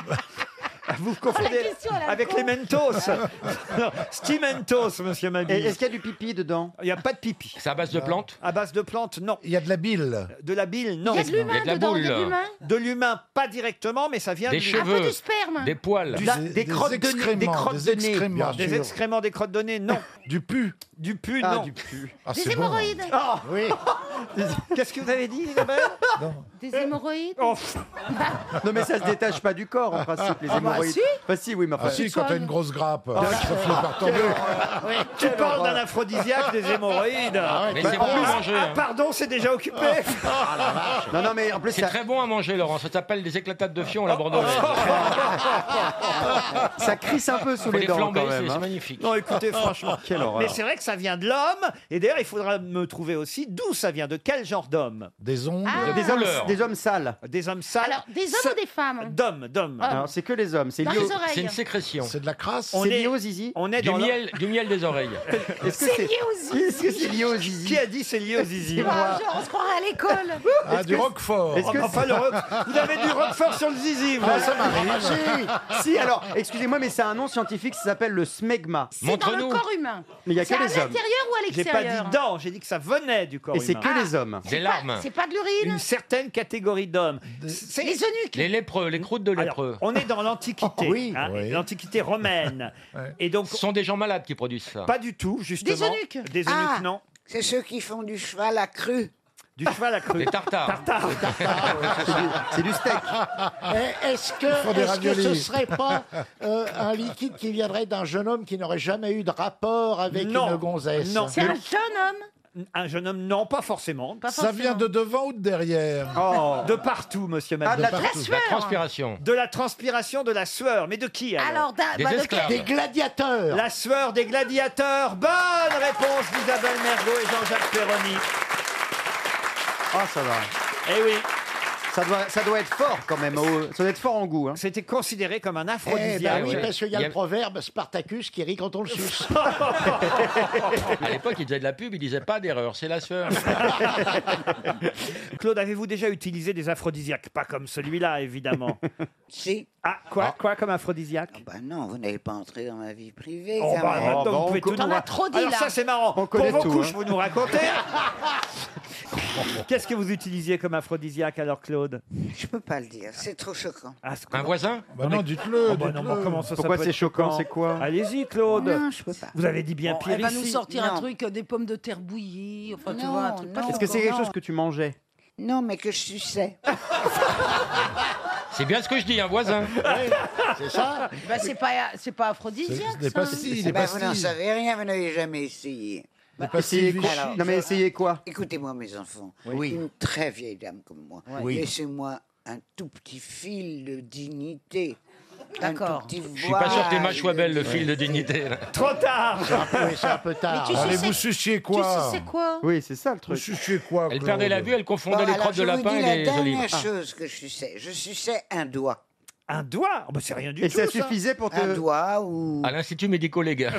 [SPEAKER 1] Vous vous confondez
[SPEAKER 25] Oh, la question à la
[SPEAKER 1] avec
[SPEAKER 25] con.
[SPEAKER 1] les mentos. non, Stimentos, monsieur Mabille.
[SPEAKER 25] Et est-ce
[SPEAKER 1] qu'il y a du pipi dedans Il n'y a pas de pipi.
[SPEAKER 16] C'est à base de plantes
[SPEAKER 1] À base de plantes, non. Il y a de la bile De la bile, non.
[SPEAKER 25] Il y a de l'humain Il y a de la dedans, il y a de boule. l'humain
[SPEAKER 1] De l'humain, pas directement, mais ça vient
[SPEAKER 25] Des
[SPEAKER 1] du-
[SPEAKER 25] cheveux, Un peu du sperme. des poils.
[SPEAKER 1] Du-
[SPEAKER 25] La- des crottes de nez, des crottes de nez. Bien sûr.
[SPEAKER 1] Des excréments, des crottes de nez, non. Du pu Du pu,
[SPEAKER 25] Ah,
[SPEAKER 1] non.
[SPEAKER 25] du
[SPEAKER 1] pu.
[SPEAKER 25] Des c'est bon. hémorroïdes.
[SPEAKER 1] Ah oui Qu'est-ce que vous avez dit, Isabelle
[SPEAKER 6] Euh,
[SPEAKER 25] Des hémorroïdes
[SPEAKER 6] oh,
[SPEAKER 20] Non mais ça se détache pas du corps en principe les
[SPEAKER 15] Ah bah,
[SPEAKER 20] hémorroïdes.
[SPEAKER 15] si.
[SPEAKER 20] Bah si oui mais enfin.
[SPEAKER 15] Ah si, quand t'as une grosse grappe,
[SPEAKER 20] Ah,
[SPEAKER 15] ça finit par tomber.
[SPEAKER 6] ah,
[SPEAKER 1] Tu parles d'un aphrodisiaque des hémorroïdes.
[SPEAKER 20] Ah ouais, Mais c'est
[SPEAKER 1] En
[SPEAKER 20] bon
[SPEAKER 1] plus-
[SPEAKER 20] à manger,
[SPEAKER 1] Ah,
[SPEAKER 20] hein.
[SPEAKER 1] pardon, c'est déjà occupé. ah,
[SPEAKER 16] Non, non, mais en plus, c'est très bon à manger, Laurent. Ça s'appelle des éclatades de fion à la bordelaise.
[SPEAKER 20] Ça crisse un peu sous
[SPEAKER 16] Faut
[SPEAKER 20] les
[SPEAKER 16] les
[SPEAKER 20] dents
[SPEAKER 16] flamber,
[SPEAKER 20] quand même.
[SPEAKER 16] c'est-
[SPEAKER 20] hein.
[SPEAKER 16] c'est magnifique.
[SPEAKER 1] Non, écoutez, franchement.
[SPEAKER 20] Quelle horreur.
[SPEAKER 1] ah, Mais c'est vrai que ça vient de l'homme. Et d'ailleurs, il faudra me trouver aussi d'où ça vient, de quel genre d'homme Des ondes
[SPEAKER 25] Ah. Des hommes- des
[SPEAKER 1] hommes sales. Des hommes sales.
[SPEAKER 25] Alors, des Ah, hommes ou des femmes
[SPEAKER 1] D'hommes, Ah. d'hommes.
[SPEAKER 25] Hommes. Alors,
[SPEAKER 1] c'est que les hommes.
[SPEAKER 6] C'est
[SPEAKER 16] Dans
[SPEAKER 6] lié
[SPEAKER 16] les
[SPEAKER 6] au-
[SPEAKER 16] oreilles.
[SPEAKER 6] C'est une sécrétion.
[SPEAKER 16] C'est de la crasse.
[SPEAKER 6] On
[SPEAKER 16] On
[SPEAKER 6] est
[SPEAKER 16] est-
[SPEAKER 6] lié au zizi.
[SPEAKER 1] on est
[SPEAKER 16] du,
[SPEAKER 1] dans la-
[SPEAKER 16] miel, du miel des oreilles.
[SPEAKER 6] Est-ce que c'est lié au zizi Est-ce que c'est lié au zizi
[SPEAKER 1] Qui a dit c'est lié au zizi
[SPEAKER 6] moi.
[SPEAKER 27] on
[SPEAKER 9] Oh,
[SPEAKER 27] se croirait à l'école.
[SPEAKER 6] Ah, Est-ce du que- roquefort. est-ce que
[SPEAKER 1] Enfin,
[SPEAKER 6] c'est-
[SPEAKER 1] le roquefort. Vous avez du roquefort sur le zizi, vous.
[SPEAKER 6] Ah, ça m'arrive.
[SPEAKER 1] Ah,
[SPEAKER 6] bah, si, alors, excusez-moi, mais c'est un nom scientifique, ça s'appelle le smegma.
[SPEAKER 1] C'est dans le
[SPEAKER 6] Montre-nous.
[SPEAKER 1] corps
[SPEAKER 9] humain.
[SPEAKER 6] Mais il y a
[SPEAKER 9] C'est
[SPEAKER 6] que
[SPEAKER 9] à
[SPEAKER 6] les hommes.
[SPEAKER 9] l'intérieur ou à
[SPEAKER 1] J'ai pas
[SPEAKER 9] l'extérieur Ah,
[SPEAKER 1] dit dents, j'ai dit que ça venait du corps
[SPEAKER 6] Et c'est
[SPEAKER 1] humain.
[SPEAKER 6] que les hommes. Des
[SPEAKER 1] C'est pas-
[SPEAKER 6] larmes.
[SPEAKER 9] C'est pas de l'urine
[SPEAKER 1] Une certaine catégorie d'hommes.
[SPEAKER 9] Les eunuques.
[SPEAKER 1] Les lépreux, les croûtes de lépreux. on est dans l'Antiquité, hein, l'Antiquité romaine. Et donc,
[SPEAKER 16] Ce sont des gens malades qui produisent ça.
[SPEAKER 1] Pas du tout, justement. Des eunuques,
[SPEAKER 25] Ah,
[SPEAKER 1] non.
[SPEAKER 25] C'est ceux qui font du cheval à cru.
[SPEAKER 1] Du cheval à cru.
[SPEAKER 16] Des tartares.
[SPEAKER 25] C'est du steak.
[SPEAKER 15] Eh, Est-ce que,
[SPEAKER 25] Ils font des
[SPEAKER 15] est-ce que ce
[SPEAKER 25] raviolis.
[SPEAKER 15] serait pas euh, un liquide qui viendrait d'un jeune homme qui n'aurait jamais eu de rapport avec une gonzesse Eh
[SPEAKER 1] Non.
[SPEAKER 9] homme
[SPEAKER 1] Un jeune homme, non, pas forcément. Oh.
[SPEAKER 15] Ça vient de devant ou de derrière
[SPEAKER 1] De partout, monsieur
[SPEAKER 15] Ah, de
[SPEAKER 1] Madeleine.
[SPEAKER 15] la De partout.
[SPEAKER 16] La transpiration.
[SPEAKER 1] De la transpiration, de la sueur. Mais de qui alors,
[SPEAKER 9] Alors, d'un- Des bah, de esclaves. quel- Des
[SPEAKER 1] gladiateurs. La sueur des gladiateurs. Bonne réponse d'Isabelle Mergot et Jean-Jacques Perroni.
[SPEAKER 6] Ah, ça va.
[SPEAKER 1] Eh oui.
[SPEAKER 6] Ça doit, ça doit être fort quand même. au- Ça doit être fort en goût. hein.
[SPEAKER 1] C'était considéré comme un
[SPEAKER 15] Eh
[SPEAKER 1] aphrodisiaque.
[SPEAKER 15] ben oui, parce qu'il y a le proverbe Spartacus qui rit quand on le suce.
[SPEAKER 16] À l'époque, ils faisaient de la pub, ils disaient pas d'erreur, c'est la sueur.
[SPEAKER 1] Claude, avez-vous déjà utilisé des aphrodisiaques Pas comme celui-là, évidemment.
[SPEAKER 25] Si.
[SPEAKER 1] Ah, quoi, quoi comme aphrodisiaque
[SPEAKER 25] Bah non, vous n'avez pas entré dans ma vie privée.
[SPEAKER 1] Oh,
[SPEAKER 25] ça
[SPEAKER 1] bah,
[SPEAKER 25] va.
[SPEAKER 1] maintenant, vous pouvez tout nous ra- Alors ça, c'est marrant. Pour vos couches, vous nous racontez. hein. Qu'est-ce que vous utilisiez comme aphrodisiaque alors, Claude
[SPEAKER 25] Je peux pas le dire, c'est trop choquant.
[SPEAKER 1] Un
[SPEAKER 16] voisin
[SPEAKER 1] Bah non, dites-le.
[SPEAKER 15] dites-le.
[SPEAKER 1] comment ça, ça
[SPEAKER 6] Pourquoi
[SPEAKER 1] peut
[SPEAKER 6] c'est
[SPEAKER 1] être
[SPEAKER 6] choquant, c'est quoi
[SPEAKER 1] Allez-y, Claude.
[SPEAKER 25] Non, je peux pas.
[SPEAKER 1] Vous avez dit bien
[SPEAKER 25] Bon,
[SPEAKER 1] pire
[SPEAKER 25] elle va
[SPEAKER 1] ici.
[SPEAKER 25] nous
[SPEAKER 9] Sortir un
[SPEAKER 25] Non.
[SPEAKER 9] truc, euh, des pommes de terre bouillies, enfin tu
[SPEAKER 25] Non,
[SPEAKER 9] vois, un truc pas
[SPEAKER 25] non.
[SPEAKER 6] Est-ce que c'est quelque chose que tu mangeais
[SPEAKER 25] Non, mais que je suçais.
[SPEAKER 16] C'est bien ce que je dis, un voisin.
[SPEAKER 25] C'est ça
[SPEAKER 9] Bah, c'est pas, c'est pas aphrodisiaque. ça.
[SPEAKER 25] Eh ben, vous n'en savez rien, vous n'avez jamais essayé. Bah,
[SPEAKER 6] Des pastilles essayez quoi Vichy. Non, mais essayez quoi
[SPEAKER 25] Écoutez-moi, mes enfants. Une très vieille dame comme moi.
[SPEAKER 6] Oui.
[SPEAKER 25] Laissez-moi un tout petit fil de dignité.
[SPEAKER 9] D'accord.
[SPEAKER 25] Je
[SPEAKER 16] Je suis pas sûr que les mâches soient belles, le fil de dignité. là.
[SPEAKER 1] Trop tard
[SPEAKER 15] C'est un peu tard.
[SPEAKER 25] Mais tu
[SPEAKER 15] Allez,
[SPEAKER 25] suçais-
[SPEAKER 15] vous suciez
[SPEAKER 25] tu
[SPEAKER 15] quoi
[SPEAKER 25] suçais quoi
[SPEAKER 6] Oui, c'est ça le truc.
[SPEAKER 15] Vous suciez quoi
[SPEAKER 16] Elle
[SPEAKER 15] Claude Bah,
[SPEAKER 16] perdait la vue, elle confondait
[SPEAKER 25] Bah,
[SPEAKER 16] les crottes de lapin
[SPEAKER 25] la
[SPEAKER 16] et les
[SPEAKER 25] dernière
[SPEAKER 16] olives. Ah.
[SPEAKER 25] chose que je suçais, je suçais un doigt.
[SPEAKER 1] Un doigt Oh, bah, C'est rien du tout.
[SPEAKER 25] Un doigt ou...
[SPEAKER 16] À l'institut médico-légal.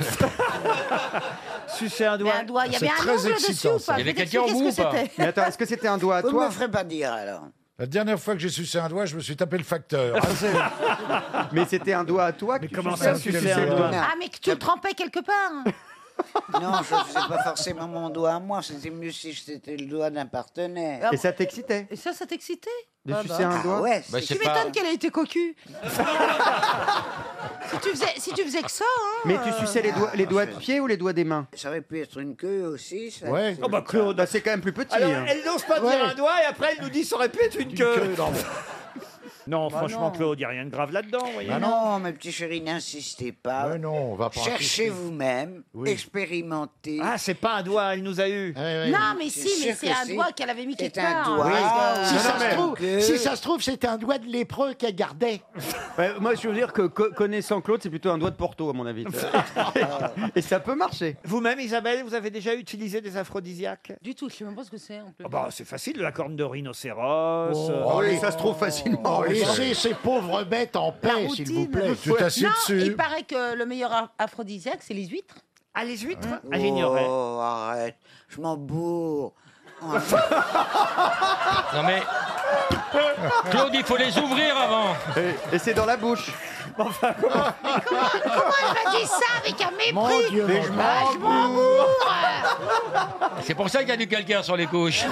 [SPEAKER 1] Sucer un
[SPEAKER 9] Mais
[SPEAKER 1] doigt.
[SPEAKER 9] un doigt, il y avait un ongle dessus ou pas
[SPEAKER 16] Il y avait
[SPEAKER 9] Peut-être
[SPEAKER 16] quelqu'un en
[SPEAKER 9] qu'est-ce
[SPEAKER 16] bout ou
[SPEAKER 9] que
[SPEAKER 16] pas
[SPEAKER 9] c'était
[SPEAKER 15] Mais attends, est-ce que c'était un doigt à
[SPEAKER 25] Vous
[SPEAKER 15] toi
[SPEAKER 25] me ferez pas dire, alors.
[SPEAKER 15] La dernière fois que j'ai sucé un doigt, je me suis tapé le facteur.
[SPEAKER 6] Mais c'était un doigt à toi que tu
[SPEAKER 15] comment
[SPEAKER 6] suçais
[SPEAKER 15] ça,
[SPEAKER 6] ou tu
[SPEAKER 15] tu
[SPEAKER 6] suçais
[SPEAKER 15] fais
[SPEAKER 6] le
[SPEAKER 15] un
[SPEAKER 6] doigt
[SPEAKER 15] doigt
[SPEAKER 9] Ah, mais que tu le trempais quelque part
[SPEAKER 25] Non, je ne faisais pas forcément mon doigt à moi. C'était mieux si c'était le doigt d'un partenaire.
[SPEAKER 6] Et ça t'excitait
[SPEAKER 9] Et ça, ça t'excitait
[SPEAKER 6] De
[SPEAKER 25] Ah
[SPEAKER 6] sucer
[SPEAKER 25] bah.
[SPEAKER 6] un
[SPEAKER 25] Ah
[SPEAKER 6] doigt
[SPEAKER 25] ouais,
[SPEAKER 9] Tu m'étonnes qu'elle a été cocu si, tu faisais, si tu faisais que ça, hein
[SPEAKER 6] Mais tu suçais les doigts, les doigts de
[SPEAKER 25] c'est-
[SPEAKER 6] pied ou les doigts des mains
[SPEAKER 25] Ça aurait pu être une queue aussi. Ça,
[SPEAKER 6] Ouais.
[SPEAKER 25] C'est-
[SPEAKER 6] Oh bah Claude, c'est quand même plus petit.
[SPEAKER 1] Ah, Alors,
[SPEAKER 6] hein.
[SPEAKER 1] elle n'ose pas
[SPEAKER 25] Ouais.
[SPEAKER 1] dire un doigt et après, elle nous dit ça aurait pu être une queue.
[SPEAKER 15] non,
[SPEAKER 1] Non,
[SPEAKER 25] Bah
[SPEAKER 1] franchement,
[SPEAKER 25] non.
[SPEAKER 1] Claude, il n'y a rien de grave là-dedans. vous voyez.
[SPEAKER 25] Mais non, mes petits chéris, n'insistez pas.
[SPEAKER 15] Mais non, on va pas insister.
[SPEAKER 25] Cherchez vous-même,
[SPEAKER 15] Oui.
[SPEAKER 25] expérimentez.
[SPEAKER 1] Ah, c'est pas un doigt, elle nous a eu.
[SPEAKER 15] Eh
[SPEAKER 9] Non, mais si, mais
[SPEAKER 25] sûr
[SPEAKER 9] c'est
[SPEAKER 25] que
[SPEAKER 9] un
[SPEAKER 25] si.
[SPEAKER 9] doigt qu'elle avait mis
[SPEAKER 25] C'est
[SPEAKER 9] quelque
[SPEAKER 25] un
[SPEAKER 9] part. hein,
[SPEAKER 25] doigt.
[SPEAKER 6] Ah,
[SPEAKER 9] parce que-
[SPEAKER 15] Si,
[SPEAKER 25] Non,
[SPEAKER 15] ça
[SPEAKER 25] non,
[SPEAKER 15] se
[SPEAKER 25] mais-
[SPEAKER 15] trouve,
[SPEAKER 25] Que-
[SPEAKER 15] si ça se trouve, c'était un doigt de lépreux qu'elle gardait.
[SPEAKER 6] Ouais, moi, je veux dire que co- connaissant Claude, c'est plutôt un doigt de Porto, à mon avis. Et ça peut marcher.
[SPEAKER 1] Vous-même, Isabelle, vous avez déjà utilisé des aphrodisiaques
[SPEAKER 9] Du tout, je sais même pas ce que c'est. en plus.
[SPEAKER 1] Ah bah, C'est facile, de la corne de rhinocéros. euh,
[SPEAKER 15] Oh, oui, ça se
[SPEAKER 1] trouve facilement.
[SPEAKER 15] Oh, laissez ces pauvres bêtes en paix, s'il vous plaît. Tu t'assieds
[SPEAKER 9] non,
[SPEAKER 15] dessus.
[SPEAKER 9] il paraît que le meilleur a- aphrodisiaque, c'est les huîtres.
[SPEAKER 1] Ah, les huîtres
[SPEAKER 6] Hein
[SPEAKER 25] Oh, arrête, je m'en bourre. Oh,
[SPEAKER 16] Non mais. Claude, il faut les ouvrir avant.
[SPEAKER 6] Et c'est dans la bouche.
[SPEAKER 9] Comment elle m'a dit ça avec un mépris
[SPEAKER 15] Mon Dieu,
[SPEAKER 9] Mais
[SPEAKER 15] mon
[SPEAKER 9] je
[SPEAKER 15] Dieu.
[SPEAKER 9] m'en bourre
[SPEAKER 16] C'est pour ça qu'il y a du calcaire sur les couches.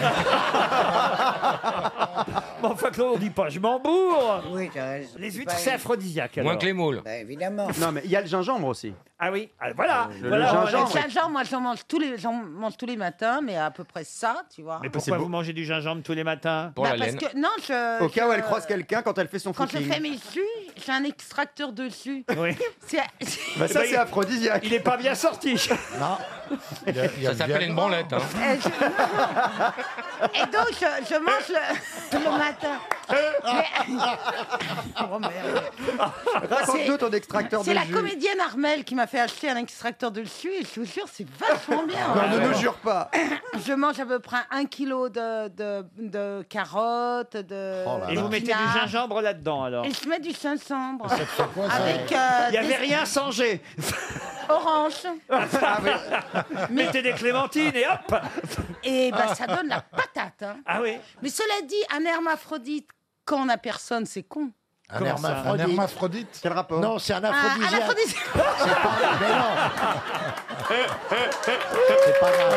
[SPEAKER 1] Mais enfin, Claude, on dit pas je m'en bourre.
[SPEAKER 25] oui, t'as raison.
[SPEAKER 1] Les huîtres,
[SPEAKER 25] pas
[SPEAKER 1] c'est
[SPEAKER 25] une-
[SPEAKER 1] aphrodisiaque.
[SPEAKER 16] Moins
[SPEAKER 1] alors.
[SPEAKER 16] que les moules.
[SPEAKER 25] Bah, évidemment.
[SPEAKER 6] Non, mais il y a le gingembre aussi.
[SPEAKER 1] Ah oui, ah, voilà.
[SPEAKER 6] Le-
[SPEAKER 1] voilà,
[SPEAKER 6] le
[SPEAKER 1] on-
[SPEAKER 6] gingembre.
[SPEAKER 9] Le gingembre, moi, j'en mange, tous les- j'en mange tous les matins, mais à peu près ça, tu vois.
[SPEAKER 1] Mais pourquoi vous mangez du gingembre tous les matins
[SPEAKER 6] Pour
[SPEAKER 9] Bah,
[SPEAKER 6] la
[SPEAKER 9] parce
[SPEAKER 6] laine.
[SPEAKER 9] que, non, je,
[SPEAKER 6] Au cas où
[SPEAKER 9] je-
[SPEAKER 6] elle croise quelqu'un quand elle fait son
[SPEAKER 9] Quand je
[SPEAKER 6] footing.
[SPEAKER 9] fais mes jus, j'ai un extracteur de jus.
[SPEAKER 1] Oui.
[SPEAKER 9] C'est-
[SPEAKER 6] Bah, ça,
[SPEAKER 1] Eh ben,
[SPEAKER 6] c'est aphrodisiaque.
[SPEAKER 1] Il est pas bien sorti.
[SPEAKER 15] Non.
[SPEAKER 16] Ça s'appelle une branlette. hein.
[SPEAKER 3] Eh, je-
[SPEAKER 9] Et donc, je, je mange le, le matin. Mais- Oh, merde.
[SPEAKER 28] Raconte-nous ton extracteur de
[SPEAKER 9] C'est la
[SPEAKER 28] jus.
[SPEAKER 9] comédienne Armel qui m'a fait acheter un extracteur de jus et je vous jure, c'est vachement bien.
[SPEAKER 3] Non, ne nous jure
[SPEAKER 28] pas.
[SPEAKER 9] Je mange à peu près un kilo de, de, de carottes, de.
[SPEAKER 28] Oh
[SPEAKER 6] Oh
[SPEAKER 1] Et vous mettez du
[SPEAKER 9] d'épinards.
[SPEAKER 1] gingembre là-dedans alors
[SPEAKER 9] Et je mets du gingembre.
[SPEAKER 1] quoi, ça
[SPEAKER 9] Avec. euh,
[SPEAKER 1] Il n'y avait
[SPEAKER 9] des-
[SPEAKER 1] rien sans jet.
[SPEAKER 9] Orange.
[SPEAKER 6] Ah,
[SPEAKER 1] Mettez des clémentines et hop
[SPEAKER 9] Et bah, ça donne la patate. hein.
[SPEAKER 1] Ah oui
[SPEAKER 9] Mais cela dit, un hermaphrodite, quand on n'a personne, c'est con.
[SPEAKER 15] Ah, Un hermaphrodite.
[SPEAKER 9] Un
[SPEAKER 15] Quel rapport Non, c'est
[SPEAKER 25] Ah,
[SPEAKER 15] un
[SPEAKER 9] Un- un
[SPEAKER 15] aphrodisiaque.
[SPEAKER 9] aphrodisiaque.
[SPEAKER 15] C'est pas- mais non. C'est pas grave.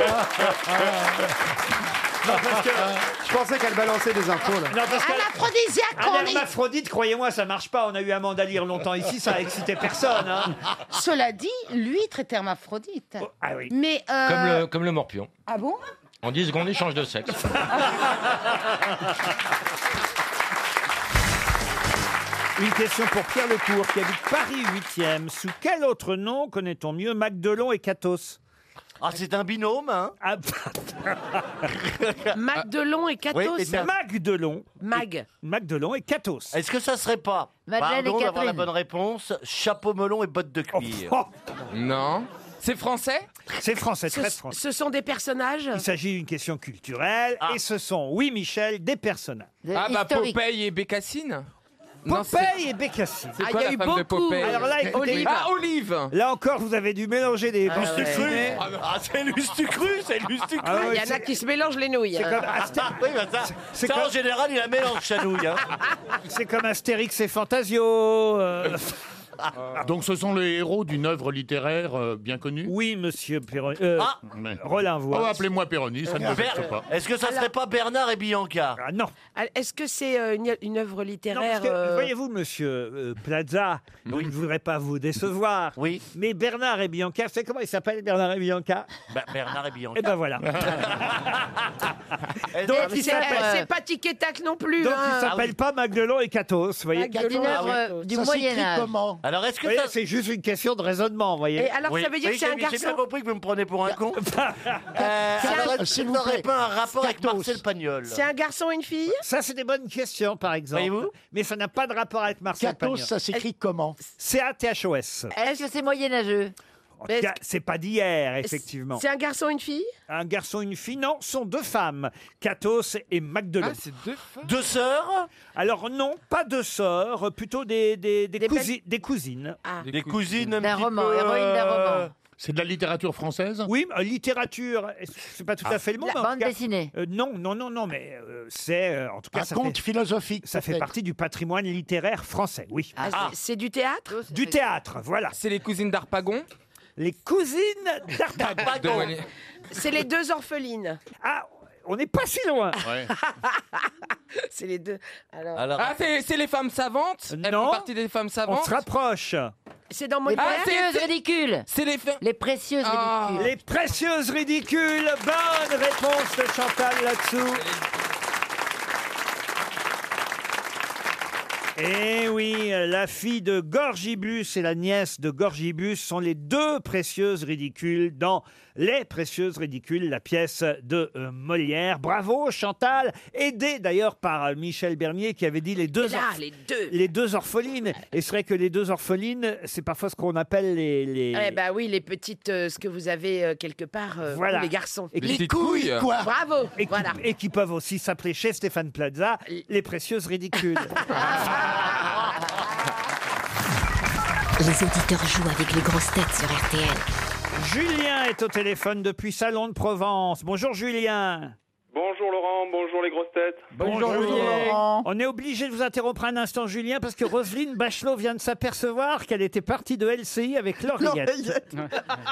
[SPEAKER 1] Je pensais qu'elle balançait des infos là. Non, parce
[SPEAKER 9] Un aphrodisiaque,
[SPEAKER 1] qu'un
[SPEAKER 9] on est-
[SPEAKER 1] hermaphrodite, croyez-moi, ça marche pas. On a eu Amanda Lear longtemps ici, ça a excité personne. hein.
[SPEAKER 9] Cela dit, l'huître est hermaphrodite.
[SPEAKER 1] ah oui.
[SPEAKER 9] Mais. euh,
[SPEAKER 16] Comme, le, comme le morpion.
[SPEAKER 9] Ah bon
[SPEAKER 16] En 10 secondes, il change de sexe.
[SPEAKER 1] Une question pour Pierre Lecourt qui habite Paris 8e. Sous quel autre nom connaît-on mieux Magdelon et Catos Ah, c'est un binôme, hein
[SPEAKER 12] Magdelon et Catos. Oui, et ça-
[SPEAKER 1] Magdelon.
[SPEAKER 12] Mag.
[SPEAKER 1] Magdelon et Catos.
[SPEAKER 12] Est-ce que ça serait pas
[SPEAKER 1] Madeleine
[SPEAKER 12] Pardon
[SPEAKER 1] et
[SPEAKER 12] d'avoir la
[SPEAKER 1] Catherine.
[SPEAKER 12] bonne réponse. Chapeau melon et bottes de cuir.
[SPEAKER 1] Non. C'est français Oh, C'est français,
[SPEAKER 12] Ce-
[SPEAKER 1] très français.
[SPEAKER 12] ce sont des personnages
[SPEAKER 1] Il s'agit d'une question culturelle
[SPEAKER 12] Ah.
[SPEAKER 1] et ce sont, oui Michel, des personnages.
[SPEAKER 16] Ah bah Popeye et Bécassine Non,
[SPEAKER 1] Popeye et Bécassine.
[SPEAKER 12] Ah,
[SPEAKER 16] C'est quoi la femme de Popeye
[SPEAKER 1] Alors là, écoutez,
[SPEAKER 16] Olive. Ah, Olive
[SPEAKER 1] Là encore, vous avez dû mélanger des.
[SPEAKER 12] Ah ouais.
[SPEAKER 16] Ah, c'est Lustucru, c'est Lustucru
[SPEAKER 12] Ah, il y en a qui se mélangent les nouilles.
[SPEAKER 1] C'est
[SPEAKER 9] hein.
[SPEAKER 1] comme- ah, c'est-
[SPEAKER 12] oui, bah ça,
[SPEAKER 1] c'est
[SPEAKER 12] ça,
[SPEAKER 1] comme-
[SPEAKER 12] en général, il la mélange, hein. chanouille. ah.
[SPEAKER 1] C'est comme Astérix et Fantasio. euh.
[SPEAKER 16] Donc ce sont les héros d'une œuvre littéraire euh, bien connue
[SPEAKER 1] Oui, monsieur Perroni. Euh,
[SPEAKER 12] Ah
[SPEAKER 1] Rollin voix.
[SPEAKER 16] Oh, appelez-moi Perroni, ça ne m'affecte pas.
[SPEAKER 12] Est-ce que ça serait pas Bernard et Bianca
[SPEAKER 1] Ah, Non.
[SPEAKER 12] Ah, Est-ce que c'est euh, une, une œuvre
[SPEAKER 1] Non, parce
[SPEAKER 12] littéraire
[SPEAKER 1] que,
[SPEAKER 12] euh,
[SPEAKER 1] Voyez-vous, monsieur euh, Plaza, je ne voudrais pas vous décevoir. Oui. Mais Bernard et Bianca, vous savez comment il s'appelle Bernard et Bianca
[SPEAKER 12] Bah, Bernard et Bianca.
[SPEAKER 1] Eh ben voilà.
[SPEAKER 12] Donc,
[SPEAKER 1] il
[SPEAKER 12] c'est
[SPEAKER 1] s'appelle-
[SPEAKER 12] euh, c'est pas Tic et Tac non plus.
[SPEAKER 1] Donc
[SPEAKER 12] hein.
[SPEAKER 1] il s'appelle pas Magdelon et Catos, vous voyez.
[SPEAKER 12] Magdelon, Une œuvre, ah oui. euh, du
[SPEAKER 1] Ça s'écrit
[SPEAKER 12] Moyen Âge.
[SPEAKER 1] comment
[SPEAKER 12] Alors, est-ce que
[SPEAKER 1] Vous voyez,
[SPEAKER 12] ça-
[SPEAKER 1] c'est juste une question de raisonnement, vous voyez Euh,
[SPEAKER 12] Et alors, ça veut dire que c'est un garçon. compris que vous me prenez pour un con. Euh,
[SPEAKER 1] alors, s'il vous plaît.
[SPEAKER 12] pas un rapport avec Marcel Pagnol.
[SPEAKER 1] garçon et une fille Ça, c'est des bonnes questions, par exemple. Mais ça n'a pas de rapport avec Marcel
[SPEAKER 15] Catos,
[SPEAKER 1] Pagnol.
[SPEAKER 15] ça s'écrit comment
[SPEAKER 1] C-A-T-H-O-S.
[SPEAKER 12] Est-ce que c'est moyenâgeux
[SPEAKER 1] En tout cas, C'est pas d'hier, Ah, effectivement.
[SPEAKER 12] C'est un garçon et une fille
[SPEAKER 1] Un garçon et une fille, non, sont deux femmes, Catos et Magdelon.
[SPEAKER 12] Ah, c'est
[SPEAKER 1] deux femmes Deux sœurs Alors non, pas deux sœurs, plutôt des, des, des, cousi- des cousines.
[SPEAKER 12] Des,
[SPEAKER 16] cousines
[SPEAKER 12] Ah. D'un roman, héroïne d'un roman.
[SPEAKER 16] Euh, C'est de la littérature française
[SPEAKER 1] Oui, mais, euh, littérature, est-ce que c'est pas tout à
[SPEAKER 16] Ah.
[SPEAKER 1] fait le mot.
[SPEAKER 16] La
[SPEAKER 1] mais en tout
[SPEAKER 16] bande
[SPEAKER 1] cas-
[SPEAKER 16] dessinée.
[SPEAKER 1] Euh, non, non, non, non, mais euh, c'est euh, en tout cas
[SPEAKER 15] Un
[SPEAKER 1] ça
[SPEAKER 15] conte
[SPEAKER 1] fait-
[SPEAKER 15] philosophique.
[SPEAKER 1] Ça fait
[SPEAKER 15] peut-être.
[SPEAKER 1] partie du patrimoine littéraire français, oui.
[SPEAKER 12] Ah,
[SPEAKER 1] Ah.
[SPEAKER 12] C'est du théâtre
[SPEAKER 1] Du théâtre, voilà. C'est les cousines d'Arpagon Les cousines d'Arpagon.
[SPEAKER 12] D'Arpagon. C'est les deux orphelines.
[SPEAKER 1] Ah, on n'est pas si loin.
[SPEAKER 12] C'est les deux. Alors...
[SPEAKER 16] Ah, c'est c'est les femmes savantes Elles font partie des femmes
[SPEAKER 1] On
[SPEAKER 16] savantes
[SPEAKER 1] se rapproche.
[SPEAKER 12] Ah, C'est dans
[SPEAKER 16] Les précieuses
[SPEAKER 12] ridicules.
[SPEAKER 16] Eh ben, C'est les Ah. femmes...
[SPEAKER 12] Les précieuses
[SPEAKER 1] Les précieuses ridicules. Bonne réponse de Chantal là-dessous. Eh oui, la fille de Gorgibus et la nièce de Gorgibus sont les deux précieuses ridicules dans Les précieuses ridicules, la pièce de euh, Molière. Bravo Chantal, aidée d'ailleurs par euh, Michel Bernier qui avait dit les deux,
[SPEAKER 12] là,
[SPEAKER 1] orph-
[SPEAKER 12] les deux.
[SPEAKER 1] les deux orphelines. Et c'est vrai que les deux orphelines, c'est parfois ce qu'on appelle les, les-
[SPEAKER 12] Eh bah oui, les petites, euh, ce que vous avez euh, quelque part, euh,
[SPEAKER 1] Voilà.
[SPEAKER 12] vous, les garçons.
[SPEAKER 1] Et Les petites couilles, couilles, quoi.
[SPEAKER 12] Bravo.
[SPEAKER 1] Et qui, et qui peuvent aussi s'appeler chez Stéphane Plaza les précieuses ridicules.
[SPEAKER 4] Les auditeurs jouent avec les grosses têtes sur RTL.
[SPEAKER 1] Julien est au téléphone depuis Salon de Provence. Bonjour Julien.
[SPEAKER 29] Bonjour Laurent, bonjour les grosses têtes.
[SPEAKER 1] On est obligé de vous interrompre un instant Julien parce que Roselyne Bachelot vient de s'apercevoir qu'elle était partie de LCI avec l'oreillette.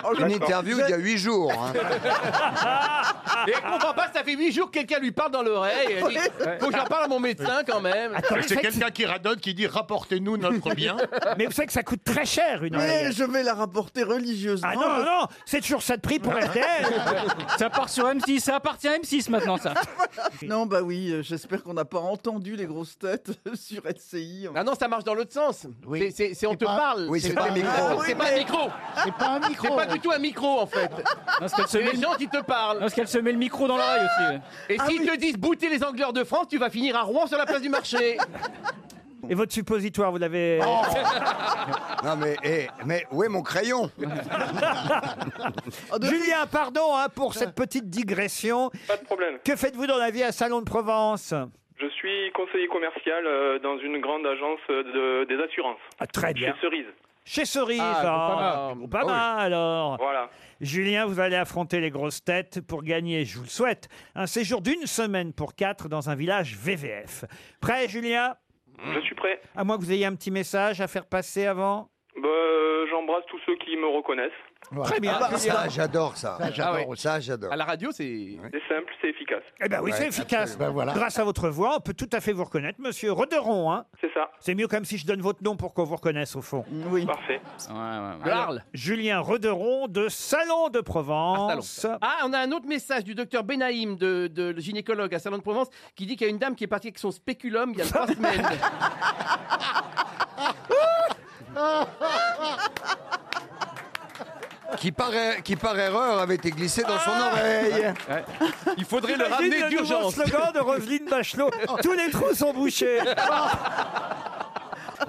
[SPEAKER 23] Oh,
[SPEAKER 10] Une interview d'il y a 8 jours. hein.
[SPEAKER 2] Et elle comprend pas, ça fait 8 jours que quelqu'un lui parle dans l'oreille. Elle dit, Faut que j'en parle à mon médecin quand même.
[SPEAKER 16] C'est quelqu'un qui radonne, qui dit rapportez-nous notre bien.
[SPEAKER 1] Mais vous savez que ça coûte très cher une
[SPEAKER 2] Mais
[SPEAKER 1] oreillette.
[SPEAKER 2] je vais la rapporter religieusement.
[SPEAKER 1] Ah non, non, non, c'est toujours ça de prix pour RTL.
[SPEAKER 30] Ça part sur M6, ça appartient à M6 maintenant, ça.
[SPEAKER 16] Non, bah oui, euh, j'espère qu'on n'a pas entendu les grosses têtes sur LCI.
[SPEAKER 12] Ah non, ça marche dans l'autre sens. C'est- c'est- c'est- on te
[SPEAKER 16] pas-
[SPEAKER 12] parle.
[SPEAKER 16] oui, c'est pas un micro.
[SPEAKER 12] Ah, C'est
[SPEAKER 16] Oui,
[SPEAKER 12] pas un
[SPEAKER 16] mais-
[SPEAKER 12] micro.
[SPEAKER 16] C'est pas un micro.
[SPEAKER 12] C'est pas du tout un micro en fait.
[SPEAKER 31] parce qu'elle se
[SPEAKER 12] C'est
[SPEAKER 31] met
[SPEAKER 12] les
[SPEAKER 31] le-
[SPEAKER 12] gens qui te parlent. Parce qu'elle se met le micro dans
[SPEAKER 31] l'oreille aussi.
[SPEAKER 12] Et
[SPEAKER 16] Ah
[SPEAKER 12] s'ils te disent bouter les angleurs de France, tu vas finir à Rouen sur la place du marché.
[SPEAKER 1] Et votre suppositoire, vous l'avez.
[SPEAKER 6] Oh. Non mais, eh, mais où est mon crayon Ah,
[SPEAKER 1] Julien, pardon hein, pour cette petite digression.
[SPEAKER 29] Pas de problème.
[SPEAKER 1] Que faites-vous dans la vie à Salon de Provence
[SPEAKER 29] Je suis conseiller commercial euh, dans une grande agence euh, de, des assurances.
[SPEAKER 1] Ah, très bien.
[SPEAKER 29] Chez Cerise.
[SPEAKER 1] Chez Cerise.
[SPEAKER 29] Ah,
[SPEAKER 1] ah,
[SPEAKER 29] Groupama.
[SPEAKER 1] Groupama,
[SPEAKER 29] Ah oui.
[SPEAKER 1] alors.
[SPEAKER 29] Voilà.
[SPEAKER 1] Julien, vous allez affronter les grosses têtes pour gagner, je vous le souhaite, un séjour d'une semaine pour quatre dans un village VVF. Prêt, Julien
[SPEAKER 29] Je suis prêt.
[SPEAKER 1] À moins que vous ayez un petit message à faire passer avant
[SPEAKER 29] Bah, euh, J'embrasse tous ceux qui me reconnaissent.
[SPEAKER 1] Très bien.
[SPEAKER 6] Ah, ça, j'adore
[SPEAKER 1] Ça,
[SPEAKER 6] ça.
[SPEAKER 1] bah, j'adore
[SPEAKER 6] Ah ouais. Ça, j'adore.
[SPEAKER 12] À la radio, c'est.
[SPEAKER 29] C'est simple, c'est efficace.
[SPEAKER 1] Eh ben oui, c'est efficace. Grâce à votre voix, on peut tout à fait vous reconnaître, monsieur Roderon. Hein
[SPEAKER 29] c'est ça. Bah,
[SPEAKER 1] C'est mieux comme si je donne votre nom pour qu'on vous reconnaisse, au fond.
[SPEAKER 16] Oui.
[SPEAKER 29] Parfait.
[SPEAKER 1] Alors, Julien Roderon de Salon de Provence.
[SPEAKER 12] Ah, on a un autre message du docteur Benaïm, de, de- le gynécologue à Salon de Provence, qui dit qu'il y a une dame qui est partie avec son spéculum il y a trois semaines.
[SPEAKER 6] qui par, qui par erreur avait été glissé dans son
[SPEAKER 1] Ah
[SPEAKER 6] oreille.
[SPEAKER 12] Il
[SPEAKER 1] J'imagine nouveau slogan de Roselyne Bachelot. Tous les trous sont bouchés.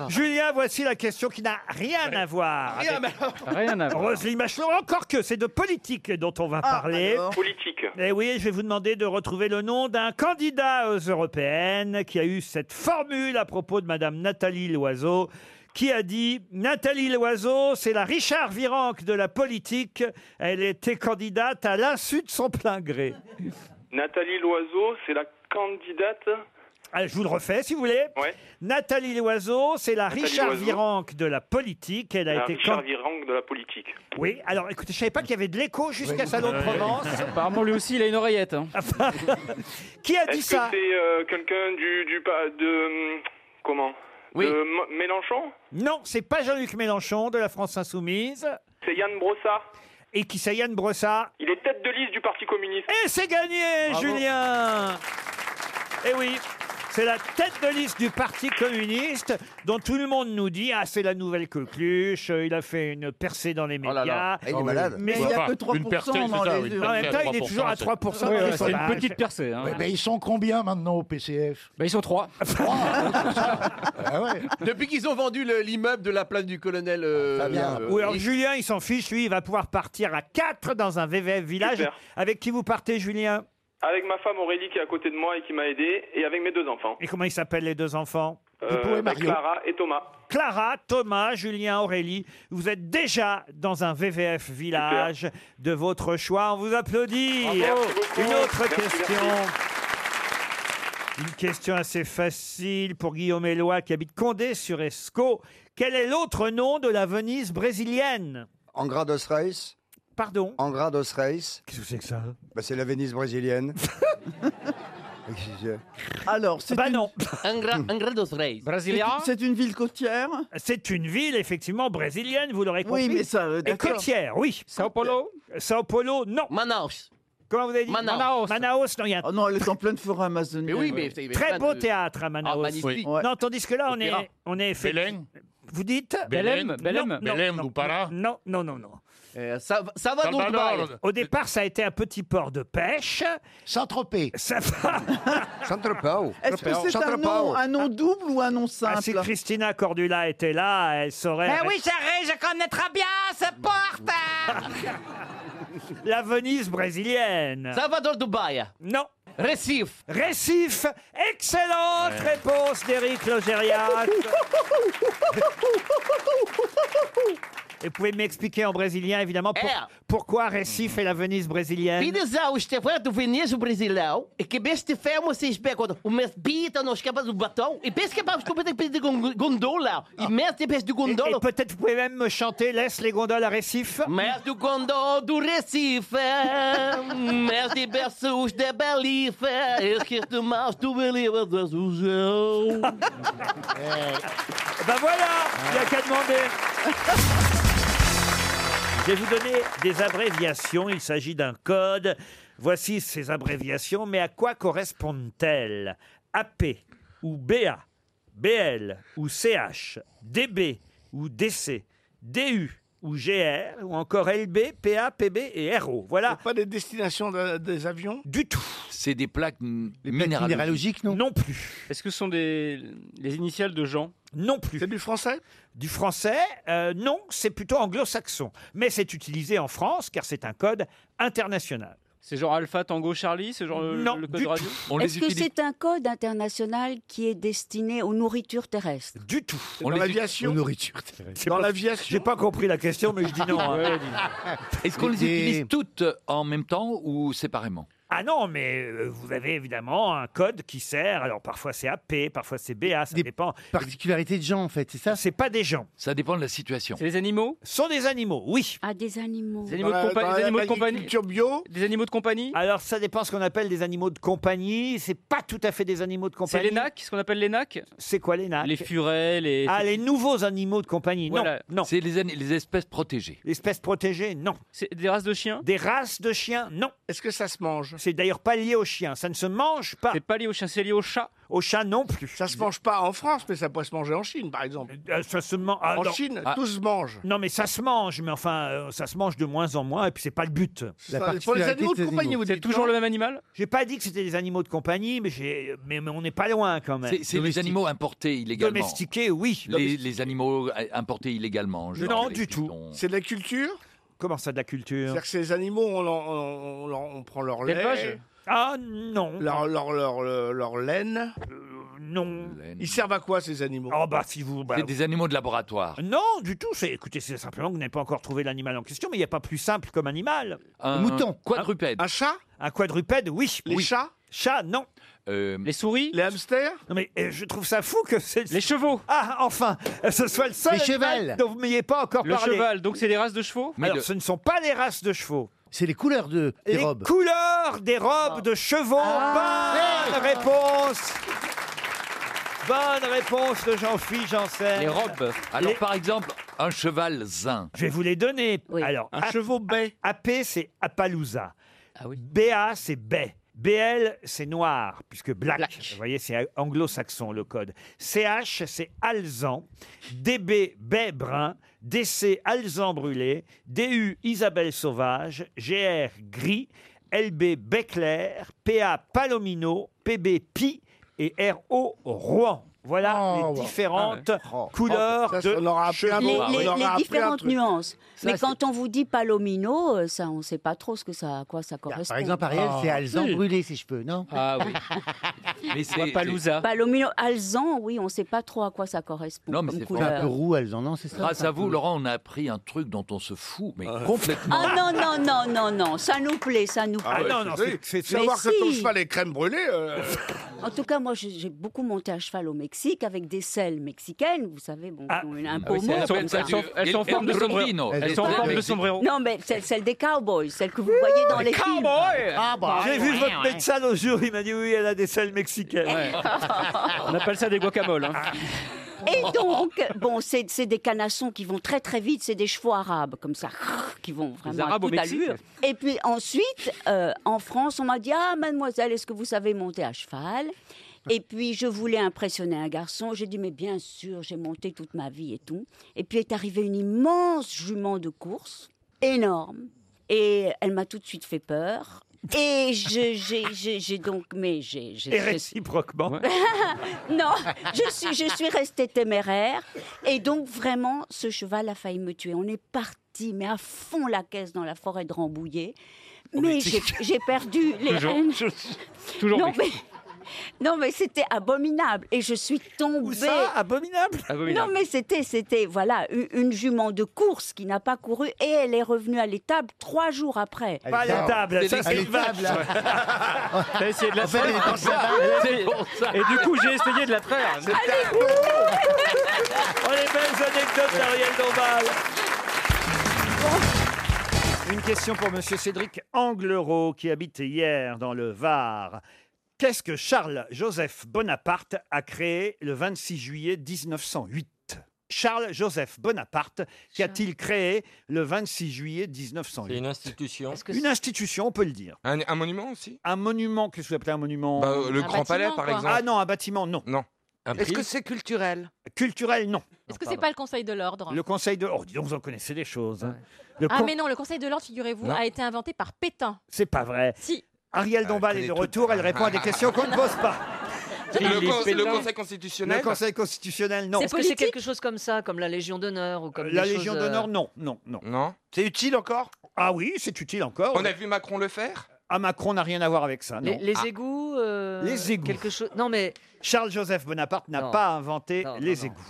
[SPEAKER 1] Julien, voici la question qui n'a rien à voir.
[SPEAKER 12] Rien
[SPEAKER 1] avec
[SPEAKER 12] à- Rien à voir.
[SPEAKER 1] Roselyne Bachelot, encore que c'est de politique dont on
[SPEAKER 12] Ah,
[SPEAKER 1] va parler.
[SPEAKER 29] Politique.
[SPEAKER 1] Eh oui, je vais vous demander de retrouver le nom d'un candidat aux européennes qui a eu cette formule à propos de Madame Nathalie Loiseau, qui a dit Nathalie Loiseau, c'est la Richard Virenque de la politique. Elle était candidate à l'insu de son plein gré.
[SPEAKER 29] Nathalie Loiseau, c'est la candidate.
[SPEAKER 1] Ah, je vous le refais si vous voulez.
[SPEAKER 29] Ouais.
[SPEAKER 1] Nathalie Loiseau, c'est la
[SPEAKER 29] Nathalie
[SPEAKER 1] Richard
[SPEAKER 29] Loiseau.
[SPEAKER 1] Virenque de la politique. Elle a
[SPEAKER 29] La
[SPEAKER 1] été
[SPEAKER 29] Richard
[SPEAKER 1] can-
[SPEAKER 29] Virenque de la politique.
[SPEAKER 1] Oui, alors écoutez, je savais pas qu'il y avait de l'écho jusqu'à Salon de
[SPEAKER 31] Ouais.
[SPEAKER 1] Provence.
[SPEAKER 31] Euh,
[SPEAKER 1] Ah, bah.
[SPEAKER 31] Apparemment, lui aussi, il a une oreillette. hein.
[SPEAKER 1] Qui a dit
[SPEAKER 29] Est-ce que
[SPEAKER 1] ça
[SPEAKER 29] c'est euh, quelqu'un du, du pa- de hum, comment De M- Mélenchon
[SPEAKER 1] Non, c'est pas Jean-Luc Mélenchon de la France Insoumise.
[SPEAKER 29] C'est Yann Brossard.
[SPEAKER 1] Et qui c'est Yann Brossard
[SPEAKER 29] Il est tête de liste du Parti communiste.
[SPEAKER 1] Et c'est gagné,
[SPEAKER 29] Bravo.
[SPEAKER 1] Julien Eh oui c'est la tête de liste du Parti communiste dont tout le monde nous dit Ah, c'est la nouvelle coqueluche, euh, il a fait une percée dans les médias.
[SPEAKER 6] là. Ah, il est malade.
[SPEAKER 1] Mais
[SPEAKER 6] Il y a
[SPEAKER 1] Enfin,
[SPEAKER 6] que 3%
[SPEAKER 1] une percée,
[SPEAKER 6] dans
[SPEAKER 1] c'est ça,
[SPEAKER 6] les
[SPEAKER 1] oui,
[SPEAKER 6] urnes.
[SPEAKER 1] En même temps, il est
[SPEAKER 6] 3%,
[SPEAKER 1] toujours à
[SPEAKER 6] c'est-
[SPEAKER 1] 3%.
[SPEAKER 6] Ouais,
[SPEAKER 1] dans les
[SPEAKER 6] ouais, c'est une
[SPEAKER 1] sondages.
[SPEAKER 6] petite percée, hein.
[SPEAKER 15] Ouais, mais ils sont combien maintenant au PCF
[SPEAKER 31] Ils sont trois.
[SPEAKER 15] Ah,
[SPEAKER 23] Ah
[SPEAKER 12] Depuis qu'ils ont vendu le- l'immeuble de la place du colonel. euh, euh,
[SPEAKER 1] Oui, alors
[SPEAKER 12] il-
[SPEAKER 1] Julien, il s'en fiche, lui, il va pouvoir partir à 4 dans un VVF village.
[SPEAKER 29] Super.
[SPEAKER 1] Avec qui vous partez, Julien
[SPEAKER 29] Avec ma femme Aurélie qui est à côté de moi et qui m'a aidé, et avec mes deux enfants.
[SPEAKER 1] Et comment ils s'appellent les deux enfants
[SPEAKER 29] Euh, avec Clara et Thomas.
[SPEAKER 1] Clara, Thomas, Julien, Aurélie, vous êtes déjà dans un VVF village de votre choix. On vous applaudit.
[SPEAKER 29] Bravo. Merci beaucoup.
[SPEAKER 1] Une autre
[SPEAKER 29] Merci,
[SPEAKER 1] question.
[SPEAKER 29] merci.
[SPEAKER 1] Une question assez facile pour Guillaume Eloi qui habite Condé-sur-Escaut. Quel est l'autre nom de la Venise brésilienne
[SPEAKER 6] Angra dos Reis.
[SPEAKER 1] Pardon
[SPEAKER 6] Angra dos Reis.
[SPEAKER 1] Qu'est-ce que c'est que ça
[SPEAKER 6] bah, C'est la Venise brésilienne.
[SPEAKER 16] Alors, c'est
[SPEAKER 1] Bah non.
[SPEAKER 16] c'est une- c'est une ville côtière.
[SPEAKER 1] C'est une ville effectivement brésilienne, vous l'aurez
[SPEAKER 16] Oui,
[SPEAKER 1] compris.
[SPEAKER 16] mais ça, euh,
[SPEAKER 1] Et
[SPEAKER 16] d'accord.
[SPEAKER 1] côtière, oui. Sao Paulo Sao Paulo, non.
[SPEAKER 12] Manaus.
[SPEAKER 1] Comment vous avez dit
[SPEAKER 16] Manaus.
[SPEAKER 1] Manaus, non, il y a un
[SPEAKER 16] Oh non, elle est en pleine forêt amazonienne.
[SPEAKER 12] Mais oui, mais- mais-
[SPEAKER 1] Très
[SPEAKER 12] plein
[SPEAKER 1] beau
[SPEAKER 12] de-
[SPEAKER 1] théâtre à
[SPEAKER 12] Ah,
[SPEAKER 1] Manaus.
[SPEAKER 12] magnifique. Oui.
[SPEAKER 1] Non, tandis que là, on
[SPEAKER 12] Opéra.
[SPEAKER 1] est, on est effectu-
[SPEAKER 12] Belém
[SPEAKER 1] Vous dites
[SPEAKER 12] Belém,
[SPEAKER 1] Non,
[SPEAKER 12] Belém.
[SPEAKER 1] non,
[SPEAKER 12] Belém
[SPEAKER 1] non,
[SPEAKER 12] do Pará.
[SPEAKER 1] Non, non, non, non.
[SPEAKER 16] Eh,
[SPEAKER 12] Euh, ça, va- ça va donc mal.
[SPEAKER 1] Au départ, ça a été un petit port de pêche.
[SPEAKER 15] Saint-Tropez.
[SPEAKER 6] Saint-Tropez.
[SPEAKER 16] Est-ce que c'est un nom, un nom double ou un nom simple
[SPEAKER 1] Ah, si Christina Cordula était là, elle saurait.
[SPEAKER 12] Ben
[SPEAKER 16] Mais oui,
[SPEAKER 9] J'arrête, je connaîtrai bien ce porte
[SPEAKER 1] La Venise brésilienne.
[SPEAKER 12] Salvador Dubaï.
[SPEAKER 1] Non.
[SPEAKER 12] Récif.
[SPEAKER 1] Récif. Excellente
[SPEAKER 12] Ouais.
[SPEAKER 1] réponse d'Éric Logériat. Et vous pouvez m'expliquer en brésilien, évidemment, pour-
[SPEAKER 12] Eh.
[SPEAKER 1] pourquoi Récif est la Venise brésilienne.
[SPEAKER 12] Bem-vindos ao Estevão é do Veneza Brasilão, e que bestifemos vocês pegam umas bitas nos cabas do batom, e é pescamos com de peixe de gon- gondola, e mestre de peixe de
[SPEAKER 1] Et
[SPEAKER 12] gondola,
[SPEAKER 1] peut-être vous pouvez même me chanter Laisse les gondoles à Récif.
[SPEAKER 12] mestre do gondol do Recife, mestre de berços de Belife, esquerdo mais do Belize do Azulzão.
[SPEAKER 1] Ben voilà, il n'y a qu'à demander. Je vais vous donner des abréviations. Il s'agit d'un code. Voici ces abréviations, mais à quoi correspondent-elles AP ou BA, BL ou CH, DB ou DC, DU ou GR ou encore LB, PA, PB et RO. Voilà. Pas des destinations des avions Du tout.
[SPEAKER 3] C'est des plaques m- minéralogiques.
[SPEAKER 1] non Non plus.
[SPEAKER 19] Est-ce que ce sont des, les initiales de Jean
[SPEAKER 1] Non plus. C'est du français Du français, euh, non, c'est plutôt anglo-saxon. Mais c'est utilisé en France car c'est un code international.
[SPEAKER 19] C'est genre Alpha Tango Charlie C'est genre le-
[SPEAKER 1] Non,
[SPEAKER 19] le
[SPEAKER 1] du
[SPEAKER 19] code radio
[SPEAKER 1] tout.
[SPEAKER 4] Est-ce que c'est un code international qui est destiné aux nourritures terrestres
[SPEAKER 1] Du tout.
[SPEAKER 4] On
[SPEAKER 3] les
[SPEAKER 4] l'aviation.
[SPEAKER 3] utilise- aux nourritures.
[SPEAKER 1] Dans l'aviation J'ai pas compris la question, mais je dis non. hein.
[SPEAKER 3] Ouais, dis Est-ce qu'on les
[SPEAKER 1] Des-
[SPEAKER 3] utilise toutes euh, en même temps ou séparément
[SPEAKER 1] Ah non, mais euh, vous avez évidemment un code qui sert. Alors parfois c'est AP, parfois c'est BA, ça dépend.
[SPEAKER 9] Particularité de gens, en fait, c'est ça
[SPEAKER 1] C'est pas des gens.
[SPEAKER 3] Ça dépend de la situation.
[SPEAKER 19] Des animaux
[SPEAKER 1] Sont des animaux, oui.
[SPEAKER 4] Ah, des animaux.
[SPEAKER 19] Des animaux, de, compa- des animaux de compagnie Des animaux de compagnie
[SPEAKER 1] Alors ça dépend ce qu'on appelle des animaux de compagnie. C'est pas tout à fait des animaux de
[SPEAKER 19] C'est
[SPEAKER 1] compagnie.
[SPEAKER 19] les nacs, ce qu'on appelle les nacs
[SPEAKER 1] C'est quoi les nacs
[SPEAKER 19] Les furets, les...
[SPEAKER 1] Ah, les nouveaux animaux de compagnie,
[SPEAKER 19] Voilà.
[SPEAKER 1] non. non.
[SPEAKER 3] C'est les, an- les espèces protégées.
[SPEAKER 1] Espèces protégées, non.
[SPEAKER 19] C'est des races de chiens
[SPEAKER 1] Des races de chiens, non. Est-ce que ça se mange C'est d'ailleurs pas lié aux chiens, ça ne se mange pas. C'est
[SPEAKER 19] pas lié aux chiens, c'est lié aux chats
[SPEAKER 1] Aux chats non plus. Ça
[SPEAKER 7] se mange pas en France, mais ça pourrait se manger en Chine, par exemple.
[SPEAKER 16] Euh,
[SPEAKER 1] ça se mange.
[SPEAKER 7] en Chine,
[SPEAKER 19] Ah.
[SPEAKER 7] tout se mange.
[SPEAKER 1] Ah, Non, mais ça se mange, mais enfin, euh, ça se mange de moins en moins, et puis c'est pas le but.
[SPEAKER 7] Ça- pour les particularité animaux de de ces compagnie, animaux. vous
[SPEAKER 1] C'est
[SPEAKER 7] dites, toujours non
[SPEAKER 1] le
[SPEAKER 19] même animal
[SPEAKER 1] J'ai pas dit que c'était des animaux de compagnie, mais, j'ai- mais, mais on n'est pas loin quand même.
[SPEAKER 3] C'est c'est les animaux importés illégalement.
[SPEAKER 1] Domestiqués, oui.
[SPEAKER 3] Les, les animaux euh, importés illégalement. genre
[SPEAKER 1] Non,
[SPEAKER 3] les
[SPEAKER 1] du tout.
[SPEAKER 3] pitons.
[SPEAKER 7] C'est de la culture
[SPEAKER 1] Comment ça, de la culture
[SPEAKER 7] C'est-à-dire que ces animaux, on, en- on- on leur- on prend leur lait.
[SPEAKER 1] L'élevage Ah non.
[SPEAKER 7] Leur, leur, leur, leur- leur laine
[SPEAKER 1] Euh, Non.
[SPEAKER 7] Ils servent à quoi ces animaux
[SPEAKER 1] Oh bah si vous.
[SPEAKER 3] C'est des animaux de laboratoire.
[SPEAKER 1] Non, du tout. C'est, écoutez, c'est simplement que vous n'avez pas encore trouvé l'animal en question, mais il n'y a pas plus simple comme animal.
[SPEAKER 3] Un mouton. quadrupède.
[SPEAKER 1] Un, chat Un quadrupède, oui. Les
[SPEAKER 7] chats
[SPEAKER 1] Chat, non.
[SPEAKER 3] Euh,
[SPEAKER 19] Les souris
[SPEAKER 7] Les hamsters
[SPEAKER 1] Non mais euh, je trouve ça fou que c'est... Les
[SPEAKER 19] chevaux
[SPEAKER 1] Ah, enfin euh, Ce soit le seul
[SPEAKER 19] Les
[SPEAKER 1] animal
[SPEAKER 19] chevals.
[SPEAKER 1] dont vous m'ayez pas encore
[SPEAKER 19] Le
[SPEAKER 1] parlé.
[SPEAKER 19] cheval, donc c'est des races de chevaux
[SPEAKER 1] Alors, ce ne sont pas les races de chevaux.
[SPEAKER 9] C'est les couleurs de, des
[SPEAKER 1] les
[SPEAKER 9] robes.
[SPEAKER 1] couleurs des robes de chevaux. Bonne réponse Bonne réponse de Jean-Philippe Janssen.
[SPEAKER 3] Les robes. Alors, par exemple, un cheval zin.
[SPEAKER 1] Je vais vous les donner. Alors, un
[SPEAKER 7] chevaux bai.
[SPEAKER 1] AP, c'est Appaloosa.
[SPEAKER 3] Ah
[SPEAKER 1] BA, c'est bai. BL, c'est noir, puisque black. Vous voyez, c'est anglo-saxon le code. CH, c'est alzan. DB, bai brun. DC, alzan brûlé. DU, Isabelle sauvage. GR, gris. LB, bai clair. PA, palomino. PB, pi. Et RO, Rouen. Voilà les différentes couleurs
[SPEAKER 7] Ça,
[SPEAKER 1] de
[SPEAKER 7] on aura appris un
[SPEAKER 1] chevaux.
[SPEAKER 7] truc.
[SPEAKER 4] Les, les-
[SPEAKER 7] On aura appris
[SPEAKER 4] les
[SPEAKER 7] un
[SPEAKER 4] différentes
[SPEAKER 7] truc.
[SPEAKER 4] nuances.
[SPEAKER 7] Ça,
[SPEAKER 4] Mais quand on vous dit palomino, euh, ça, on ne sait pas trop ce que ça, à quoi ça correspond.
[SPEAKER 9] Bah, Par exemple, Ariel,
[SPEAKER 20] Ah.
[SPEAKER 9] c'est Alzan brûlé, si je peux, non
[SPEAKER 3] Ah oui. Mais c'est.
[SPEAKER 19] Palooza.
[SPEAKER 4] Palomino, alzan, oui, on ne sait pas trop à quoi ça correspond.
[SPEAKER 3] Non, mais
[SPEAKER 4] comme
[SPEAKER 3] c'est
[SPEAKER 9] C'est un
[SPEAKER 4] couleur.
[SPEAKER 9] peu roux, Alzan, non, c'est ça
[SPEAKER 3] Grâce à vous, Laurent, on a appris un truc dont on se fout, mais complètement.
[SPEAKER 4] Ah non, non, non, non, non, ça nous plaît, ça nous plaît.
[SPEAKER 7] Ah, ouais, c'est- c'est savoir que
[SPEAKER 4] Mais
[SPEAKER 7] ton
[SPEAKER 4] si.
[SPEAKER 7] cheval est crème brûlée. euh,
[SPEAKER 4] En tout cas, moi, j'ai j'ai beaucoup monté à cheval au Mexique avec des selles mexicaines, vous savez, bon, qui ont une- un
[SPEAKER 19] Ah oui,
[SPEAKER 4] pommeau.
[SPEAKER 19] c'est- elles sont-
[SPEAKER 4] comme
[SPEAKER 19] elles
[SPEAKER 11] euh,
[SPEAKER 4] ça.
[SPEAKER 19] sont- elles sont en
[SPEAKER 3] El-
[SPEAKER 19] forme de
[SPEAKER 3] El
[SPEAKER 19] sombrero.
[SPEAKER 3] Rondino.
[SPEAKER 19] Elles sont en forme de sombrero.
[SPEAKER 4] Non, mais celle, celle des cowboys, celle que vous voyez dans les, films.
[SPEAKER 19] Ah bah,
[SPEAKER 1] J'ai vu
[SPEAKER 19] ouais,
[SPEAKER 1] votre
[SPEAKER 19] ouais.
[SPEAKER 1] médecin l'autre jour, il m'a dit oui, elle a des selles mexicaines.
[SPEAKER 19] On appelle ça des guacamoles. hein.
[SPEAKER 1] Ah.
[SPEAKER 4] Et donc, bon, c'est c'est des canassons qui vont très très vite, c'est des chevaux arabes, comme ça, qui vont vraiment à
[SPEAKER 19] Arabes au
[SPEAKER 4] toute
[SPEAKER 19] Mexique.
[SPEAKER 4] allure. Et puis ensuite, euh, en France, on m'a dit Ah, mademoiselle, est-ce que vous savez monter à cheval et puis je voulais impressionner un garçon, j'ai dit mais bien sûr, j'ai monté toute ma vie et tout. Et puis est arrivée une immense jument de course, énorme, et elle m'a tout de suite fait peur. Et je- j'ai j'ai- j'ai donc mais j'ai j'ai-
[SPEAKER 1] Et
[SPEAKER 4] je-
[SPEAKER 1] réciproquement.
[SPEAKER 4] non, je suis, je suis restée téméraire. Et donc, vraiment, ce cheval a failli me tuer. On est parti, mais à fond la caisse dans la forêt de Rambouillet.
[SPEAKER 1] Oh,
[SPEAKER 4] Mais j'ai j'ai perdu les
[SPEAKER 19] Toujours.
[SPEAKER 4] rênes.
[SPEAKER 19] Toujours
[SPEAKER 4] Non,
[SPEAKER 19] oui.
[SPEAKER 4] mais, non, mais c'était abominable. Et je suis tombée.
[SPEAKER 1] ça Abominable
[SPEAKER 19] Abominable.
[SPEAKER 4] Non, mais c'était, c'était, voilà, u- une jument de course qui n'a pas couru et elle est revenue à l'étable trois jours après.
[SPEAKER 1] Pas à l'étable, ça c'est une vache.
[SPEAKER 19] T'as essayé de la
[SPEAKER 1] En fait,
[SPEAKER 19] traire.
[SPEAKER 1] elle est pour ça.
[SPEAKER 19] Elle a essayé- Et du coup, j'ai essayé de la traire.
[SPEAKER 1] Oh, les belles anecdotes d'Ariel Dombal Une question pour Monsieur Cédric Anglerot, qui habite hier dans le Var. Qu'est-ce que Charles-Joseph Bonaparte a créé le 26 juillet 1908 Charles-Joseph Bonaparte qu'a-t-il créé le 26 juillet 1908
[SPEAKER 16] C'est une institution.
[SPEAKER 1] Une institution, on peut le dire. Un, monument aussi Un monument, qu'est-ce que vous appelez un monument
[SPEAKER 16] Bah, euh, le Un Grand bâtiment, Palais, par quoi. exemple.
[SPEAKER 1] Ah non, un bâtiment, non. Non.
[SPEAKER 16] Est-ce prix que
[SPEAKER 1] c'est culturel Culturel, non.
[SPEAKER 6] Est-ce que c'est pas le Conseil de l'ordre
[SPEAKER 1] Le conseil de... Oh, dis donc, vous en connaissez des choses. hein. Le
[SPEAKER 6] Ah
[SPEAKER 1] con-
[SPEAKER 6] mais non, le Conseil de l'ordre, figurez-vous,
[SPEAKER 1] Non.
[SPEAKER 6] a été inventé par Pétain.
[SPEAKER 1] C'est pas vrai.
[SPEAKER 6] Si.
[SPEAKER 1] Ariel Dombal est de retour, elle répond à des questions qu'on ne pose pas.
[SPEAKER 10] Le, con- le Conseil constitutionnel
[SPEAKER 1] Le Conseil constitutionnel, non.
[SPEAKER 11] Est-ce que c'est quelque chose comme ça, comme la Légion d'honneur ou comme
[SPEAKER 1] La
[SPEAKER 11] des
[SPEAKER 1] Légion
[SPEAKER 11] choses, euh,
[SPEAKER 1] d'honneur, non, non, non. Non. C'est utile encore Ah oui, c'est utile encore.
[SPEAKER 10] On a vu Macron le faire
[SPEAKER 1] Ah, Macron n'a rien à voir avec ça, non.
[SPEAKER 11] Les, les
[SPEAKER 1] Ah.
[SPEAKER 11] égouts. euh,
[SPEAKER 1] Les égouts.
[SPEAKER 11] Quelque chose. Non mais.
[SPEAKER 1] Charles-Joseph Bonaparte n'a
[SPEAKER 11] Non.
[SPEAKER 1] pas inventé les égouts.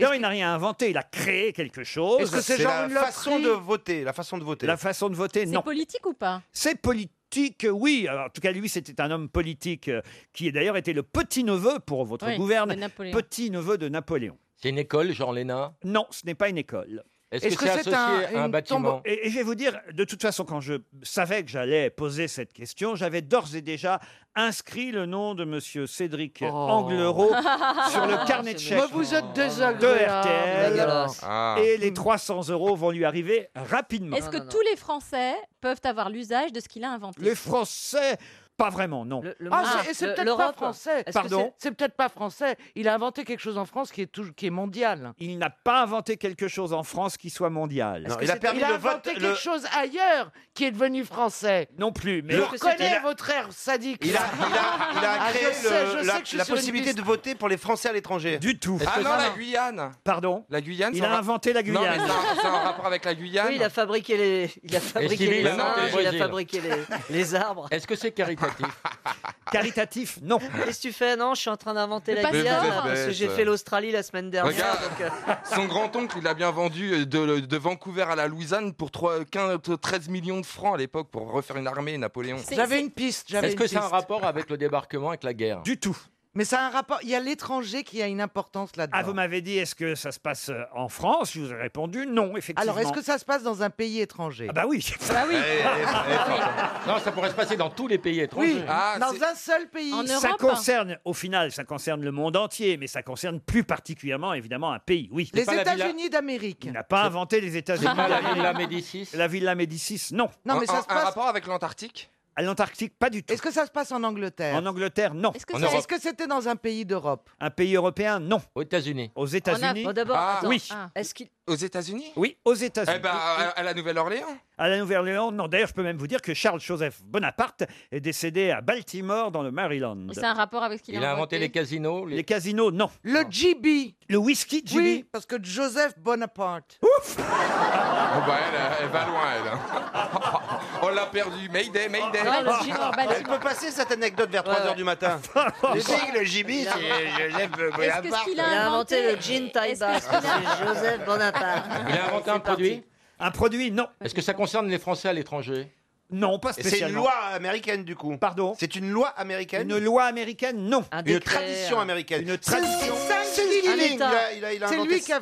[SPEAKER 1] Non, il n'a rien inventé, il a créé quelque chose.
[SPEAKER 10] Est-ce que c'est C'est genre la une loterie façon de voter,
[SPEAKER 1] La façon de voter. La façon de voter,
[SPEAKER 6] C'est
[SPEAKER 1] non.
[SPEAKER 6] politique ou pas
[SPEAKER 1] C'est politique, oui. Alors, en tout cas, lui, c'était un homme politique euh, qui, d'ailleurs, était le petit-neveu pour votre
[SPEAKER 6] Oui,
[SPEAKER 1] gouverne.
[SPEAKER 6] de Napoléon.
[SPEAKER 1] Petit-neveu de Napoléon. C'est une école, Jean Léna Non, ce n'est pas une école.
[SPEAKER 16] Est-ce Est-ce que que c'est c'est associé un- à un une bâtiment tombe-
[SPEAKER 1] et, et je vais vous dire, de toute façon, quand je savais que j'allais poser cette question, j'avais d'ores et déjà inscrit le nom de Monsieur Cédric Anglerot sur le carnet de chèques
[SPEAKER 13] Bah, vous êtes
[SPEAKER 1] de
[SPEAKER 13] désagréable.
[SPEAKER 1] RTL.
[SPEAKER 13] Dégueulasse. Ah.
[SPEAKER 1] Et les 300 euros vont lui arriver rapidement.
[SPEAKER 6] Est-ce que tous les Français peuvent avoir l'usage de ce qu'il a inventé
[SPEAKER 1] Les Français, pas vraiment, non.
[SPEAKER 13] Ah, c'est- et c'est peut-être pas français. Est-ce que
[SPEAKER 1] Pardon
[SPEAKER 13] c'est- C'est peut-être pas français. Il a inventé quelque chose en France qui est, tou- qui est mondial.
[SPEAKER 1] Il n'a pas inventé quelque chose en France qui soit mondial.
[SPEAKER 13] Parce que c'est- il a inventé quelque chose ailleurs qui est devenu français.
[SPEAKER 1] Non plus, mais
[SPEAKER 13] je
[SPEAKER 1] Parce que c'était-
[SPEAKER 13] reconnais
[SPEAKER 1] il a-
[SPEAKER 13] votre air sadique.
[SPEAKER 1] il a- il a-
[SPEAKER 10] Il a
[SPEAKER 13] Ah,
[SPEAKER 10] créé
[SPEAKER 13] je sais, je
[SPEAKER 10] le-
[SPEAKER 13] sais
[SPEAKER 10] la,
[SPEAKER 13] que je suis
[SPEAKER 10] la
[SPEAKER 13] sur une
[SPEAKER 10] possibilité
[SPEAKER 13] piste.
[SPEAKER 10] de voter pour les Français à l'étranger.
[SPEAKER 1] Du tout.
[SPEAKER 10] Ah
[SPEAKER 1] Est-ce que
[SPEAKER 10] non,
[SPEAKER 1] ça-
[SPEAKER 10] la Guyane.
[SPEAKER 1] Pardon
[SPEAKER 10] La Guyane.
[SPEAKER 1] Il
[SPEAKER 10] ça
[SPEAKER 1] a
[SPEAKER 10] va-
[SPEAKER 1] inventé la
[SPEAKER 10] Non, mais
[SPEAKER 1] Guyane.
[SPEAKER 10] ça- ça a un rapport avec la Guyane.
[SPEAKER 11] Oui, il a fabriqué les. Il a fabriqué
[SPEAKER 10] qu'il est
[SPEAKER 11] les
[SPEAKER 10] là,
[SPEAKER 11] singes, il
[SPEAKER 10] au
[SPEAKER 11] a
[SPEAKER 10] Brésil
[SPEAKER 11] fabriqué les, les arbres.
[SPEAKER 16] Est-ce que c'est caritatif
[SPEAKER 1] Caritatif, non.
[SPEAKER 11] Qu'est-ce que tu fais Non, je suis en train d'inventer la
[SPEAKER 10] Le passeport.
[SPEAKER 11] Guyane
[SPEAKER 10] Mais vous êtes
[SPEAKER 11] parce que
[SPEAKER 10] bête.
[SPEAKER 11] j'ai fait l'Australie la semaine dernière.
[SPEAKER 10] Regarde,
[SPEAKER 11] donc, euh,
[SPEAKER 10] son grand-oncle, il a bien vendu euh, de, de Vancouver à la Louisiane pour 3, 15, 13 millions de francs à l'époque pour refaire une armée, Napoléon.
[SPEAKER 13] J'avais une piste. j'avais
[SPEAKER 10] Est-ce
[SPEAKER 13] une
[SPEAKER 10] que c'est un
[SPEAKER 13] piste.
[SPEAKER 10] rapport avec le débarquement, avec la guerre
[SPEAKER 1] Du tout.
[SPEAKER 13] Mais ça a un rapport. Il y a l'étranger qui a une importance là-dedans.
[SPEAKER 1] Ah, vous m'avez dit, est-ce que ça se passe euh, en France Je vous ai répondu non, effectivement.
[SPEAKER 13] Alors, est-ce que ça se passe dans un pays étranger
[SPEAKER 1] Ah bah oui
[SPEAKER 13] Bah
[SPEAKER 16] Eh,
[SPEAKER 13] oui. Ah,
[SPEAKER 16] Non, ça pourrait se passer dans tous les pays étrangers.
[SPEAKER 13] Oui, hein. dans un seul pays.
[SPEAKER 1] ça concerne, au final, ça concerne le monde entier, mais ça concerne plus particulièrement, évidemment, un pays, oui.
[SPEAKER 13] Les États-Unis d'Amérique.
[SPEAKER 1] Il n'a pas inventé les États-Unis.
[SPEAKER 13] C'est pas la Villa
[SPEAKER 1] Médicis La Villa Médicis, non.
[SPEAKER 13] Non, mais ça Un- se un passe- rapport
[SPEAKER 10] avec l'Antarctique
[SPEAKER 1] À l'Antarctique, pas du tout.
[SPEAKER 13] Est-ce que ça se passe en Angleterre
[SPEAKER 1] En Angleterre, non.
[SPEAKER 13] Est-ce que c'est- est-ce que c'était dans un pays d'Europe
[SPEAKER 1] Un pays européen, non.
[SPEAKER 16] Aux États-Unis.
[SPEAKER 1] Aux États-Unis Ah,
[SPEAKER 11] Bon, d'abord,
[SPEAKER 24] Ah.
[SPEAKER 11] attends.
[SPEAKER 1] Oui.
[SPEAKER 6] Ah.
[SPEAKER 11] Est-ce qu'il.
[SPEAKER 10] Aux États-Unis
[SPEAKER 1] Oui, aux États-Unis.
[SPEAKER 10] Eh ben,
[SPEAKER 16] euh,
[SPEAKER 10] à, à la Nouvelle-Orléans.
[SPEAKER 1] À la Nouvelle-Orléans, non. D'ailleurs, je peux même vous dire que Charles-Joseph Bonaparte est décédé à Baltimore, dans le Maryland.
[SPEAKER 6] C'est un rapport avec ce qu'il a,
[SPEAKER 1] casinos. Les... casinos, non.
[SPEAKER 13] Le GB.
[SPEAKER 1] Le whisky GB.
[SPEAKER 13] Oui, parce que Joseph Bonaparte.
[SPEAKER 1] Ouf
[SPEAKER 10] Oh, bah, elle, elle va loin, elle. hein. On l'a perdu. Mayday, Mayday.
[SPEAKER 32] Non, le Gino Baltimore. Elle peut passer cette anecdote vers 3 heures du matin. Le sigle, le gibi, c'est Joseph Bonaparte.
[SPEAKER 11] Il a inventé le jean tie bas.
[SPEAKER 16] qu'il a-
[SPEAKER 11] C'est Joseph Bonaparte.
[SPEAKER 16] Il a inventé un produit
[SPEAKER 1] Un produit, non.
[SPEAKER 16] Est-ce que ça concerne les Français à l'étranger
[SPEAKER 1] Non, pas
[SPEAKER 32] Et c'est une loi américaine du coup.
[SPEAKER 1] Pardon
[SPEAKER 32] C'est une loi américaine.
[SPEAKER 1] Une loi américaine, non.
[SPEAKER 32] Une tradition américaine. Une
[SPEAKER 1] tradition.
[SPEAKER 32] Thanksgiving, il a- il a- il a
[SPEAKER 13] C'est
[SPEAKER 32] inventé
[SPEAKER 13] lui
[SPEAKER 32] ça.
[SPEAKER 13] qui a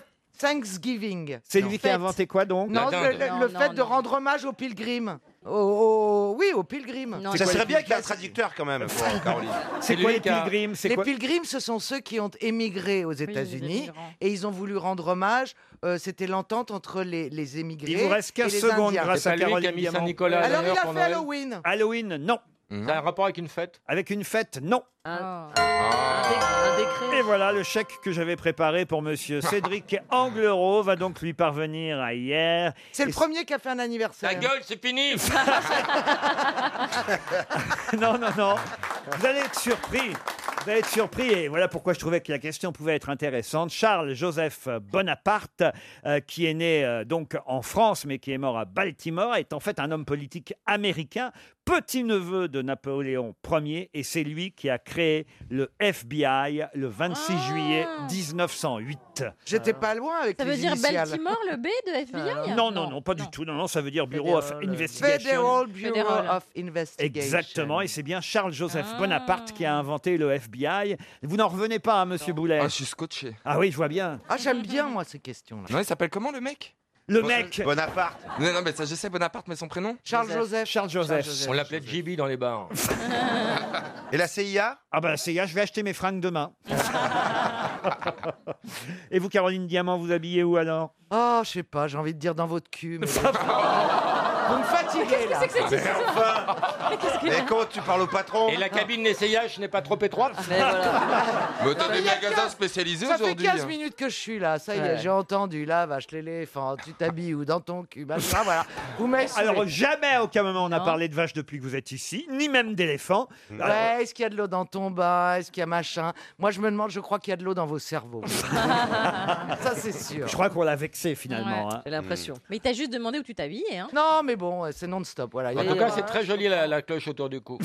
[SPEAKER 13] Thanksgiving.
[SPEAKER 1] C'est lui qui a inventé quoi donc
[SPEAKER 13] Non, le, le- le fait de rendre hommage aux pilgrims. Au- au- oui, aux pilgrims.
[SPEAKER 32] ça serait bien qu'il y ait un traducteur quand même, pour euh, Caroline.
[SPEAKER 1] C'est quoi les pilgrims C'est
[SPEAKER 13] Les
[SPEAKER 1] quoi
[SPEAKER 13] pilgrims, ce sont ceux qui ont émigré aux États-Unis et ils ont voulu rendre hommage. euh, C'était l'entente entre les, les émigrés.
[SPEAKER 1] Il vous reste 15
[SPEAKER 13] et les
[SPEAKER 1] secondes
[SPEAKER 13] Indiens.
[SPEAKER 1] grâce à Caroline Diamant.
[SPEAKER 13] Alors il a fait Halloween.
[SPEAKER 1] Halloween, non. Ça a Mmh. un rapport avec une fête Avec une fête, non.
[SPEAKER 4] Oh.
[SPEAKER 1] Et voilà, le chèque que j'avais préparé pour monsieur Cédric Anglerot va donc lui parvenir à hier.
[SPEAKER 13] C'est le
[SPEAKER 1] Et-
[SPEAKER 13] premier qui a fait un anniversaire.
[SPEAKER 16] Ta gueule, c'est fini
[SPEAKER 1] non, non, non. Vous allez être surpris. Vous allez être surpris et voilà pourquoi je trouvais que la question pouvait être intéressante. Charles-Joseph Bonaparte, euh, qui est né euh, donc en France mais qui est mort à Baltimore, est en fait un homme politique américain, petit-neveu de Napoléon Ier et c'est lui qui a créé le FBI le 26 juillet 1908.
[SPEAKER 13] J'étais pas loin avec
[SPEAKER 6] Ah. Ça veut
[SPEAKER 13] les
[SPEAKER 6] dire
[SPEAKER 13] initiales.
[SPEAKER 6] Baltimore, le B de hein FBI
[SPEAKER 1] Euh, hein. Non, non, non, pas du tout. Non, non, ça veut dire Bureau of Investigation.
[SPEAKER 13] euh, Federal Bureau
[SPEAKER 6] Federal.
[SPEAKER 13] of Investigation.
[SPEAKER 1] Exactement, et c'est bien Charles-Joseph Bonaparte qui a inventé le FBI. Vous n'en revenez pas, hein, monsieur Boulet Ah, je
[SPEAKER 10] suis scotché.
[SPEAKER 1] Ah oui, je vois bien.
[SPEAKER 13] Ah, j'aime bien, moi, ces questions-là.
[SPEAKER 10] Non, il s'appelle comment le mec
[SPEAKER 1] Le mec
[SPEAKER 10] Bonaparte. Non, non, mais ça, je sais Bonaparte, mais son prénom
[SPEAKER 13] Charles-Joseph.
[SPEAKER 1] Charles-Joseph.
[SPEAKER 16] On l'appelait JB dans les bars.
[SPEAKER 1] Et la CIA Ah bah la CIA, je vais acheter mes fringues demain. Et vous, Caroline Diamant, vous habillez où alors
[SPEAKER 13] Oh, je sais pas, j'ai envie de dire dans votre cul. mais-
[SPEAKER 32] Vous me fatiguez
[SPEAKER 13] là.
[SPEAKER 32] que
[SPEAKER 16] hein.
[SPEAKER 32] c'est que cette Mais comment tu parles au patron Et la cabine d'essayage n'est pas trop étroite
[SPEAKER 16] Ah,
[SPEAKER 10] Mais t'as
[SPEAKER 13] Mais
[SPEAKER 10] des
[SPEAKER 13] il y a
[SPEAKER 10] magasins spécialisés
[SPEAKER 13] Ça fait
[SPEAKER 10] aujourd'hui.
[SPEAKER 13] 15
[SPEAKER 10] hein.
[SPEAKER 13] minutes que je suis là, ça y
[SPEAKER 10] Ouais.
[SPEAKER 13] est, j'ai entendu la vache, l'éléphant, tu t'habilles ou dans ton cul, machin, voilà. Vous m'avez saoulé.
[SPEAKER 1] Alors, jamais, à aucun moment, on a
[SPEAKER 13] Non.
[SPEAKER 1] parlé de vache depuis que vous êtes ici, ni même d'éléphant. Alors,
[SPEAKER 13] Ouais, est-ce qu'il y a de l'eau dans ton bain Est-ce qu'il y a machin Moi, je me demande, je crois qu'il y a de l'eau dans vos cerveaux. ça, c'est sûr.
[SPEAKER 1] Je crois qu'on l'a vexé finalement.
[SPEAKER 13] Ouais,
[SPEAKER 1] hein.
[SPEAKER 13] j'ai l'impression.
[SPEAKER 6] Mais t'as juste demandé où tu t'habillais. Hein.
[SPEAKER 13] Non, mais bon, euh, c'est non-stop, voilà.
[SPEAKER 32] En
[SPEAKER 13] Et,
[SPEAKER 32] tout cas,
[SPEAKER 13] euh,
[SPEAKER 16] hein.
[SPEAKER 32] c'est très joli la, la cloche autour du cou.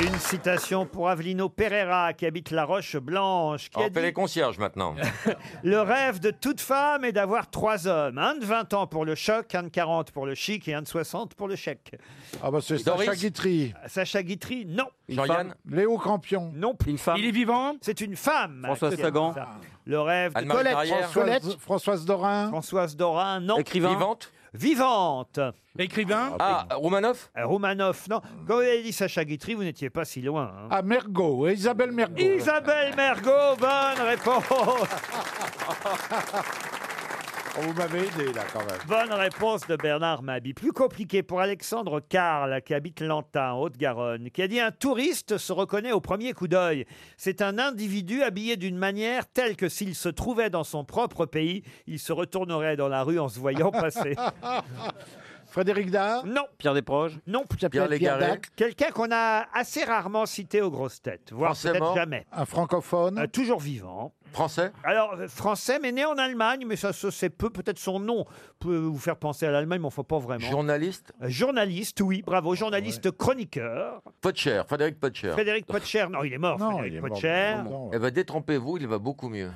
[SPEAKER 1] Une citation pour Avelino Pereira, qui habite La Roche-Blanche, qui
[SPEAKER 32] On
[SPEAKER 1] a
[SPEAKER 32] fait
[SPEAKER 1] dit
[SPEAKER 32] les concierges maintenant.
[SPEAKER 17] Oh
[SPEAKER 1] Le rêve de toute femme est d'avoir trois hommes. Un de 20 ans pour le choc, un de 40 pour le chic et un de 60 pour le chèque.
[SPEAKER 15] Ah bah c'est
[SPEAKER 1] Doris
[SPEAKER 15] Sacha Guitry.
[SPEAKER 1] Sacha Guitry, non.
[SPEAKER 15] Une femme. Léo Campion.
[SPEAKER 1] Non. Une femme. Il est vivant C'est une femme.
[SPEAKER 15] Françoise
[SPEAKER 1] qui a dit
[SPEAKER 15] Sagan.
[SPEAKER 1] ça. Le rêve de
[SPEAKER 15] Anne-Marie Carrière. Françoise-
[SPEAKER 1] Françoise Dorin. Françoise Dorin, non.
[SPEAKER 32] Écrivain. Vivante.
[SPEAKER 1] Vivante.
[SPEAKER 32] Écrivain. Ah, Roumanoff
[SPEAKER 1] Roumanoff, non. Quand vous avez dit Sacha Guitry, vous n'étiez pas si loin. hein.
[SPEAKER 15] Ah, Mergot, Isabelle Mergot.
[SPEAKER 1] Isabelle Mergot, bonne réponse.
[SPEAKER 15] Oh, vous m'avez aidé là quand même.
[SPEAKER 1] Bonne réponse de Bernard Mabi. Plus compliqué pour Alexandre Carl, qui habite Lantin, en Haute-Garonne, qui a dit Un touriste se reconnaît au premier coup d'œil. C'est un individu habillé d'une manière telle que s'il se trouvait dans son propre pays, il se retournerait dans la rue en se voyant passer.
[SPEAKER 15] Frédéric Dard
[SPEAKER 1] Non.
[SPEAKER 19] Pierre Desproges
[SPEAKER 1] Non,
[SPEAKER 19] Pierre Légaré
[SPEAKER 1] Quelqu'un qu'on a assez rarement cité aux grosses têtes, voire
[SPEAKER 15] Français
[SPEAKER 1] peut-être
[SPEAKER 15] mort
[SPEAKER 1] jamais.
[SPEAKER 15] Un francophone
[SPEAKER 1] Euh, toujours vivant.
[SPEAKER 32] Français
[SPEAKER 1] Alors, euh, français, mais né en Allemagne, mais ça se sait peu. Peut-être son nom peut vous faire penser à l'Allemagne, mais enfin pas vraiment.
[SPEAKER 32] Journaliste
[SPEAKER 1] Euh, Journaliste, oui, bravo. Journaliste chroniqueur.
[SPEAKER 32] Potcher, Frédéric Potcher.
[SPEAKER 1] Frédéric Potcher, non, Ah, il est mort, Frédéric Potcher.
[SPEAKER 32] Eh ben, détrompez-vous, il va beaucoup mieux.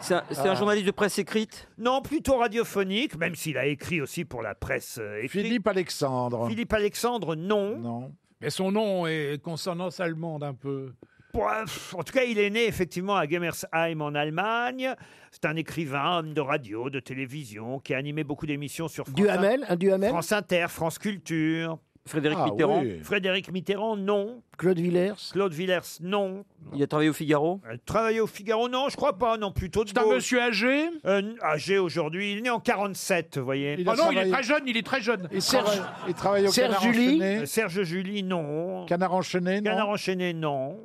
[SPEAKER 19] C'est un, c'est un
[SPEAKER 1] Ah.
[SPEAKER 19] journaliste de presse écrite
[SPEAKER 1] Non, plutôt radiophonique, même s'il a écrit aussi pour la presse euh, écrite.
[SPEAKER 15] Philippe Alexandre.
[SPEAKER 1] Philippe Alexandre, non.
[SPEAKER 15] Non.
[SPEAKER 17] Mais son nom est consonance allemande un peu.
[SPEAKER 1] Pouah, pff, En tout cas, il est né effectivement à Gemmersheim en Allemagne. C'est un écrivain, homme de radio, de télévision, qui a animé beaucoup d'émissions sur France,
[SPEAKER 20] Duhamel, un Duhamel
[SPEAKER 1] France Inter, France Culture.
[SPEAKER 19] Frédéric Ah Mitterrand oui.
[SPEAKER 1] Frédéric Mitterrand, non.
[SPEAKER 20] Claude Villers
[SPEAKER 1] Claude Villers, non.
[SPEAKER 19] Il a travaillé au Figaro
[SPEAKER 1] Travailler au Figaro, non, je crois pas, non, plutôt de
[SPEAKER 17] C'est un
[SPEAKER 1] gauche.
[SPEAKER 17] monsieur âgé
[SPEAKER 1] Euh, n- Âgé aujourd'hui, il est né en 47, vous voyez. Oh
[SPEAKER 17] Ah non, il est très jeune, il est très jeune.
[SPEAKER 15] il travaille au Serge Canard Julie enchaîné
[SPEAKER 1] Euh, Serge Julie, non.
[SPEAKER 15] Canard enchaîné, non
[SPEAKER 1] Canard enchaîné, non.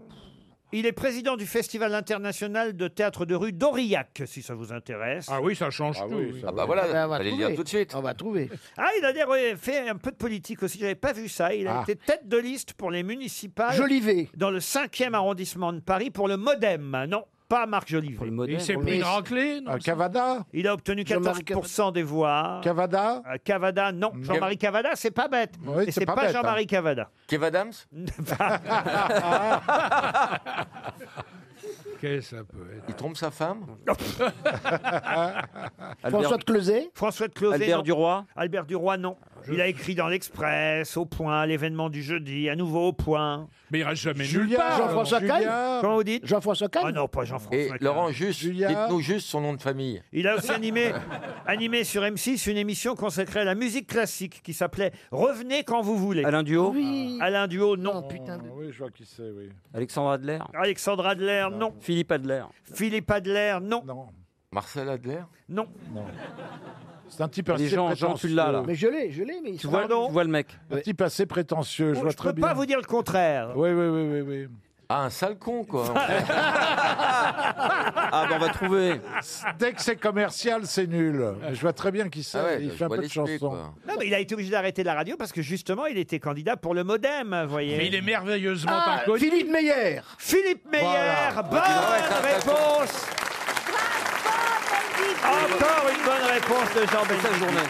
[SPEAKER 1] Il est président du Festival international de théâtre de rue d'Aurillac, si ça vous intéresse.
[SPEAKER 17] Ah oui, ça change
[SPEAKER 15] Ah
[SPEAKER 17] tout.
[SPEAKER 15] oui,
[SPEAKER 17] oui.
[SPEAKER 15] ça Ah bah va. voilà,
[SPEAKER 1] Ah, on va
[SPEAKER 15] fallait le
[SPEAKER 1] trouver.
[SPEAKER 15] dire tout de
[SPEAKER 32] suite.
[SPEAKER 20] On va trouver.
[SPEAKER 1] Ah, il a d'ailleurs euh, fait un peu de politique aussi, j'avais pas vu ça. Il a
[SPEAKER 20] Ah.
[SPEAKER 1] été tête de liste pour les municipales.
[SPEAKER 20] Jolivet.
[SPEAKER 1] Dans le 5e arrondissement de Paris pour le Modem. Non, pas Marc Jolivet.
[SPEAKER 17] Il s'est pris une raclée non, ça-
[SPEAKER 15] Euh, Cavada
[SPEAKER 1] Il a obtenu
[SPEAKER 15] Jean-Marie
[SPEAKER 1] 14% des voix.
[SPEAKER 15] Cavada Mm.
[SPEAKER 1] Euh, Cavada, non. Jean-Marie Cavada, c'est pas bête.
[SPEAKER 15] Oui,
[SPEAKER 1] Et
[SPEAKER 15] c'est
[SPEAKER 1] c'est
[SPEAKER 15] pas
[SPEAKER 1] pas,
[SPEAKER 15] bête,
[SPEAKER 1] Jean-Marie
[SPEAKER 15] hein.
[SPEAKER 1] Cavada.
[SPEAKER 32] Kev Adams
[SPEAKER 20] Ah.
[SPEAKER 17] Qu'est-ce que ça peut être
[SPEAKER 32] Il trompe sa femme
[SPEAKER 20] François de Closet
[SPEAKER 1] François de Closet.
[SPEAKER 20] Albert
[SPEAKER 1] non.
[SPEAKER 20] Duroy
[SPEAKER 1] Albert Duroy, non. Il a écrit dans l'Express, au point, à l'événement du jeudi, à nouveau au point.
[SPEAKER 17] Mais il reste jamais
[SPEAKER 1] Julien,
[SPEAKER 17] nulle part.
[SPEAKER 20] Jean-François
[SPEAKER 17] Julien.
[SPEAKER 20] Caille
[SPEAKER 1] Comment vous dites
[SPEAKER 20] Jean-François Caille
[SPEAKER 1] Ah non, pas Jean-François.
[SPEAKER 32] Et Laurent, juste,
[SPEAKER 1] Julien.
[SPEAKER 32] dites-nous juste son nom de famille.
[SPEAKER 1] Il a aussi animé, animé sur M6 une émission consacrée à la musique classique qui s'appelait Revenez quand vous voulez.
[SPEAKER 19] Alain Duo Ah.
[SPEAKER 1] Alain Duo, non.
[SPEAKER 17] Oh,
[SPEAKER 15] Oui, je vois qui c'est, oui.
[SPEAKER 19] Alexandre Adler
[SPEAKER 1] Alexandre Adler, non.
[SPEAKER 19] Philippe Adler
[SPEAKER 1] Philippe Adler, non.
[SPEAKER 15] Non.
[SPEAKER 32] Marcel Adler
[SPEAKER 1] Non.
[SPEAKER 15] C'est un type
[SPEAKER 19] Les
[SPEAKER 15] assez
[SPEAKER 19] gens-
[SPEAKER 15] prétentieux.
[SPEAKER 19] Jean, tu l'as, là.
[SPEAKER 20] Mais je l'ai, je l'ai, mais il
[SPEAKER 19] tu vois, tu vois le mec
[SPEAKER 15] Un type assez prétentieux, je
[SPEAKER 1] Oh,
[SPEAKER 15] vois
[SPEAKER 1] je
[SPEAKER 15] très
[SPEAKER 1] peux
[SPEAKER 15] bien.
[SPEAKER 1] pas vous dire le contraire.
[SPEAKER 15] Oui, oui, oui, oui. oui.
[SPEAKER 32] Ah, un sale con, quoi.
[SPEAKER 19] Ah bah on va trouver
[SPEAKER 15] Dès que c'est commercial, c'est nul. Mais Je vois très bien qui c'est.
[SPEAKER 32] Ah ouais,
[SPEAKER 15] il
[SPEAKER 32] je
[SPEAKER 15] fait un
[SPEAKER 32] vois
[SPEAKER 15] peu de
[SPEAKER 32] l'esprit,
[SPEAKER 15] chansons.
[SPEAKER 32] quoi.
[SPEAKER 1] Non, mais il a été obligé d'arrêter la radio parce que justement, il était candidat pour le Modem, vous voyez.
[SPEAKER 17] Mais il est merveilleusement
[SPEAKER 1] Ah,
[SPEAKER 17] inconnu.
[SPEAKER 20] Philippe Meyer
[SPEAKER 1] Philippe Meyer,
[SPEAKER 17] Voilà.
[SPEAKER 1] bonne réponse Encore une bonne réponse de Jean Bellamy.